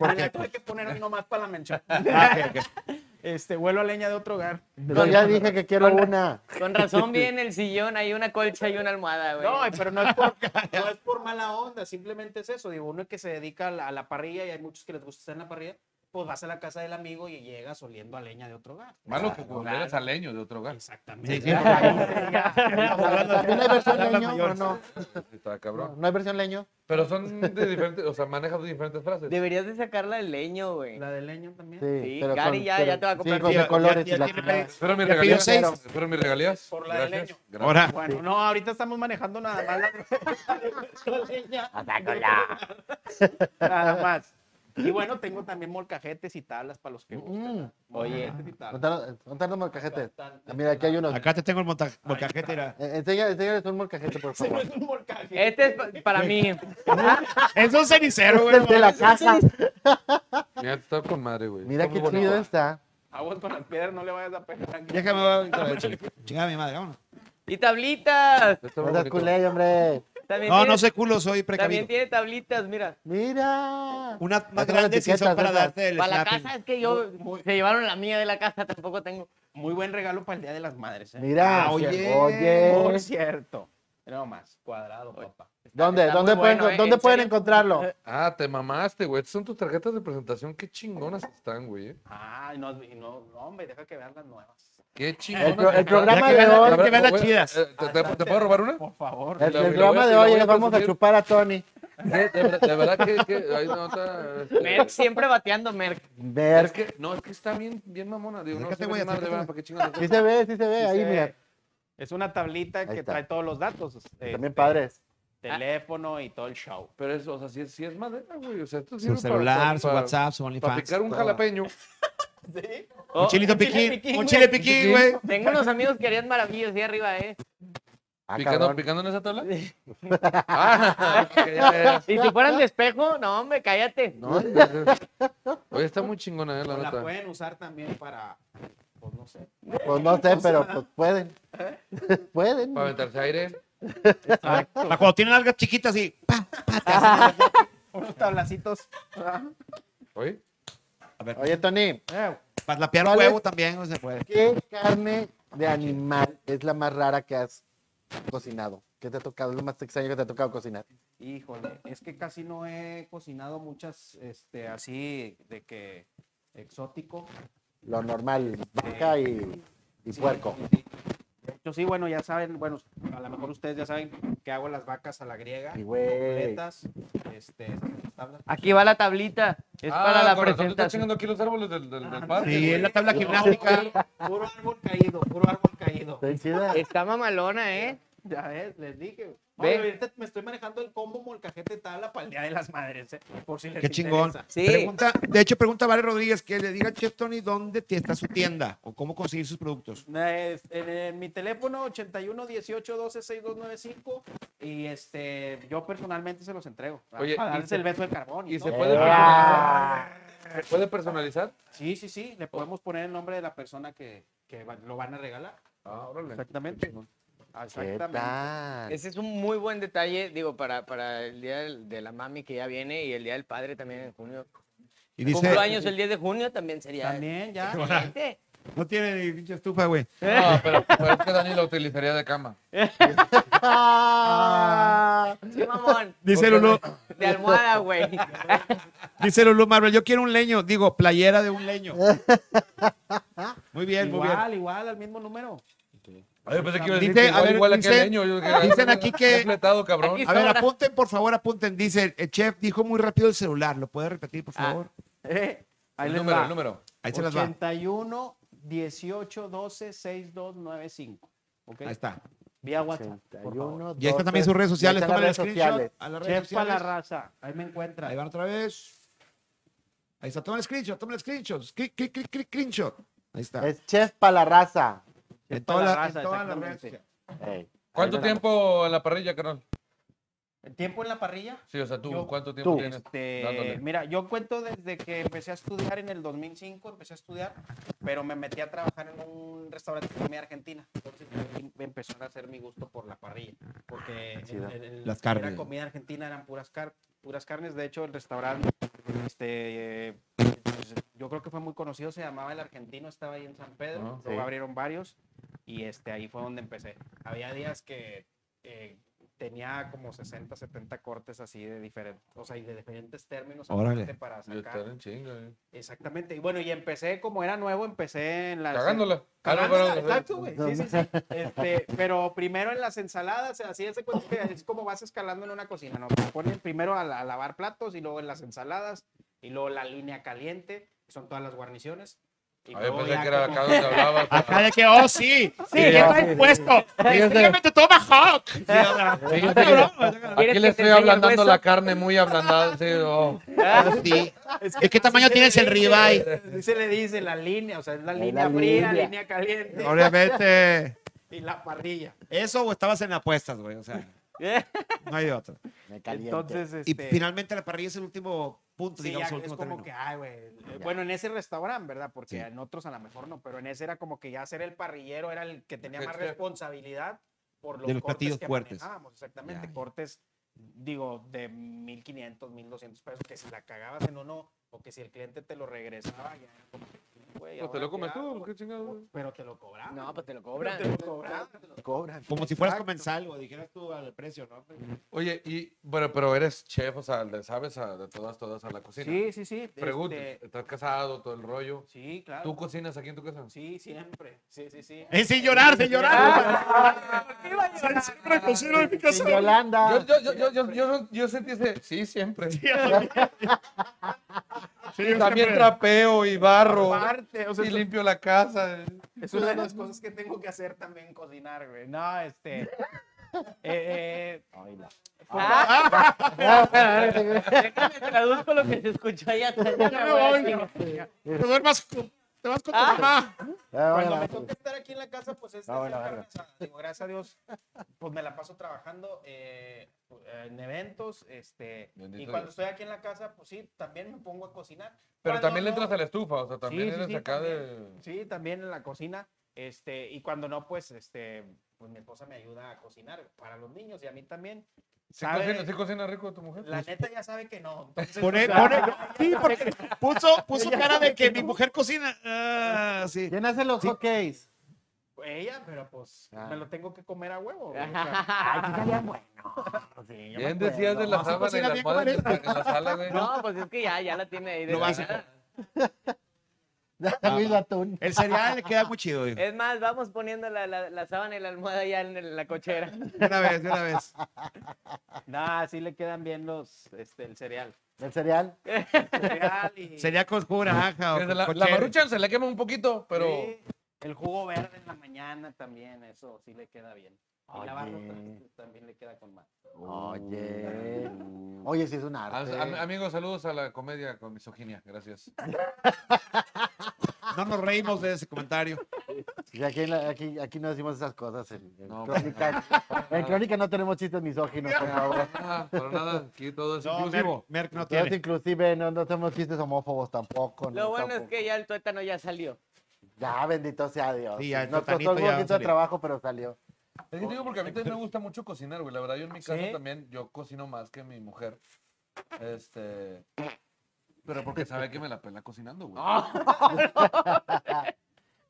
Speaker 6: Ah, ya tuve que poner ahí nomás para la mención.
Speaker 4: Ah,
Speaker 6: Este, vuelo a leña de otro hogar.
Speaker 2: Yo ya dije que quiero una.
Speaker 3: con razón viene el sillón, hay una colcha y una almohada, güey.
Speaker 6: No, pero no es, por, no es por mala onda, simplemente es eso. Digo, uno que se dedica a la, a la parrilla y hay muchos que les gusta estar en la parrilla, pues vas a la casa del amigo y llegas oliendo a leña de otro hogar.
Speaker 4: Malo que cuando
Speaker 6: Claro.
Speaker 4: eres aleño de otro hogar.
Speaker 6: Exactamente.
Speaker 5: Sí, sí.
Speaker 2: ¿También hay versión leño o no?
Speaker 4: Está cabrón.
Speaker 2: ¿No hay versión leño?
Speaker 4: Pero son de diferentes, o sea, manejas de diferentes frases.
Speaker 3: Deberías de sacarla del leño, güey.
Speaker 6: La de leño también.
Speaker 2: Sí,
Speaker 3: Sí,
Speaker 2: pero
Speaker 3: Gary
Speaker 2: con-
Speaker 3: ya-
Speaker 2: pero-
Speaker 3: ya te va a comprar
Speaker 2: Sí, con
Speaker 5: Ya-
Speaker 2: de colores
Speaker 5: ya-
Speaker 2: y la
Speaker 5: ya tiene
Speaker 2: chingada.
Speaker 5: tres.
Speaker 4: Pero mis
Speaker 5: Ya pidió
Speaker 4: regalías.
Speaker 5: seis.
Speaker 4: Pero mis regalías.
Speaker 6: Por la de
Speaker 4: Gracias.
Speaker 6: leño.
Speaker 4: Gracias.
Speaker 5: Ahora,
Speaker 6: Bueno, no, ahorita estamos manejando nada más la leña. Nada más. Y bueno, tengo también molcajetes y tablas para los que gusten.
Speaker 2: Mm.
Speaker 6: Oye, molcajetes y tablas.
Speaker 2: Contanos- Contanos molcajetes.
Speaker 6: Están-
Speaker 2: Ah, Mira, aquí hay unos.
Speaker 5: acá te tengo el montaje. Molcajete, mira.
Speaker 2: Eh, enseña- Enséñales un molcajete, por
Speaker 6: Ese no
Speaker 2: favor.
Speaker 6: es un molcajete.
Speaker 3: Este es pa- para mí.
Speaker 5: Es un cenicero, güey.
Speaker 2: De la casa.
Speaker 4: Mira, está con madre, güey.
Speaker 2: Mira
Speaker 4: Está
Speaker 2: qué
Speaker 4: muy bonito.
Speaker 2: chido está.
Speaker 6: Aguas con las piedras, no le vayas a pegar.
Speaker 5: Déjame voy a- Chingada mi madre, vámonos.
Speaker 3: Y tablitas.
Speaker 4: Está muy
Speaker 2: No seas
Speaker 4: bonito.
Speaker 2: culé, hombre.
Speaker 3: También
Speaker 5: No,
Speaker 3: tiene-
Speaker 5: no sé culo, soy precavido.
Speaker 3: También tiene tablitas, mira.
Speaker 2: Mira.
Speaker 5: Unas
Speaker 2: Ya
Speaker 5: más
Speaker 2: son las
Speaker 5: grandes y son
Speaker 2: etiquetas
Speaker 5: para
Speaker 2: esas.
Speaker 5: darte el
Speaker 3: Para la
Speaker 5: snapping.
Speaker 3: casa es que yo se llevaron la mía de la casa, tampoco tengo.
Speaker 7: Muy buen regalo para el Día de las Madres. ¿eh?
Speaker 2: Mira, eh.
Speaker 5: Ah, oye.
Speaker 7: Por
Speaker 2: oye.
Speaker 7: cierto. No más, cuadrado, papá.
Speaker 2: ¿Dónde,
Speaker 3: está muy
Speaker 2: dónde, pueden,
Speaker 3: bueno, ¿eh?
Speaker 2: ¿dónde
Speaker 3: ¿En
Speaker 2: pueden
Speaker 3: serio?
Speaker 2: encontrarlo?
Speaker 4: Ah, te mamaste, güey. Estas son tus tarjetas de presentación. Qué chingonas están, güey. eh.
Speaker 7: Ay, no, y no, no, hombre, deja que vean las nuevas.
Speaker 4: Qué chingonas.
Speaker 2: pro- el
Speaker 4: están.
Speaker 2: programa
Speaker 4: Ya
Speaker 2: de
Speaker 4: vean-
Speaker 2: hoy-
Speaker 4: ya
Speaker 5: que vean las
Speaker 4: güey,
Speaker 5: chidas.
Speaker 4: eh, ¿Te, te- te puedo robar una?
Speaker 7: Por favor.
Speaker 2: El,
Speaker 4: la-
Speaker 2: el
Speaker 4: y la voy
Speaker 2: programa
Speaker 4: a- y
Speaker 2: de
Speaker 4: la
Speaker 2: hoy
Speaker 4: voy a
Speaker 2: les vamos a
Speaker 4: presumir.
Speaker 2: chupar a Tony.
Speaker 4: De, de- de verdad que, que ahí no está, este,
Speaker 3: Merck siempre bateando Merck.
Speaker 4: Es
Speaker 2: Ver.
Speaker 4: que, no, es que está bien, bien mamona. Digo, no
Speaker 5: Acércate,
Speaker 4: se ve
Speaker 5: güey,
Speaker 4: ni madre,
Speaker 5: acércate,
Speaker 4: ¿verdad?
Speaker 5: güey.
Speaker 4: ¿Para qué chingados?
Speaker 2: Sí se ve, sí se ve. Ahí,
Speaker 7: Dice,
Speaker 2: mira.
Speaker 7: Es una tablita que
Speaker 2: está.
Speaker 7: trae todos los datos. este,
Speaker 2: También padres.
Speaker 7: Teléfono y todo el show.
Speaker 4: Pero es, o sea, si es, si es madera, güey. O sea, esto
Speaker 5: Su
Speaker 4: sirve para-
Speaker 5: celular,
Speaker 4: para-
Speaker 5: su
Speaker 4: para-
Speaker 5: WhatsApp, su
Speaker 4: Para
Speaker 5: OnlyFans.
Speaker 4: picar un
Speaker 5: todo.
Speaker 4: jalapeño.
Speaker 5: Un
Speaker 3: Oh,
Speaker 5: chilito
Speaker 3: un chile
Speaker 5: piquín,
Speaker 3: piquín,
Speaker 5: un
Speaker 3: güey.
Speaker 5: chile piquín,
Speaker 4: Piquín.
Speaker 5: güey.
Speaker 3: Tengo unos amigos que harían maravillas ahí arriba, ¿eh?
Speaker 2: Ah,
Speaker 4: ¿Picando,
Speaker 2: cabrón.
Speaker 4: ¿Picando en esa tabla? ah, ok, ya, ya, ya.
Speaker 3: Y si fueran de espejo, no, hombre, cállate.
Speaker 4: No, ya, ya. Oye, está muy chingona, eh, la
Speaker 6: O la
Speaker 4: neta.
Speaker 6: pueden usar también para, pues no sé.
Speaker 2: Pues no sé, pero pues pueden. pueden.
Speaker 4: Para aventarse aire.
Speaker 2: Ah,
Speaker 5: Para cuando tienen algas chiquitas y pa, pa, te hacen-
Speaker 6: Unos tablacitos.
Speaker 4: Oye,
Speaker 5: A ver,
Speaker 2: Oye, Tony,
Speaker 6: Eh,
Speaker 5: para lapear un
Speaker 2: ¿cuál
Speaker 5: huevo
Speaker 2: es?
Speaker 5: también, pues. no se puede.
Speaker 2: ¿qué carne de animal es la más rara que has cocinado? ¿Qué te ha tocado? Es lo más extraño que te ha tocado cocinar.
Speaker 6: Híjole, es que casi no he cocinado muchas, este, así de que exótico.
Speaker 2: Lo normal, vaca y, y
Speaker 6: Sí,
Speaker 2: puerco.
Speaker 6: sí, sí. De hecho, sí, bueno, ya saben, bueno, a lo mejor ustedes ya saben que hago las vacas a la griega,
Speaker 2: Y güey.
Speaker 6: completas, este, tablas.
Speaker 3: Aquí va la tablita. Es
Speaker 4: ah,
Speaker 3: para la
Speaker 4: con razón, te estás
Speaker 3: presentación.
Speaker 4: chingando aquí los árboles del, del, del parque.
Speaker 5: Ah, Sí,
Speaker 4: güey.
Speaker 5: es la tabla gimnástica.
Speaker 6: Puro árbol caído, puro árbol caído.
Speaker 2: Está chida.
Speaker 3: Está mamalona, ¿eh?
Speaker 6: Ya ves, les dije.
Speaker 3: Ve.
Speaker 6: Oye, ahorita me estoy manejando el combo molcajete tabla para el Día de las Madres, eh, por si les
Speaker 5: Qué chingón.
Speaker 6: interesa.
Speaker 3: Sí.
Speaker 5: Pregunta, de hecho, pregunta a Vale Rodríguez que le diga a Chef Tony dónde te- está su tienda o cómo conseguir sus productos.
Speaker 6: Es- En, en mi teléfono 81 18 12 6295 y este yo personalmente se los entrego. Ah,
Speaker 4: Oye,
Speaker 6: para
Speaker 4: y
Speaker 6: darles
Speaker 4: se-
Speaker 6: el beso del carbón y,
Speaker 4: Y se
Speaker 6: todo.
Speaker 4: puede personalizar.
Speaker 2: Ah.
Speaker 4: ¿Se puede personalizar?
Speaker 6: Sí, sí, sí, le podemos poner el nombre de la persona que, que va- lo van a regalar.
Speaker 4: Ah, órale.
Speaker 6: Exactamente.
Speaker 2: ¿Qué
Speaker 6: Exactamente.
Speaker 2: tal?
Speaker 3: Ese es un muy buen detalle, digo, para, para el día del- de la mami que ya viene y el día del padre también en junio.
Speaker 5: Y
Speaker 3: Cumplo
Speaker 5: dice,
Speaker 3: años el 10 de junio también sería. Ah,
Speaker 6: También ya.
Speaker 3: Excelente.
Speaker 5: no tiene ni pinche estufa, güey.
Speaker 4: No, pero, pero es que Dani la utilizaría de cama.
Speaker 2: Ah.
Speaker 3: Sí, mamón.
Speaker 5: Dice Lulú,
Speaker 3: De almohada, güey.
Speaker 5: dice Lulú Marvel, yo quiero un leño, digo, playera de un leño. Muy bien, muy bien.
Speaker 6: Igual, igual, al mismo número.
Speaker 4: Oye, pensé que iba a
Speaker 5: Dice,
Speaker 4: decir que
Speaker 5: a
Speaker 4: igual,
Speaker 5: ver,
Speaker 4: igual
Speaker 5: dice-
Speaker 4: aquel leño. yo dije,
Speaker 5: dicen aquí que-
Speaker 4: Completado, cabrón.
Speaker 3: Aquí-
Speaker 5: A ver,
Speaker 3: sobra.
Speaker 5: apunten, por favor, apunten. Dice, el chef dijo muy rápido el celular. ¿Lo puede repetir, por favor?
Speaker 6: Eh, ahí
Speaker 4: el
Speaker 6: les
Speaker 4: número,
Speaker 6: va.
Speaker 4: el número.
Speaker 5: Ahí se las va.
Speaker 6: 81 18 12 6295. ¿Ok?
Speaker 5: Ahí está.
Speaker 6: Vía WhatsApp. por favor.
Speaker 2: 81,
Speaker 5: Y ahí están
Speaker 2: 12.
Speaker 5: también sus redes sociales.
Speaker 2: Ya están
Speaker 5: Tómale el
Speaker 2: las redes
Speaker 5: screenshot
Speaker 2: sociales.
Speaker 5: a las redes
Speaker 6: Chef pa' la
Speaker 5: sociales.
Speaker 6: raza. Ahí me encuentra.
Speaker 5: Ahí van otra vez. Ahí está, toma el screenshot, toma el screenshot. Screen- clic, clic, clic, screenshot. Ahí está.
Speaker 2: Es chef para la raza.
Speaker 5: En
Speaker 6: toda
Speaker 5: todas
Speaker 6: la
Speaker 5: las- en
Speaker 6: raza,
Speaker 5: todas las redes
Speaker 6: exactamente.
Speaker 5: sociales.
Speaker 2: Ey.
Speaker 4: ¿Cuánto
Speaker 2: Ahí nos
Speaker 4: tiempo en la parrilla, carnal?
Speaker 6: ¿El tiempo en la parrilla?
Speaker 4: Sí, o sea, tú,
Speaker 6: Yo-
Speaker 4: ¿cuánto tiempo
Speaker 2: tú.
Speaker 4: tienes?
Speaker 6: Este,
Speaker 4: Dándole.
Speaker 6: mira, yo cuento desde que empecé a estudiar en el 2005, empecé a estudiar, pero me metí a trabajar en un restaurante de comida argentina. Entonces ahí me empezó a hacer mi gusto por la parrilla, porque el- el- el-
Speaker 5: Las carnes.
Speaker 6: Era comida argentina, eran puras, car- puras carnes. De hecho, el restaurante, este, eh, pues, yo creo que fue muy conocido, se llamaba El Argentino, estaba ahí en San Pedro,
Speaker 4: Ajá.
Speaker 6: luego
Speaker 2: Sí.
Speaker 6: abrieron varios y este, ahí fue donde empecé. Había días que... eh, tenía como 60, 70 cortes así de diferentes, o sea, y de diferentes términos
Speaker 5: Órale.
Speaker 6: aparte para
Speaker 4: Yo estar
Speaker 6: sacar.
Speaker 4: en chinga. eh.
Speaker 6: Exactamente. Y bueno, y empecé como era nuevo, empecé en las
Speaker 4: Cagándola.
Speaker 6: Cagándola,
Speaker 4: Ah, no, perdón.
Speaker 6: exacto, güey. Sí, sí, sí. Este, pero primero en las ensaladas, así es, que es como vas escalando en una cocina, ¿no? Te ponen primero a, la- a lavar platos y luego en las ensaladas y luego la línea caliente, que son todas las guarniciones. Y
Speaker 4: A ver,
Speaker 6: luego
Speaker 4: Ah, pensé
Speaker 6: ya
Speaker 4: que era
Speaker 6: como-
Speaker 4: acá donde hablabas.
Speaker 5: Acá de que, oh, sí. Sí,
Speaker 2: ya
Speaker 5: ya
Speaker 2: está
Speaker 5: está impuesto. Dígame tu toma Hawk.
Speaker 3: ¿Quieres
Speaker 4: Aquí
Speaker 3: que te
Speaker 4: le estoy
Speaker 3: enseñe el
Speaker 4: ablandando
Speaker 3: hueso?
Speaker 4: la carne muy ablandada. Sí, oh.
Speaker 5: Sí. ¿De qué tamaño tienes el ribeye?
Speaker 6: Sí se le dice la línea, o sea, es la
Speaker 2: Es la
Speaker 6: línea fría,
Speaker 2: línea.
Speaker 6: línea caliente
Speaker 5: Obviamente.
Speaker 6: y la parrilla.
Speaker 5: Eso o estabas en apuestas, güey. O sea, no hay de otra.
Speaker 2: Me caliente.
Speaker 6: Entonces, este,
Speaker 5: Y finalmente la parrilla es el último punto,
Speaker 6: sí,
Speaker 5: digamos,
Speaker 6: ya
Speaker 5: el
Speaker 6: es
Speaker 5: último
Speaker 6: como
Speaker 5: término.
Speaker 6: que, ay, güey. eh,
Speaker 2: Ya.
Speaker 6: Bueno, en ese restaurante, ¿verdad? Porque
Speaker 5: Sí.
Speaker 6: en otros a lo mejor no, pero en ese era como que ya ser el parrillero era el que tenía
Speaker 4: Sí,
Speaker 6: más
Speaker 4: sí.
Speaker 6: responsabilidad por los,
Speaker 5: De los
Speaker 6: cortes
Speaker 5: platillos
Speaker 6: que
Speaker 5: fuertes.
Speaker 6: manejábamos, Exactamente,
Speaker 5: Ya, ya.
Speaker 6: cortes, digo, de 1500, 1200 pesos, que si la cagabas en uno o que si el cliente te lo regresaba, ya era como, que,
Speaker 3: güey.
Speaker 4: Pues te
Speaker 3: ahora
Speaker 4: lo comes
Speaker 3: ya.
Speaker 4: tú, pues, qué chingado. güey.
Speaker 6: Pero te lo cobran.
Speaker 3: No, pues te lo cobran.
Speaker 2: Cobran.
Speaker 5: Como si fueras
Speaker 2: Exacto.
Speaker 5: comensal o dijeras tú al precio, ¿no?
Speaker 4: Oye, y bueno, pero eres chef, o sea, le sabes a, de todas, todas a la cocina.
Speaker 7: Sí, sí, sí.
Speaker 4: Preguntas,
Speaker 7: este,
Speaker 4: estás casado, todo el rollo.
Speaker 7: sí, claro.
Speaker 4: ¿Tú Eh, cocinas aquí en tu casa?
Speaker 7: Sí, siempre. Sí, sí, sí.
Speaker 5: Es Eh, sin llorar, sin llorar. Siempre cocino en mi casa.
Speaker 2: Sin Yolanda.
Speaker 4: Yo, yo, yo, yo, yo, yo, yo sentí ese, sí, siempre.
Speaker 5: Sí,
Speaker 4: Y
Speaker 5: yo
Speaker 4: también
Speaker 5: siempre-
Speaker 4: trapeo y barro.
Speaker 7: Aparte, o sea,
Speaker 4: y
Speaker 7: es-
Speaker 4: limpio la casa. eh.
Speaker 7: es una de las cosas que tengo que hacer también, cocinar, güey.
Speaker 6: No, este. eh, eh,
Speaker 4: Ah,
Speaker 7: pues, ah,
Speaker 3: Déjame traduzco lo que se escuchó allá atrás. Ya me voy.
Speaker 5: Te duermas con- te vas con tu mamá.
Speaker 2: Ah, bueno,
Speaker 7: Cuando me
Speaker 2: vamos.
Speaker 7: toca estar aquí en la casa, pues es
Speaker 2: Ah, bueno,
Speaker 7: hacer
Speaker 2: bueno.
Speaker 7: carne asada. Digo, gracias a Dios, pues me la paso trabajando eh, en eventos, este,
Speaker 4: Bendito
Speaker 7: y cuando
Speaker 4: Dios.
Speaker 7: estoy aquí en la casa, pues sí, también me pongo a cocinar.
Speaker 4: Pero
Speaker 7: Cuando
Speaker 4: también le
Speaker 7: no-
Speaker 4: entras a la estufa, o sea, también
Speaker 7: Sí, sí,
Speaker 4: eres
Speaker 7: sí,
Speaker 4: acá
Speaker 7: también.
Speaker 4: de...
Speaker 7: Sí, también en la cocina, este, y cuando no, pues, este, pues mi esposa me ayuda a cocinar para los niños y a mí también.
Speaker 4: ¿Sí
Speaker 7: Sabe-
Speaker 4: cocina, sí cocina rico tu mujer?
Speaker 7: La neta ya sabe que no. entonces,
Speaker 5: Pone-
Speaker 7: o sea,
Speaker 5: pone- sí, porque puso, puso cara de que mi mujer cocina. Ah, sí.
Speaker 2: ¿Quién hace los hotcakes?
Speaker 7: Ella, pero pues
Speaker 2: Ah.
Speaker 7: me lo tengo que comer a huevo. güey, o sea,
Speaker 3: Ajá.
Speaker 4: Bien decías de la
Speaker 5: Así
Speaker 4: sábana y
Speaker 5: cocina
Speaker 4: la
Speaker 5: bien,
Speaker 4: almohada en
Speaker 5: comadre.
Speaker 4: la- en la sala, güey.
Speaker 3: No, pues es que ya, ya la tiene ahí. de
Speaker 5: Lo
Speaker 3: la
Speaker 5: básico.
Speaker 3: nada.
Speaker 2: Luis Ah, Atún.
Speaker 5: El cereal le queda muy chido, dijo.
Speaker 3: Es más, vamos poniendo la, la, la sábana y la almohada ya en el- la cochera.
Speaker 5: De una vez, de una vez.
Speaker 6: no, sí le quedan bien los, este, el cereal.
Speaker 2: El cereal.
Speaker 7: cereal y-
Speaker 5: Sería con jugo de naranja o
Speaker 4: Desde
Speaker 5: con
Speaker 4: La, la
Speaker 5: cochere.
Speaker 4: marucha se le quema un poquito, pero...
Speaker 7: Sí, el jugo verde en la mañana también, eso sí le queda bien. Y
Speaker 2: Oye.
Speaker 7: la barra atrás también le queda con más.
Speaker 2: Oye. Mm. Oye, sí es un
Speaker 4: A-
Speaker 2: arte.
Speaker 5: Ah,
Speaker 4: a- amigos, saludos a la comedia con misoginia, gracias.
Speaker 5: No nos reímos de ese comentario.
Speaker 2: Sí, Aquí, en la- aquí, aquí no decimos esas cosas. En, en
Speaker 4: No,
Speaker 2: crónica, en Crónica no tenemos chistes misóginos, por favor.
Speaker 4: Ah, pero nada, aquí todo es
Speaker 5: No,
Speaker 4: inclusivo.
Speaker 5: Merck, Merck no
Speaker 2: Nosotros
Speaker 5: tiene.
Speaker 2: inclusive no, no tenemos chistes homófobos tampoco.
Speaker 3: Lo
Speaker 2: no,
Speaker 3: bueno es
Speaker 2: tampoco.
Speaker 3: que ya el tuétano ya salió.
Speaker 2: Ya, bendito sea Dios.
Speaker 5: Sí, ya, el
Speaker 2: Nos costó
Speaker 5: totanito
Speaker 2: un
Speaker 5: ya
Speaker 2: poquito de
Speaker 5: salió.
Speaker 2: trabajo, pero salió.
Speaker 4: Es que te digo porque a mí también me gusta mucho cocinar, güey. La verdad, yo en mi casa
Speaker 7: ¿Sí?
Speaker 4: también, yo cocino más que mi mujer. Este... Pero porque sabe que me la pela cocinando, güey.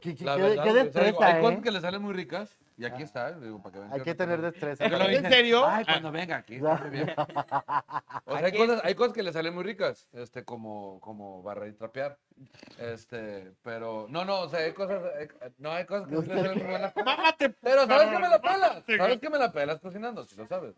Speaker 2: ¿Qué, qué,
Speaker 4: La
Speaker 2: Ah, qué-
Speaker 4: verdad,
Speaker 2: qué
Speaker 4: güey, o sea, digo,
Speaker 2: destreza,
Speaker 4: hay
Speaker 2: eh?
Speaker 4: cosas que le salen muy ricas y aquí está, digo, para que vean
Speaker 2: Hay que
Speaker 4: ahorita
Speaker 2: tener
Speaker 4: no-
Speaker 2: destreza.
Speaker 4: Yo lo
Speaker 5: ¿En
Speaker 4: dije,
Speaker 5: serio? Ah.
Speaker 4: Ay, cuando venga aquí, está muy bien. O sea, hay
Speaker 3: Aquí-
Speaker 4: cosas, hay cosas que le salen muy ricas, este, como, como barrer y trapear. Este, pero, no, no, o sea, hay cosas, hay- no, hay cosas que sí le salen muy buenas.
Speaker 5: Mámate.
Speaker 4: Pero ¿sabes que me la pelas? ¿Sabes que me la pelas cocinando? Si lo sabes.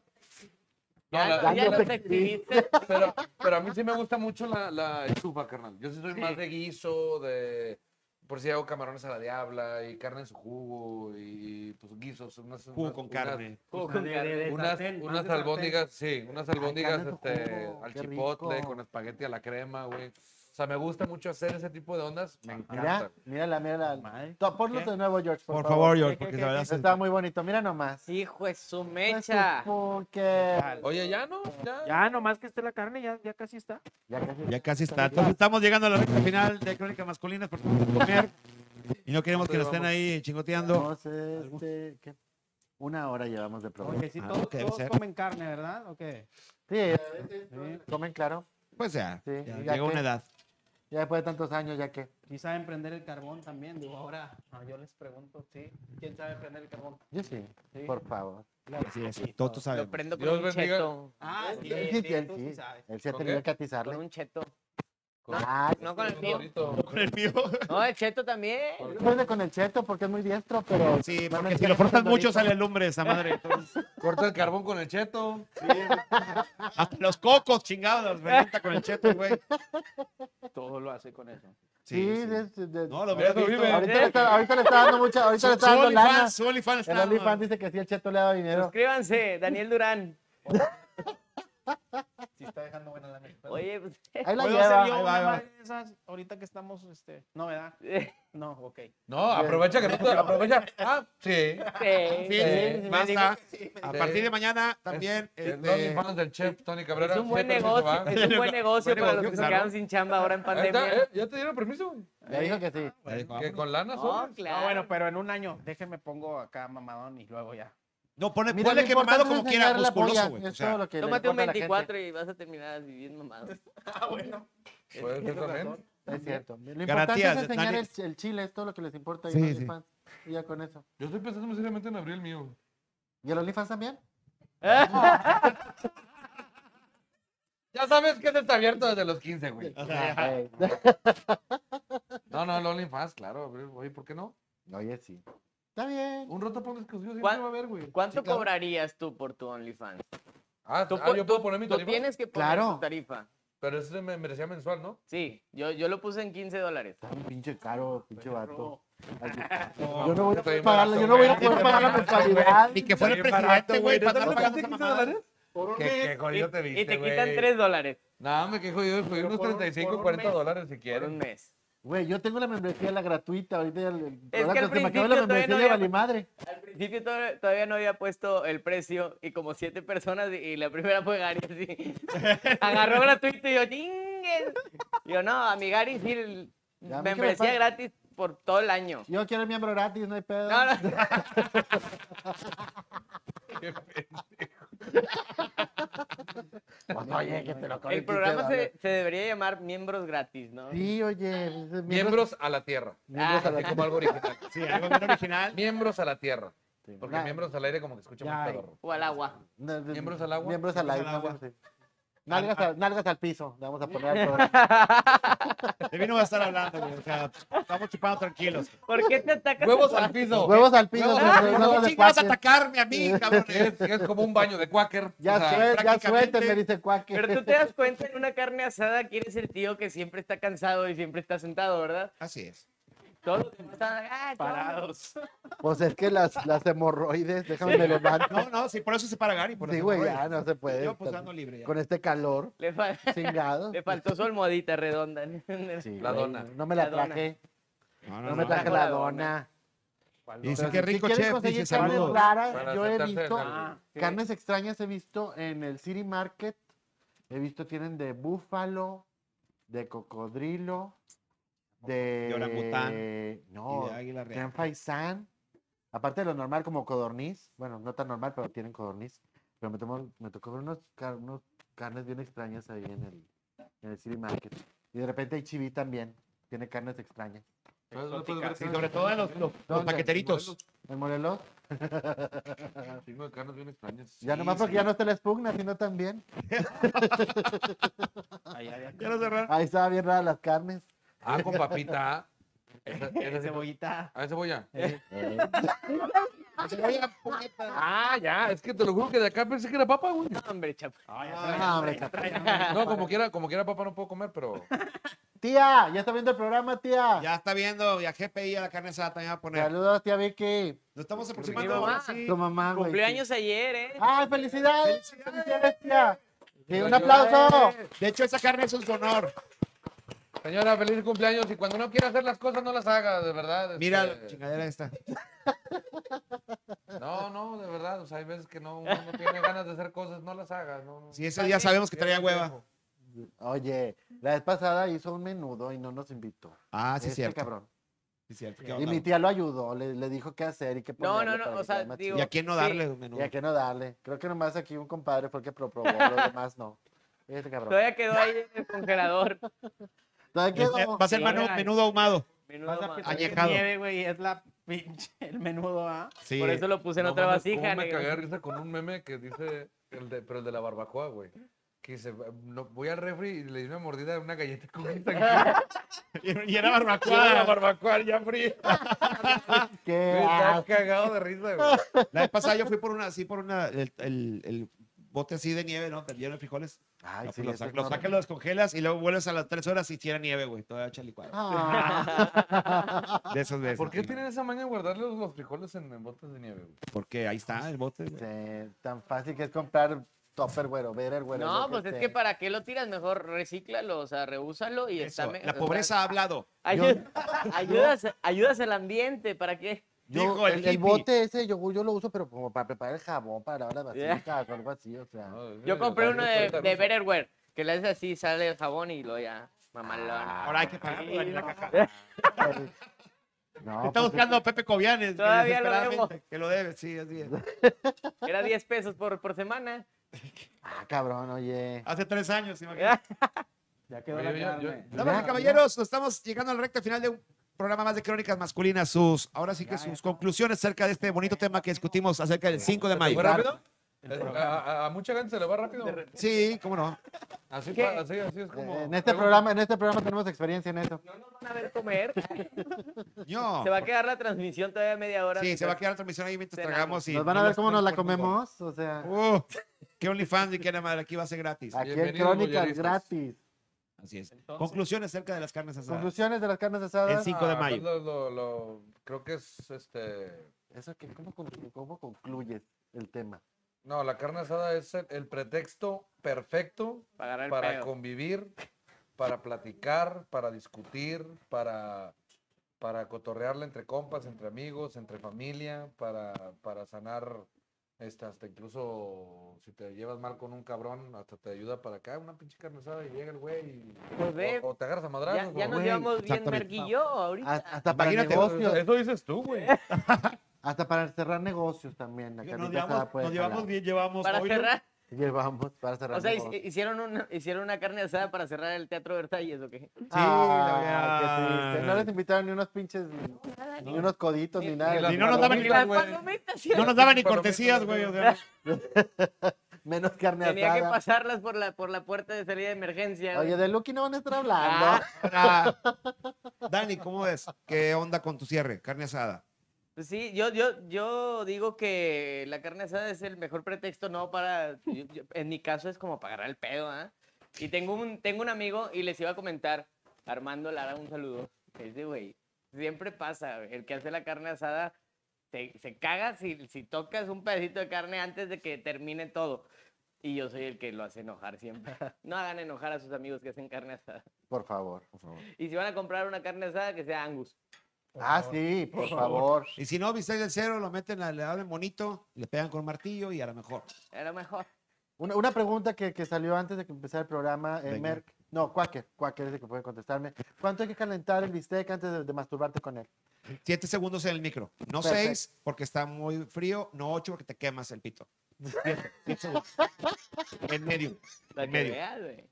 Speaker 4: No,
Speaker 3: Ya,
Speaker 4: la-
Speaker 2: ya
Speaker 3: ya los
Speaker 2: te-
Speaker 3: activistas.
Speaker 4: pero, pero a mí sí me gusta mucho la, la estufa, carnal. Yo sí soy más de guiso, de... Por si hago camarones a la diabla y carne en su jugo y pues guisos. Unas,
Speaker 5: Jugo
Speaker 4: unas-
Speaker 5: con
Speaker 4: unas-
Speaker 5: carne.
Speaker 7: Con de- de- de
Speaker 4: unas,
Speaker 7: sartén, más
Speaker 4: unas
Speaker 7: de sartén.
Speaker 4: albóndigas, sí, unas albóndigas
Speaker 2: carne en su
Speaker 4: este,
Speaker 2: jugo,
Speaker 4: al
Speaker 2: qué
Speaker 4: chipotle
Speaker 2: rico.
Speaker 4: con espagueti a la crema, güey. O sea, me gusta mucho hacer ese tipo de ondas. Me
Speaker 2: Mira,
Speaker 5: Ah,
Speaker 4: encanta.
Speaker 2: mírala, mírala. Tú, Ponlos de nuevo, George, por,
Speaker 5: Por favor, George,
Speaker 2: Qué-
Speaker 5: porque
Speaker 2: qué-
Speaker 5: la
Speaker 2: qué-
Speaker 5: verdad
Speaker 2: Está
Speaker 5: se-
Speaker 2: muy bonito. Mira nomás.
Speaker 3: Hijo de su mecha.
Speaker 2: Porque...
Speaker 4: Oye, ya no, ya.
Speaker 6: Ya, nomás que esté la carne, ya, ya casi está.
Speaker 2: Ya casi-
Speaker 5: Ya casi está. Entonces estamos llegando a la recta final de Crónicas Masculinas por favor, comer. Y no queremos que nos estén ahí chingoteando.
Speaker 2: Vamos, este, ¿qué? Una hora llevamos de programa.
Speaker 6: Porque si
Speaker 5: Ah,
Speaker 6: todos,
Speaker 5: ok,
Speaker 6: todos
Speaker 5: ser.
Speaker 6: comen carne, ¿verdad? ¿O qué?
Speaker 2: Sí, a veces comen claro.
Speaker 5: Pues ya,
Speaker 2: Sí,
Speaker 5: ya
Speaker 2: ya
Speaker 5: llegó
Speaker 2: que-
Speaker 5: una edad.
Speaker 2: Ya después de tantos años, ya que.
Speaker 6: Quizá emprender el carbón también. Digo, ahora ah, yo les pregunto, sí.
Speaker 7: ¿Quién sabe prender el carbón?
Speaker 2: Yo sí, por favor.
Speaker 5: Así es, todos
Speaker 3: Lo
Speaker 5: sabemos.
Speaker 3: prendo con
Speaker 4: Dios
Speaker 3: un
Speaker 4: bendiga.
Speaker 3: cheto.
Speaker 7: Ah, sí,
Speaker 2: él
Speaker 7: sí,
Speaker 2: sí, él
Speaker 7: tú
Speaker 2: sí.
Speaker 7: sí sabes.
Speaker 2: Él sí ha
Speaker 4: ¿Con
Speaker 2: tenido
Speaker 4: qué?
Speaker 2: que
Speaker 3: Con
Speaker 2: atizarle.
Speaker 3: un cheto.
Speaker 2: Ah,
Speaker 3: No con el mío.
Speaker 5: Con el mío.
Speaker 3: No, el cheto también.
Speaker 2: yo puedo con el cheto porque es muy diestro, pero.
Speaker 5: Sí,
Speaker 2: no me
Speaker 5: porque si lo
Speaker 2: enseña
Speaker 5: forzas
Speaker 2: con
Speaker 5: mucho
Speaker 2: dorito.
Speaker 5: sale lumbre esa madre. Entonces,
Speaker 4: Corta el carbón con el cheto.
Speaker 5: hasta los cocos chingados, bendita con el cheto, güey.
Speaker 7: Todo lo hace con eso.
Speaker 2: Sí,
Speaker 5: sí.
Speaker 2: de- de- de-
Speaker 5: No,
Speaker 4: Ya no
Speaker 5: lo hubieras visto.
Speaker 4: vive.
Speaker 2: ahorita, le está, ahorita le está dando mucha.
Speaker 5: Su,
Speaker 2: Ahorita le
Speaker 5: su
Speaker 2: está dando lana.
Speaker 5: OnlyFans, su OnlyFans
Speaker 2: El
Speaker 5: está.
Speaker 2: OnlyFans dice que sí, el cheto le ha dado dinero.
Speaker 3: Suscríbanse, Daniel Durán.
Speaker 7: Sí está dejando buena la neta.
Speaker 3: Oye, pues,
Speaker 2: Ahí la
Speaker 5: Puedo
Speaker 2: lleva.
Speaker 5: ser
Speaker 2: ahí
Speaker 5: yo.
Speaker 2: va,
Speaker 7: Una
Speaker 5: ahí va.
Speaker 7: madre de esas, ahorita que estamos, este, no, ¿verdad? No, ok.
Speaker 4: No, aprovecha que no te aprovecha. Ah, sí.
Speaker 5: Sí,
Speaker 3: sí.
Speaker 5: sí,
Speaker 4: Sí,
Speaker 5: basta. A
Speaker 4: dijo-
Speaker 5: partir de mañana también.
Speaker 4: Es- el
Speaker 5: este,
Speaker 4: OnlyFans del chef Tony Cabrera.
Speaker 3: Es un buen
Speaker 4: Sí, permiso,
Speaker 3: negocio,
Speaker 4: va.
Speaker 3: es un buen negocio
Speaker 5: Buen
Speaker 3: para los
Speaker 5: negocio,
Speaker 3: que se
Speaker 5: claro.
Speaker 3: quedaron sin chamba ahora en
Speaker 4: Ahí está,
Speaker 3: pandemia.
Speaker 4: ¿eh? ¿Ya te dieron permiso?
Speaker 2: Le dijo que sí.
Speaker 5: ya
Speaker 4: Que
Speaker 5: dijo, vámonos.
Speaker 4: con lana
Speaker 3: No, pues,
Speaker 4: sobres.
Speaker 7: Ah,
Speaker 3: claro.
Speaker 7: bueno, pero en un año, déjenme pongo acá mamadón y luego ya.
Speaker 5: No, ponle,
Speaker 2: Mira,
Speaker 5: ponle
Speaker 2: lo
Speaker 5: que mamado
Speaker 2: importante
Speaker 5: como
Speaker 2: es
Speaker 5: quiera,
Speaker 2: enseñar la
Speaker 5: musculoso,
Speaker 2: polla,
Speaker 5: güey.
Speaker 2: es
Speaker 5: O sea,
Speaker 2: todo lo que le
Speaker 3: Tómate un
Speaker 2: importa a la gente.
Speaker 3: 24 y vas a terminar viviendo mamado.
Speaker 7: Ah, bueno.
Speaker 4: Puede ser también.
Speaker 2: Es cierto. Lo importante
Speaker 5: Garantías,
Speaker 2: es enseñar
Speaker 5: Dani.
Speaker 2: el, el chile, es todo lo que les importa. Y
Speaker 5: Sí,
Speaker 2: el
Speaker 5: sí.
Speaker 2: OnlyFans. Y ya con eso.
Speaker 4: Yo estoy pensando muy seriamente en abrir el mío. güey.
Speaker 2: ¿Y el OnlyFans también?
Speaker 4: Ya sabes que este está abierto desde los 15, güey.
Speaker 2: Ey.
Speaker 4: No, no, el OnlyFans, claro. abrir. Oye, ¿por qué no?
Speaker 2: Oye, sí. Está bien.
Speaker 4: Un rato por exclusivo siempre
Speaker 3: ¿Cuál-
Speaker 4: va a haber, güey.
Speaker 3: ¿Cuánto
Speaker 4: Sí, claro.
Speaker 3: cobrarías tú por tu OnlyFans?
Speaker 4: Ah,
Speaker 3: Tú,
Speaker 4: ah,
Speaker 3: pon-
Speaker 4: yo puedo poner mi
Speaker 3: tú
Speaker 4: tarifa.
Speaker 3: tienes que poner
Speaker 2: Claro.
Speaker 3: tu tarifa.
Speaker 4: Pero eso me merecía mensual, ¿no?
Speaker 3: Sí, yo, yo lo puse en 15 dólares.
Speaker 2: Está un pinche caro, pinche vato. Así.
Speaker 7: No,
Speaker 2: Yo no voy a
Speaker 4: estoy
Speaker 2: poder pagarla, yo no voy a poder pagar la mensualidad.
Speaker 5: Ni que fuera
Speaker 4: Oye,
Speaker 5: presidente,
Speaker 4: barato,
Speaker 5: güey, para
Speaker 4: ¿Neta
Speaker 5: andar
Speaker 4: me
Speaker 5: pagando esa
Speaker 4: metiste
Speaker 5: mamada.
Speaker 4: 15 dólares?
Speaker 7: por un
Speaker 4: Qué-
Speaker 7: mes,
Speaker 4: qué jodido te viste,
Speaker 3: Y te
Speaker 4: güey.
Speaker 3: quitan 3 dólares
Speaker 4: No, me quejo yo, jodí unos
Speaker 7: por un-
Speaker 4: 35,
Speaker 7: por un
Speaker 4: 40
Speaker 7: mes.
Speaker 4: dólares si
Speaker 3: por un
Speaker 4: quieren.
Speaker 3: mes.
Speaker 2: Güey, yo tengo la membresía, la gratuita. Ahorita ya. el- ahora
Speaker 3: que
Speaker 2: cuando se
Speaker 3: al
Speaker 2: me acaba
Speaker 3: principio
Speaker 2: la
Speaker 3: todavía
Speaker 2: membresía,
Speaker 3: no
Speaker 2: ya
Speaker 3: había-
Speaker 2: vale madre.
Speaker 3: Al principio to- todavía no había puesto el precio y como siete personas y- y la primera fue Gary así. Agarró gratuito y yo, chingue. Yo, no, a mi Gary sí, el-
Speaker 2: Ya, a mí que me
Speaker 3: membresía
Speaker 2: pague.
Speaker 3: gratis por todo el año.
Speaker 2: Yo quiero el miembro gratis, no hay pedo.
Speaker 3: No, no.
Speaker 4: Qué pena.
Speaker 2: Pues, oye, que te lo cobre
Speaker 3: El
Speaker 2: 15
Speaker 3: programa se,
Speaker 2: dólares.
Speaker 3: se debería llamar Miembros Gratis, ¿no?
Speaker 2: Sí, oye. pues, es- es miembro-
Speaker 4: Miembros a la tierra.
Speaker 2: miembros
Speaker 3: Ah.
Speaker 2: a la-
Speaker 4: Así como algo original.
Speaker 7: Sí, algo bien original.
Speaker 4: Miembros a la tierra. Porque
Speaker 2: Nah.
Speaker 4: miembros al aire como que escucha
Speaker 6: Ya,
Speaker 4: muy pedorro.
Speaker 3: O al agua.
Speaker 2: No, no,
Speaker 4: Miembros al agua.
Speaker 2: Miembros al aire,
Speaker 7: Miembros al
Speaker 2: no,
Speaker 7: agua.
Speaker 2: sí. Nalgas, al- nalgas al piso, le vamos a poner al programa.
Speaker 7: De mí no va a estar hablando, güey. O sea, estamos chupando tranquilos.
Speaker 3: ¿Por qué te atacas?
Speaker 4: Huevos al piso.
Speaker 2: Huevos al piso,
Speaker 4: Huevos
Speaker 2: no,
Speaker 4: al
Speaker 2: no,
Speaker 4: piso.
Speaker 2: no,
Speaker 5: ¿Cómo
Speaker 2: de
Speaker 5: chingados
Speaker 2: cuaque.
Speaker 5: atacarme a mí,
Speaker 4: Es,
Speaker 5: cabrones?
Speaker 4: es como un baño de cuáquer.
Speaker 2: Ya,
Speaker 4: o sea,
Speaker 2: suel- ya
Speaker 5: prácticamente-
Speaker 2: suélteme, dice Cuaque.
Speaker 3: Pero tú te das cuenta en una carne asada quién es el tío que siempre está cansado y siempre está sentado, ¿verdad?
Speaker 5: Así es.
Speaker 3: Todos los demás están ah, parados.
Speaker 7: Parados.
Speaker 2: Pues es que las, las hemorroides, déjame me levanto.
Speaker 5: No, no, sí, por eso se para Gary. Por
Speaker 2: sí,
Speaker 5: eso
Speaker 2: güey,
Speaker 5: no,
Speaker 2: ya no se puede.
Speaker 5: Yo pues
Speaker 2: estar-
Speaker 5: ando libre ya.
Speaker 2: Con este calor,
Speaker 3: Le, fal-
Speaker 2: chingado.
Speaker 3: le faltó su almohadita redonda.
Speaker 2: Sí,
Speaker 4: La
Speaker 2: güey,
Speaker 4: dona.
Speaker 2: No me la,
Speaker 3: La dona.
Speaker 2: traje.
Speaker 5: No,
Speaker 2: No,
Speaker 5: no,
Speaker 2: me
Speaker 5: no.
Speaker 2: traje
Speaker 3: Trajo
Speaker 2: la
Speaker 3: la dona.
Speaker 2: dona.
Speaker 5: Dice
Speaker 2: Pero
Speaker 5: que rico,
Speaker 2: si quieren
Speaker 5: chef.
Speaker 2: conseguir
Speaker 5: Dice
Speaker 2: carnes
Speaker 5: saludos.
Speaker 2: raras,
Speaker 4: Para
Speaker 2: yo he
Speaker 4: aceptarse
Speaker 2: visto
Speaker 4: el- Ah,
Speaker 2: carnes extrañas he visto en el City Market. He visto tienen de búfalo, de cocodrilo, de
Speaker 5: De orangután
Speaker 2: No,
Speaker 5: Y de Oh, águila real.
Speaker 2: tienen faisán. Aparte de lo normal como codorniz, bueno, no tan normal, pero tienen codorniz. Pero me, tomó- me tocó ver unos, car- unos carnes bien extrañas ahí en el, en el City Market. Y de repente hay chiví también, tiene carnes extrañas.
Speaker 4: ¿Sabes dónde puedes ver
Speaker 7: Sí,
Speaker 4: carnes?
Speaker 7: sobre todo en los, los-
Speaker 5: Los
Speaker 2: ¿Dónde?
Speaker 5: paqueteritos.
Speaker 2: ¿En Morelos?
Speaker 4: Un chingo de carnes bien extrañas.
Speaker 2: Ya nomás porque ya no está la espugna, sino también.
Speaker 7: Ahí había-
Speaker 5: Ya lo cerraron.
Speaker 2: Ahí estaba bien rara las carnes.
Speaker 4: Ah, con papita. Esa, esa sí-
Speaker 6: Cebollita.
Speaker 4: A ver, cebolla.
Speaker 5: Eh. Oye,
Speaker 4: Ah, ya. Es que te lo juro que de acá pensé que era papa, güey.
Speaker 3: No, hombre, chapa.
Speaker 7: Ay,
Speaker 2: Ah, hombre,
Speaker 4: No, como quiera, como quiera papa no puedo comer, pero.
Speaker 2: Tía, ya está viendo el programa, tía.
Speaker 5: Ya está viendo, ya GPI a la carne asada también va a poner.
Speaker 2: Saludos, tía Vicky.
Speaker 5: Nos estamos
Speaker 3: Mi
Speaker 5: aproximando
Speaker 3: mamá.
Speaker 5: ahora Ah, sí.
Speaker 2: Tu mamá, güey.
Speaker 3: Ah, Cumpleaños ayer, ¿eh?
Speaker 2: ¡Ay, felicidades!
Speaker 5: Felicidades.
Speaker 2: ¡Felicidades, tía! Sí, un aplauso.
Speaker 5: De hecho, esa carne es un honor.
Speaker 4: Señora, feliz cumpleaños. Y cuando no quiera hacer las cosas, no las haga, de verdad. este,
Speaker 5: Mira, la chingadera esta.
Speaker 4: No, no, de verdad. O sea, hay veces que no, uno no tiene ganas de hacer cosas, no las haga. No, no.
Speaker 5: Si eso ya sabemos que traía hueva.
Speaker 2: Oye, la vez pasada hizo un menudo y no nos invitó.
Speaker 5: Ah, sí,
Speaker 2: Este
Speaker 5: cierto.
Speaker 2: cabrón.
Speaker 5: Sí, cierto.
Speaker 2: Y mi tía lo ayudó, le, le dijo qué hacer y qué
Speaker 3: No,
Speaker 2: ponerle
Speaker 3: no, no,
Speaker 2: para
Speaker 3: o
Speaker 2: que
Speaker 3: sea,
Speaker 2: quede más
Speaker 3: digo-
Speaker 5: ¿Y
Speaker 2: chido.
Speaker 5: a quién no darle un menú?
Speaker 2: Y a qué no darle. Creo que nomás aquí un compadre fue el que proprobó, los demás no. Fíjate, cabrón.
Speaker 3: Todavía quedó ahí en el congelador.
Speaker 2: ¿Sabes qué?
Speaker 5: Es- eh, Va a ser
Speaker 6: Sí,
Speaker 5: menú-
Speaker 6: oigan.
Speaker 5: menudo ahumado.
Speaker 3: Menudo
Speaker 6: Vas a
Speaker 3: madre.
Speaker 6: pensar que es
Speaker 5: Añejado.
Speaker 6: nieve, güey, es la pinche, el menudo, ¿ah?
Speaker 5: Sí.
Speaker 3: Por eso lo puse en
Speaker 4: No
Speaker 3: otra
Speaker 4: mames,
Speaker 3: vasija.
Speaker 4: cómo Me
Speaker 3: negro.
Speaker 4: cagué de risa con un meme que dice, el de, pero el de la barbacoa, güey. Que dice, no, voy al refri y le di una mordida a una galleta con un sanguchito.
Speaker 5: Y era
Speaker 4: Y era la
Speaker 5: barbacoa.
Speaker 4: barbacoa ya fría.
Speaker 2: ¿Qué?
Speaker 4: Estaba
Speaker 2: asco.
Speaker 4: cagado de risa, güey.
Speaker 5: La vez pasada yo fui por una, así por una, el, el- el bote así de nieve, ¿no? Lleno de frijoles.
Speaker 2: Ay,
Speaker 5: No,
Speaker 2: sí,
Speaker 5: pues lo,
Speaker 2: eso
Speaker 5: sa-
Speaker 2: es
Speaker 5: lo
Speaker 2: normal.
Speaker 5: sacas, lo descongelas y luego vuelves a las tres horas y tiene nieve, güey. Todavía echa licuado.
Speaker 2: Ah,
Speaker 5: De esas veces.
Speaker 4: ¿Por qué
Speaker 5: güey.
Speaker 4: tienen esa maña de guardar los, los frijoles en, en botes de nieve, güey?
Speaker 5: Porque ahí está el bote, güey.
Speaker 2: sí, tan fácil que es comprar topper, güero, ver el güero.
Speaker 3: No,
Speaker 2: yo
Speaker 3: pues es
Speaker 2: sé.
Speaker 3: que para qué lo tiras, mejor recíclalo, o sea, reúsalo y está
Speaker 5: Eso,
Speaker 3: me- o
Speaker 5: La
Speaker 3: sea,
Speaker 5: pobreza ha hablado.
Speaker 3: ayu- ayudas, ayudas al ambiente, ¿para qué?
Speaker 2: Yo,
Speaker 5: Dijo el
Speaker 2: el, el
Speaker 5: hippie.
Speaker 2: bote ese, yo, yo lo uso, pero como para preparar el jabón, para lavar las vasijas o algo así, o sea.
Speaker 4: No, es
Speaker 3: Yo
Speaker 4: de-
Speaker 3: compré
Speaker 4: de-
Speaker 3: uno de,
Speaker 4: de-
Speaker 3: de Betterware, que le haces así, sale el jabón y lo ya, mamalón.
Speaker 5: Ahora hay que pagarlo güey, en la caja.
Speaker 2: No,
Speaker 5: Está
Speaker 2: Ah, pues,
Speaker 5: buscando a Pepe Cobianes. que
Speaker 3: Todavía lo
Speaker 5: desesperadamente- Que lo debe, sí, así es.
Speaker 3: Era 10 pesos por, por semana.
Speaker 2: ah, cabrón, oye.
Speaker 5: Hace tres años, imagínate.
Speaker 6: Ya quedó
Speaker 4: Oye,
Speaker 6: la
Speaker 4: yo-
Speaker 6: carne.
Speaker 4: yo-
Speaker 5: Damas y caballeros, nos estamos llegando al recta final de un programa más de Crónicas Masculinas. Sus, ahora sí que
Speaker 6: Ya, ya.
Speaker 5: sus conclusiones acerca de este bonito tema que discutimos acerca del 5 de mayo.
Speaker 4: ¿Fue rápido?
Speaker 6: El
Speaker 4: Eh,
Speaker 6: programa.
Speaker 4: A, a- a mucha gente se le va rápido.
Speaker 5: Sí, cómo no.
Speaker 4: Así,
Speaker 3: ¿Qué?
Speaker 4: pa- así, así es como.
Speaker 2: Eh, En este programa, en este programa tenemos experiencia en eso.
Speaker 3: No nos van a ver comer.
Speaker 5: Yo.
Speaker 3: Se va a quedar la transmisión todavía media hora.
Speaker 5: Sí, se va a
Speaker 3: mientras-
Speaker 5: quedar la transmisión ahí mientras
Speaker 3: Cenando.
Speaker 5: tragamos. Y
Speaker 2: Nos van a ver cómo nos la comemos. O sea,
Speaker 5: Uh, qué OnlyFans y qué nada madre. Aquí va a ser gratis.
Speaker 2: aquí en
Speaker 4: bienvenidos,
Speaker 2: Crónicas
Speaker 4: voyeristas.
Speaker 2: gratis.
Speaker 5: Así es.
Speaker 6: Entonces,
Speaker 5: Conclusiones acerca de las carnes asadas.
Speaker 2: Conclusiones de las carnes asadas.
Speaker 5: El cinco de
Speaker 4: Ah,
Speaker 5: mayo.
Speaker 4: lo- lo- lo- creo que es este.
Speaker 2: Eso que, ¿cómo, conclu- cómo concluyes el tema?
Speaker 4: No, la carne asada es el, el pretexto perfecto
Speaker 3: Para agarrar el
Speaker 4: para
Speaker 3: pedo.
Speaker 4: convivir, para platicar, para discutir, para, para cotorrearla entre compas, entre amigos, entre familia, para, para sanar. este, hasta incluso si te llevas mal con un cabrón, hasta te ayuda para acá, una pinche carne asada y llega el güey y-
Speaker 3: Pues ve,
Speaker 4: o, o te agarras a
Speaker 3: Ya,
Speaker 4: madrazos.
Speaker 3: ya nos
Speaker 4: o-
Speaker 5: güey,
Speaker 3: llevamos bien
Speaker 5: exactamente.
Speaker 3: Merguillo ahorita.
Speaker 2: Hasta, hasta para
Speaker 5: Imagínate,
Speaker 2: negocios.
Speaker 4: Eso dices tú, güey.
Speaker 2: Hasta para cerrar negocios también. La
Speaker 5: Nos
Speaker 2: carnita
Speaker 5: llevamos,
Speaker 2: asada puede
Speaker 5: nos llevamos
Speaker 2: jalar.
Speaker 5: bien, llevamos.
Speaker 3: para
Speaker 5: oilo.
Speaker 3: cerrar.
Speaker 2: Llevamos para cerrar
Speaker 3: O sea, hi-
Speaker 2: negocios.
Speaker 3: hicieron una, hicieron una carne asada para cerrar el Teatro Versalles, ¿o qué?
Speaker 5: Sí, la
Speaker 2: Ay, Ah, qué
Speaker 5: verdad.
Speaker 2: triste. No les invitaron ni unos pinches, ni unos coditos, ni nada.
Speaker 5: Ni no nos daban ni
Speaker 3: Las
Speaker 4: güey.
Speaker 3: palomitas, sí,
Speaker 5: No nos daban ni
Speaker 4: Palomitas,
Speaker 5: cortesías,
Speaker 4: no
Speaker 5: güey. o
Speaker 4: nos
Speaker 5: sea,
Speaker 2: Menos carne
Speaker 3: Tenía que
Speaker 2: asada.
Speaker 3: pasarlas por la, por la puerta de salida de emergencia. güey.
Speaker 2: Oye, de Lucky no van a estar hablando.
Speaker 5: Ah. para- Dani, ¿cómo es? ¿Qué onda con tu cierre? Carne asada.
Speaker 3: Pues sí, yo, yo, yo digo que la carne asada es el mejor pretexto, no para. yo- yo- en mi caso es como para agarrar el pedo, ¿ah? Y tengo un, tengo un amigo y les iba a comentar, Armando Lara, un saludo. Ese güey, siempre pasa, güey, el que hace la carne asada te- se caga si, si tocas un pedacito de carne antes de que termine todo. Y yo soy el que lo hace enojar siempre. No hagan enojar a sus amigos que hacen carne asada.
Speaker 2: Por favor.
Speaker 3: Y si van a comprar una carne asada, que sea Angus.
Speaker 2: Ah, sí, por favor.
Speaker 5: Y si no, viste del cero, lo meten, a- le abren bonito, le pegan con martillo y a lo mejor.
Speaker 3: A lo mejor.
Speaker 2: Una, una pregunta que, que salió antes de que empezara el programa, eh,
Speaker 5: Venga.
Speaker 2: Merck. No, Quaker. Quaker es el que puede contestarme. ¿Cuánto hay que calentar el bistec antes de, de masturbarte con él?
Speaker 5: Siete segundos en el micro. No
Speaker 2: Perfecto.
Speaker 5: seis, porque está muy frío. No ocho, porque te quemas el pito. Siete, siete segundos. En medio.
Speaker 3: Para
Speaker 5: En
Speaker 3: que
Speaker 5: medio.
Speaker 3: veas, güey.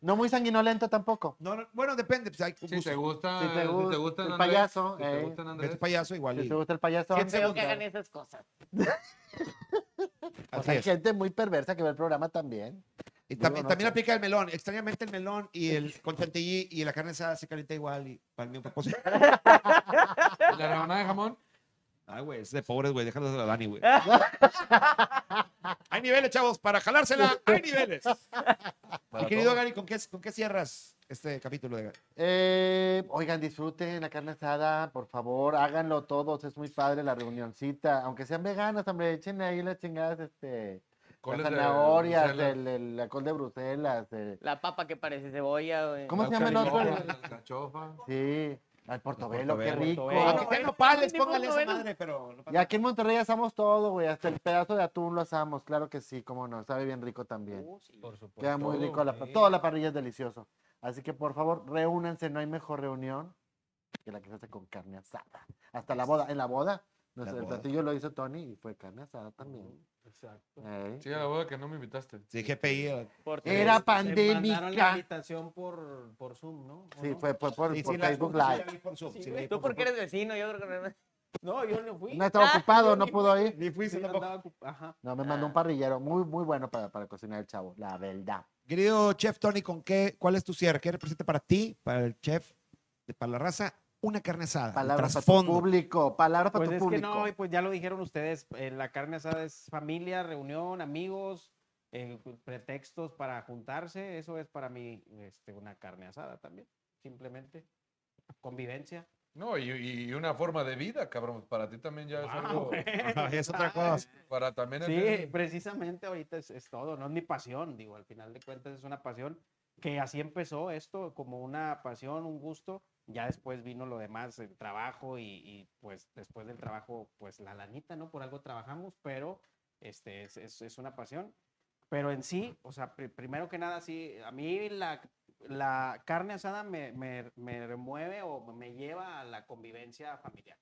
Speaker 2: No muy sanguinolento tampoco.
Speaker 5: No, no, bueno, depende. Pues hay
Speaker 4: Si te
Speaker 5: gustos.
Speaker 4: gusta,
Speaker 2: Si te
Speaker 4: si
Speaker 2: gusta
Speaker 4: te gustan
Speaker 2: el
Speaker 4: Andrés,
Speaker 2: payaso,
Speaker 4: si te
Speaker 2: eh.
Speaker 4: gustan
Speaker 5: Vete
Speaker 4: Andrés,
Speaker 5: payaso igual.
Speaker 2: Si
Speaker 5: y-
Speaker 2: te gusta el payaso.
Speaker 5: Siete
Speaker 3: Feo que
Speaker 5: segundos.
Speaker 3: hagan esas cosas.
Speaker 2: O
Speaker 5: Así
Speaker 2: sea, Pues hay
Speaker 5: es.
Speaker 2: gente muy perversa que ve el programa también.
Speaker 5: Y
Speaker 2: Digo,
Speaker 5: también,
Speaker 2: no
Speaker 5: también
Speaker 2: sé.
Speaker 5: aplica el melón. Extrañamente el melón y el con chantilly y la carne asada se calienta igual y para mí un propósito.
Speaker 4: ¿y la rebanada de jamón.
Speaker 5: Ay, güey, es de pobres, güey. Déjalos a la Dani, güey. Hay niveles, chavos. Para jalársela, hay niveles. Mi querido Gary, ¿con qué, ¿con qué cierras este capítulo? De...
Speaker 2: Eh, oigan, disfruten la carne asada, por favor, háganlo todos, es muy padre la reunioncita, aunque sean veganas, hombre, echen ahí las chingadas, este, las
Speaker 4: Coles de
Speaker 2: zanahorias,
Speaker 4: Bruselas.
Speaker 2: el, el- la col de Bruselas, eh,
Speaker 3: La papa que parece cebolla, güey.
Speaker 2: ¿Cómo
Speaker 4: La
Speaker 2: se llama el otro?
Speaker 4: carioca, La alcachofa.
Speaker 2: sí, al portobelo, qué
Speaker 5: portobelo.
Speaker 2: rico.
Speaker 5: Ah,
Speaker 3: Portobelo.
Speaker 5: que sean nopales,
Speaker 3: Tenemos
Speaker 5: póngale esa
Speaker 3: novelas.
Speaker 5: madre, pero... no pasa
Speaker 2: Y aquí en Monterrey asamos todo, güey, hasta el pedazo de atún lo asamos, claro que sí, cómo no, sabe bien rico también.
Speaker 7: Por supuesto.
Speaker 2: Queda muy rico, la, pa- toda la parrilla es delicioso. Así que por favor, reúnanse, no hay mejor reunión que la que se hace con carne asada. Hasta la boda, en la boda, nos-
Speaker 5: La
Speaker 2: el
Speaker 5: boda.
Speaker 2: platillo lo hizo Tony y fue carne asada también.
Speaker 6: exacto.
Speaker 2: Ey.
Speaker 4: Sí, a la boda que no me invitaste.
Speaker 5: Sí, GPI. eh,
Speaker 3: Por tu-
Speaker 2: Era
Speaker 6: Se mandaron la
Speaker 2: pandémica.
Speaker 6: invitación por, por Zoom, ¿no? ¿O
Speaker 2: Sí,
Speaker 6: no?
Speaker 2: fue, fue por,
Speaker 5: sí,
Speaker 2: por
Speaker 5: sí, la-
Speaker 2: Facebook
Speaker 5: sí, la
Speaker 2: Live.
Speaker 5: vi por Zoom, sí, la vi
Speaker 3: Tú
Speaker 5: por
Speaker 3: porque
Speaker 5: Zoom.
Speaker 3: eres vecino, yo creo que no.
Speaker 6: No, yo no fui.
Speaker 2: No estaba ocupado, no pudo ir.
Speaker 5: Ni fui,
Speaker 6: Sí,
Speaker 5: tampoco.
Speaker 6: andaba ocup- Ajá.
Speaker 2: No, me mandó un parrillero muy, muy bueno para, para cocinar el chavo, la verdad.
Speaker 5: Querido chef Tony, ¿con qué, ¿cuál es tu cierre? ¿Qué representa para ti, para el chef, de- para la raza, una carne asada? el
Speaker 2: Palabras para tu
Speaker 5: trasfondo.
Speaker 2: público, palabras para
Speaker 6: Pues
Speaker 2: tu
Speaker 6: es que
Speaker 2: público.
Speaker 6: no, y pues ya lo dijeron ustedes, eh, la carne asada es familia, reunión, amigos, eh, pretextos para juntarse, eso es para mí este, una carne asada también, simplemente, convivencia.
Speaker 4: No, y, y una forma de vida, cabrón. pues, Para ti también ya es algo.
Speaker 5: Ah, es otra cosa.
Speaker 4: Para también el-
Speaker 6: Sí, eh, precisamente ahorita es, es todo, no es mi pasión, digo, al final de cuentas es una pasión que así empezó esto, como una pasión, un gusto, ya después vino lo demás, el trabajo y, y, pues después del trabajo, pues la lanita, ¿no? Por algo trabajamos, pero este, es, es- es una pasión. Pero en sí, o sea, pri- primero que nada, sí, a mí la, la carne asada me, me, me remueve o me lleva a la convivencia familiar.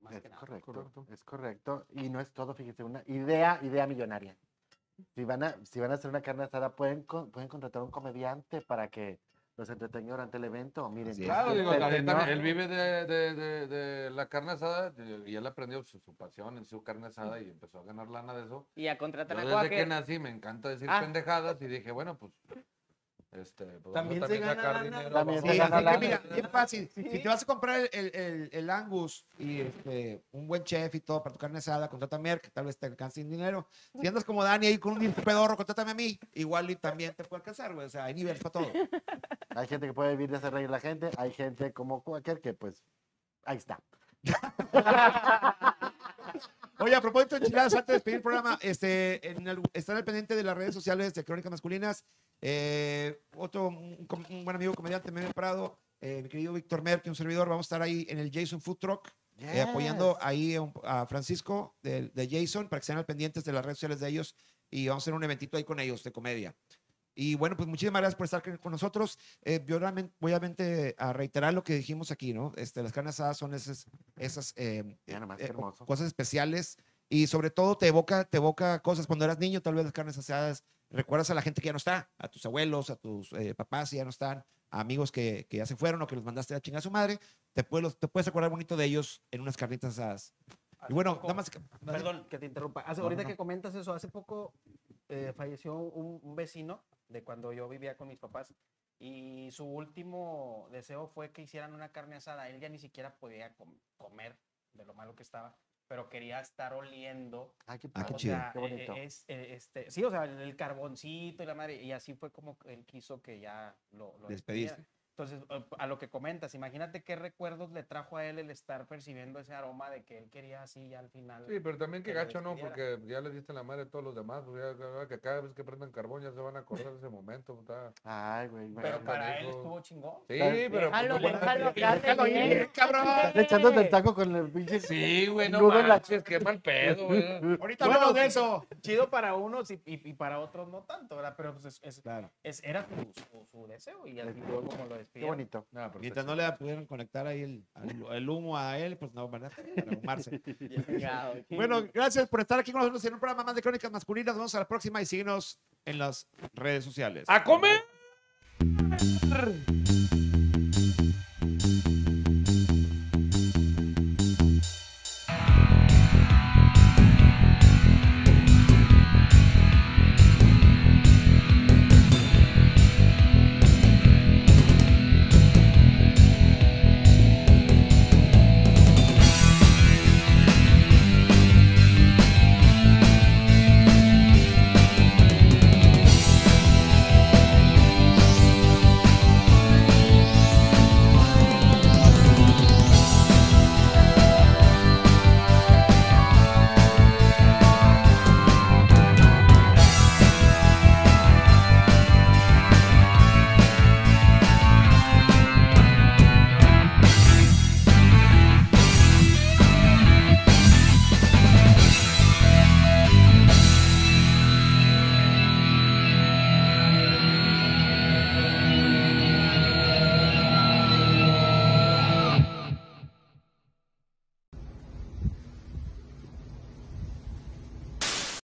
Speaker 6: Más
Speaker 2: Es
Speaker 6: que nada.
Speaker 2: correcto,
Speaker 4: Correcto.
Speaker 2: es correcto. Y no es todo, fíjense, una idea, idea millonaria. Si van a, si van a hacer una carne asada, pueden, con- pueden contratar a un comediante para que los entreteñó durante el evento. Miren,
Speaker 5: Así es.
Speaker 4: Claro,
Speaker 2: este
Speaker 4: digo, la
Speaker 2: señor-
Speaker 4: neta, él vive de, de- de- de la carne asada y él aprendió su, su pasión en su carne asada y empezó a ganar lana de eso.
Speaker 3: Y a
Speaker 4: Yo
Speaker 3: contratar a
Speaker 4: desde que
Speaker 3: Quaker.
Speaker 4: nací me encanta decir
Speaker 3: Ah.
Speaker 4: pendejadas y dije, bueno, pues, este, pues, vamos a
Speaker 6: También se gana lana.
Speaker 2: También
Speaker 5: Sí,
Speaker 2: se gana
Speaker 5: así
Speaker 2: lana.
Speaker 5: que mira, bien fácil. Si te vas a comprar el, el- el- el Angus y este, un buen chef y todo para tu carne asada, contrata a Merck, tal vez te alcance el dinero. Si andas como Dani ahí con un diente pedorro, contrátame a mí. Igual y también te puede alcanzar, güey. O sea, hay niveles para todo.
Speaker 2: Hay gente que puede vivir de hacer reír a la gente, hay gente como Quaker que pues ahí está.
Speaker 5: Oye, a propósito de enchiladas, antes de despedir el programa, este, en el- estar al pendiente de las redes sociales de Crónicas Masculinas. Eh, otro, un, com- un buen amigo comediante, Meme Prado, eh, mi querido Víctor Merck, y un servidor, vamos a estar ahí en el Jason Food Truck. eh, apoyando ahí a un- a Francisco de, de Jason para que sean al pendientes de las redes sociales de ellos y vamos a hacer un eventito ahí con ellos de comedia. Y bueno, pues muchísimas gracias por estar con- con nosotros. Eh, yo realmente voy obviamente a reiterar lo que dijimos aquí, ¿no? Este, las carnes asadas son esas, esas eh,
Speaker 2: Ya nomás,
Speaker 5: eh,
Speaker 2: qué hermoso.
Speaker 5: cosas especiales y sobre todo te evoca, te evoca cosas. Cuando eras niño, tal vez las carnes asadas, recuerdas a la gente que ya no está, a tus abuelos, a tus eh, papás que ya no están, a amigos que, que ya se fueron o que los mandaste a chingar a su madre. Te puedes, te puedes acordar bonito de ellos en unas carnitas asadas. Y bueno, nada más. que-
Speaker 6: Perdón que te interrumpa. Hace-
Speaker 5: No, no,
Speaker 6: ahorita
Speaker 5: no.
Speaker 6: que comentas eso, hace poco eh, falleció un, un vecino de cuando yo vivía con mis papás y su último deseo fue que hicieran una carne asada. Él ya ni siquiera podía com- comer de lo malo que estaba, pero quería estar oliendo.
Speaker 2: Ay, qué
Speaker 5: Ah, qué
Speaker 2: padre,
Speaker 5: chido.
Speaker 2: qué
Speaker 6: eh, eh,
Speaker 2: bonito.
Speaker 6: es- eh, este, sí, o sea, el, el carboncito y la madre. Y así fue como que él quiso que ya lo, lo
Speaker 5: Despediste.
Speaker 6: despidieran. Entonces, eh, a lo que comentas, imagínate qué recuerdos le trajo a él el estar percibiendo ese aroma de que él quería así ya al final.
Speaker 4: Sí, pero también que
Speaker 6: que lo
Speaker 4: gacho, ¿no?
Speaker 6: despidiera.
Speaker 4: Porque ya le diste la madre a todos los demás. pues, ya- ya- ya que cada vez que prendan carbón ya se van a acordar de ese momento. pues, está-
Speaker 2: Ay, güey.
Speaker 6: Pero
Speaker 4: Bueno,
Speaker 6: para él
Speaker 4: dijo-
Speaker 6: estuvo chingón.
Speaker 4: Sí,
Speaker 2: Claro.
Speaker 4: pero.
Speaker 3: Déjalo,
Speaker 4: pues, no
Speaker 3: déjalo,
Speaker 4: manches,
Speaker 3: déjalo ir,
Speaker 5: cabrón.
Speaker 2: Está echándote el taco con el pinche.
Speaker 4: Sí, güey, no
Speaker 2: Nudo en la-
Speaker 4: manches, qué mal pedo, güey.
Speaker 5: Ahorita hablamos de eso.
Speaker 6: Chido para unos y, y- y para otros no tanto, ¿verdad? Pero pues es, es- es- era su, su- su deseo y así fue como lo
Speaker 2: Qué
Speaker 6: despidieron.
Speaker 2: bonito.
Speaker 4: No, pero
Speaker 5: Mientras
Speaker 4: está
Speaker 5: no le pudieron conectar ahí el, al- el humo a él, pues no, ¿verdad? Para humarse. Bueno, gracias por estar aquí con nosotros en un programa más de Crónicas Masculinas. Nos vemos a la próxima y síguenos en las redes sociales.
Speaker 4: chido. ¡A comer!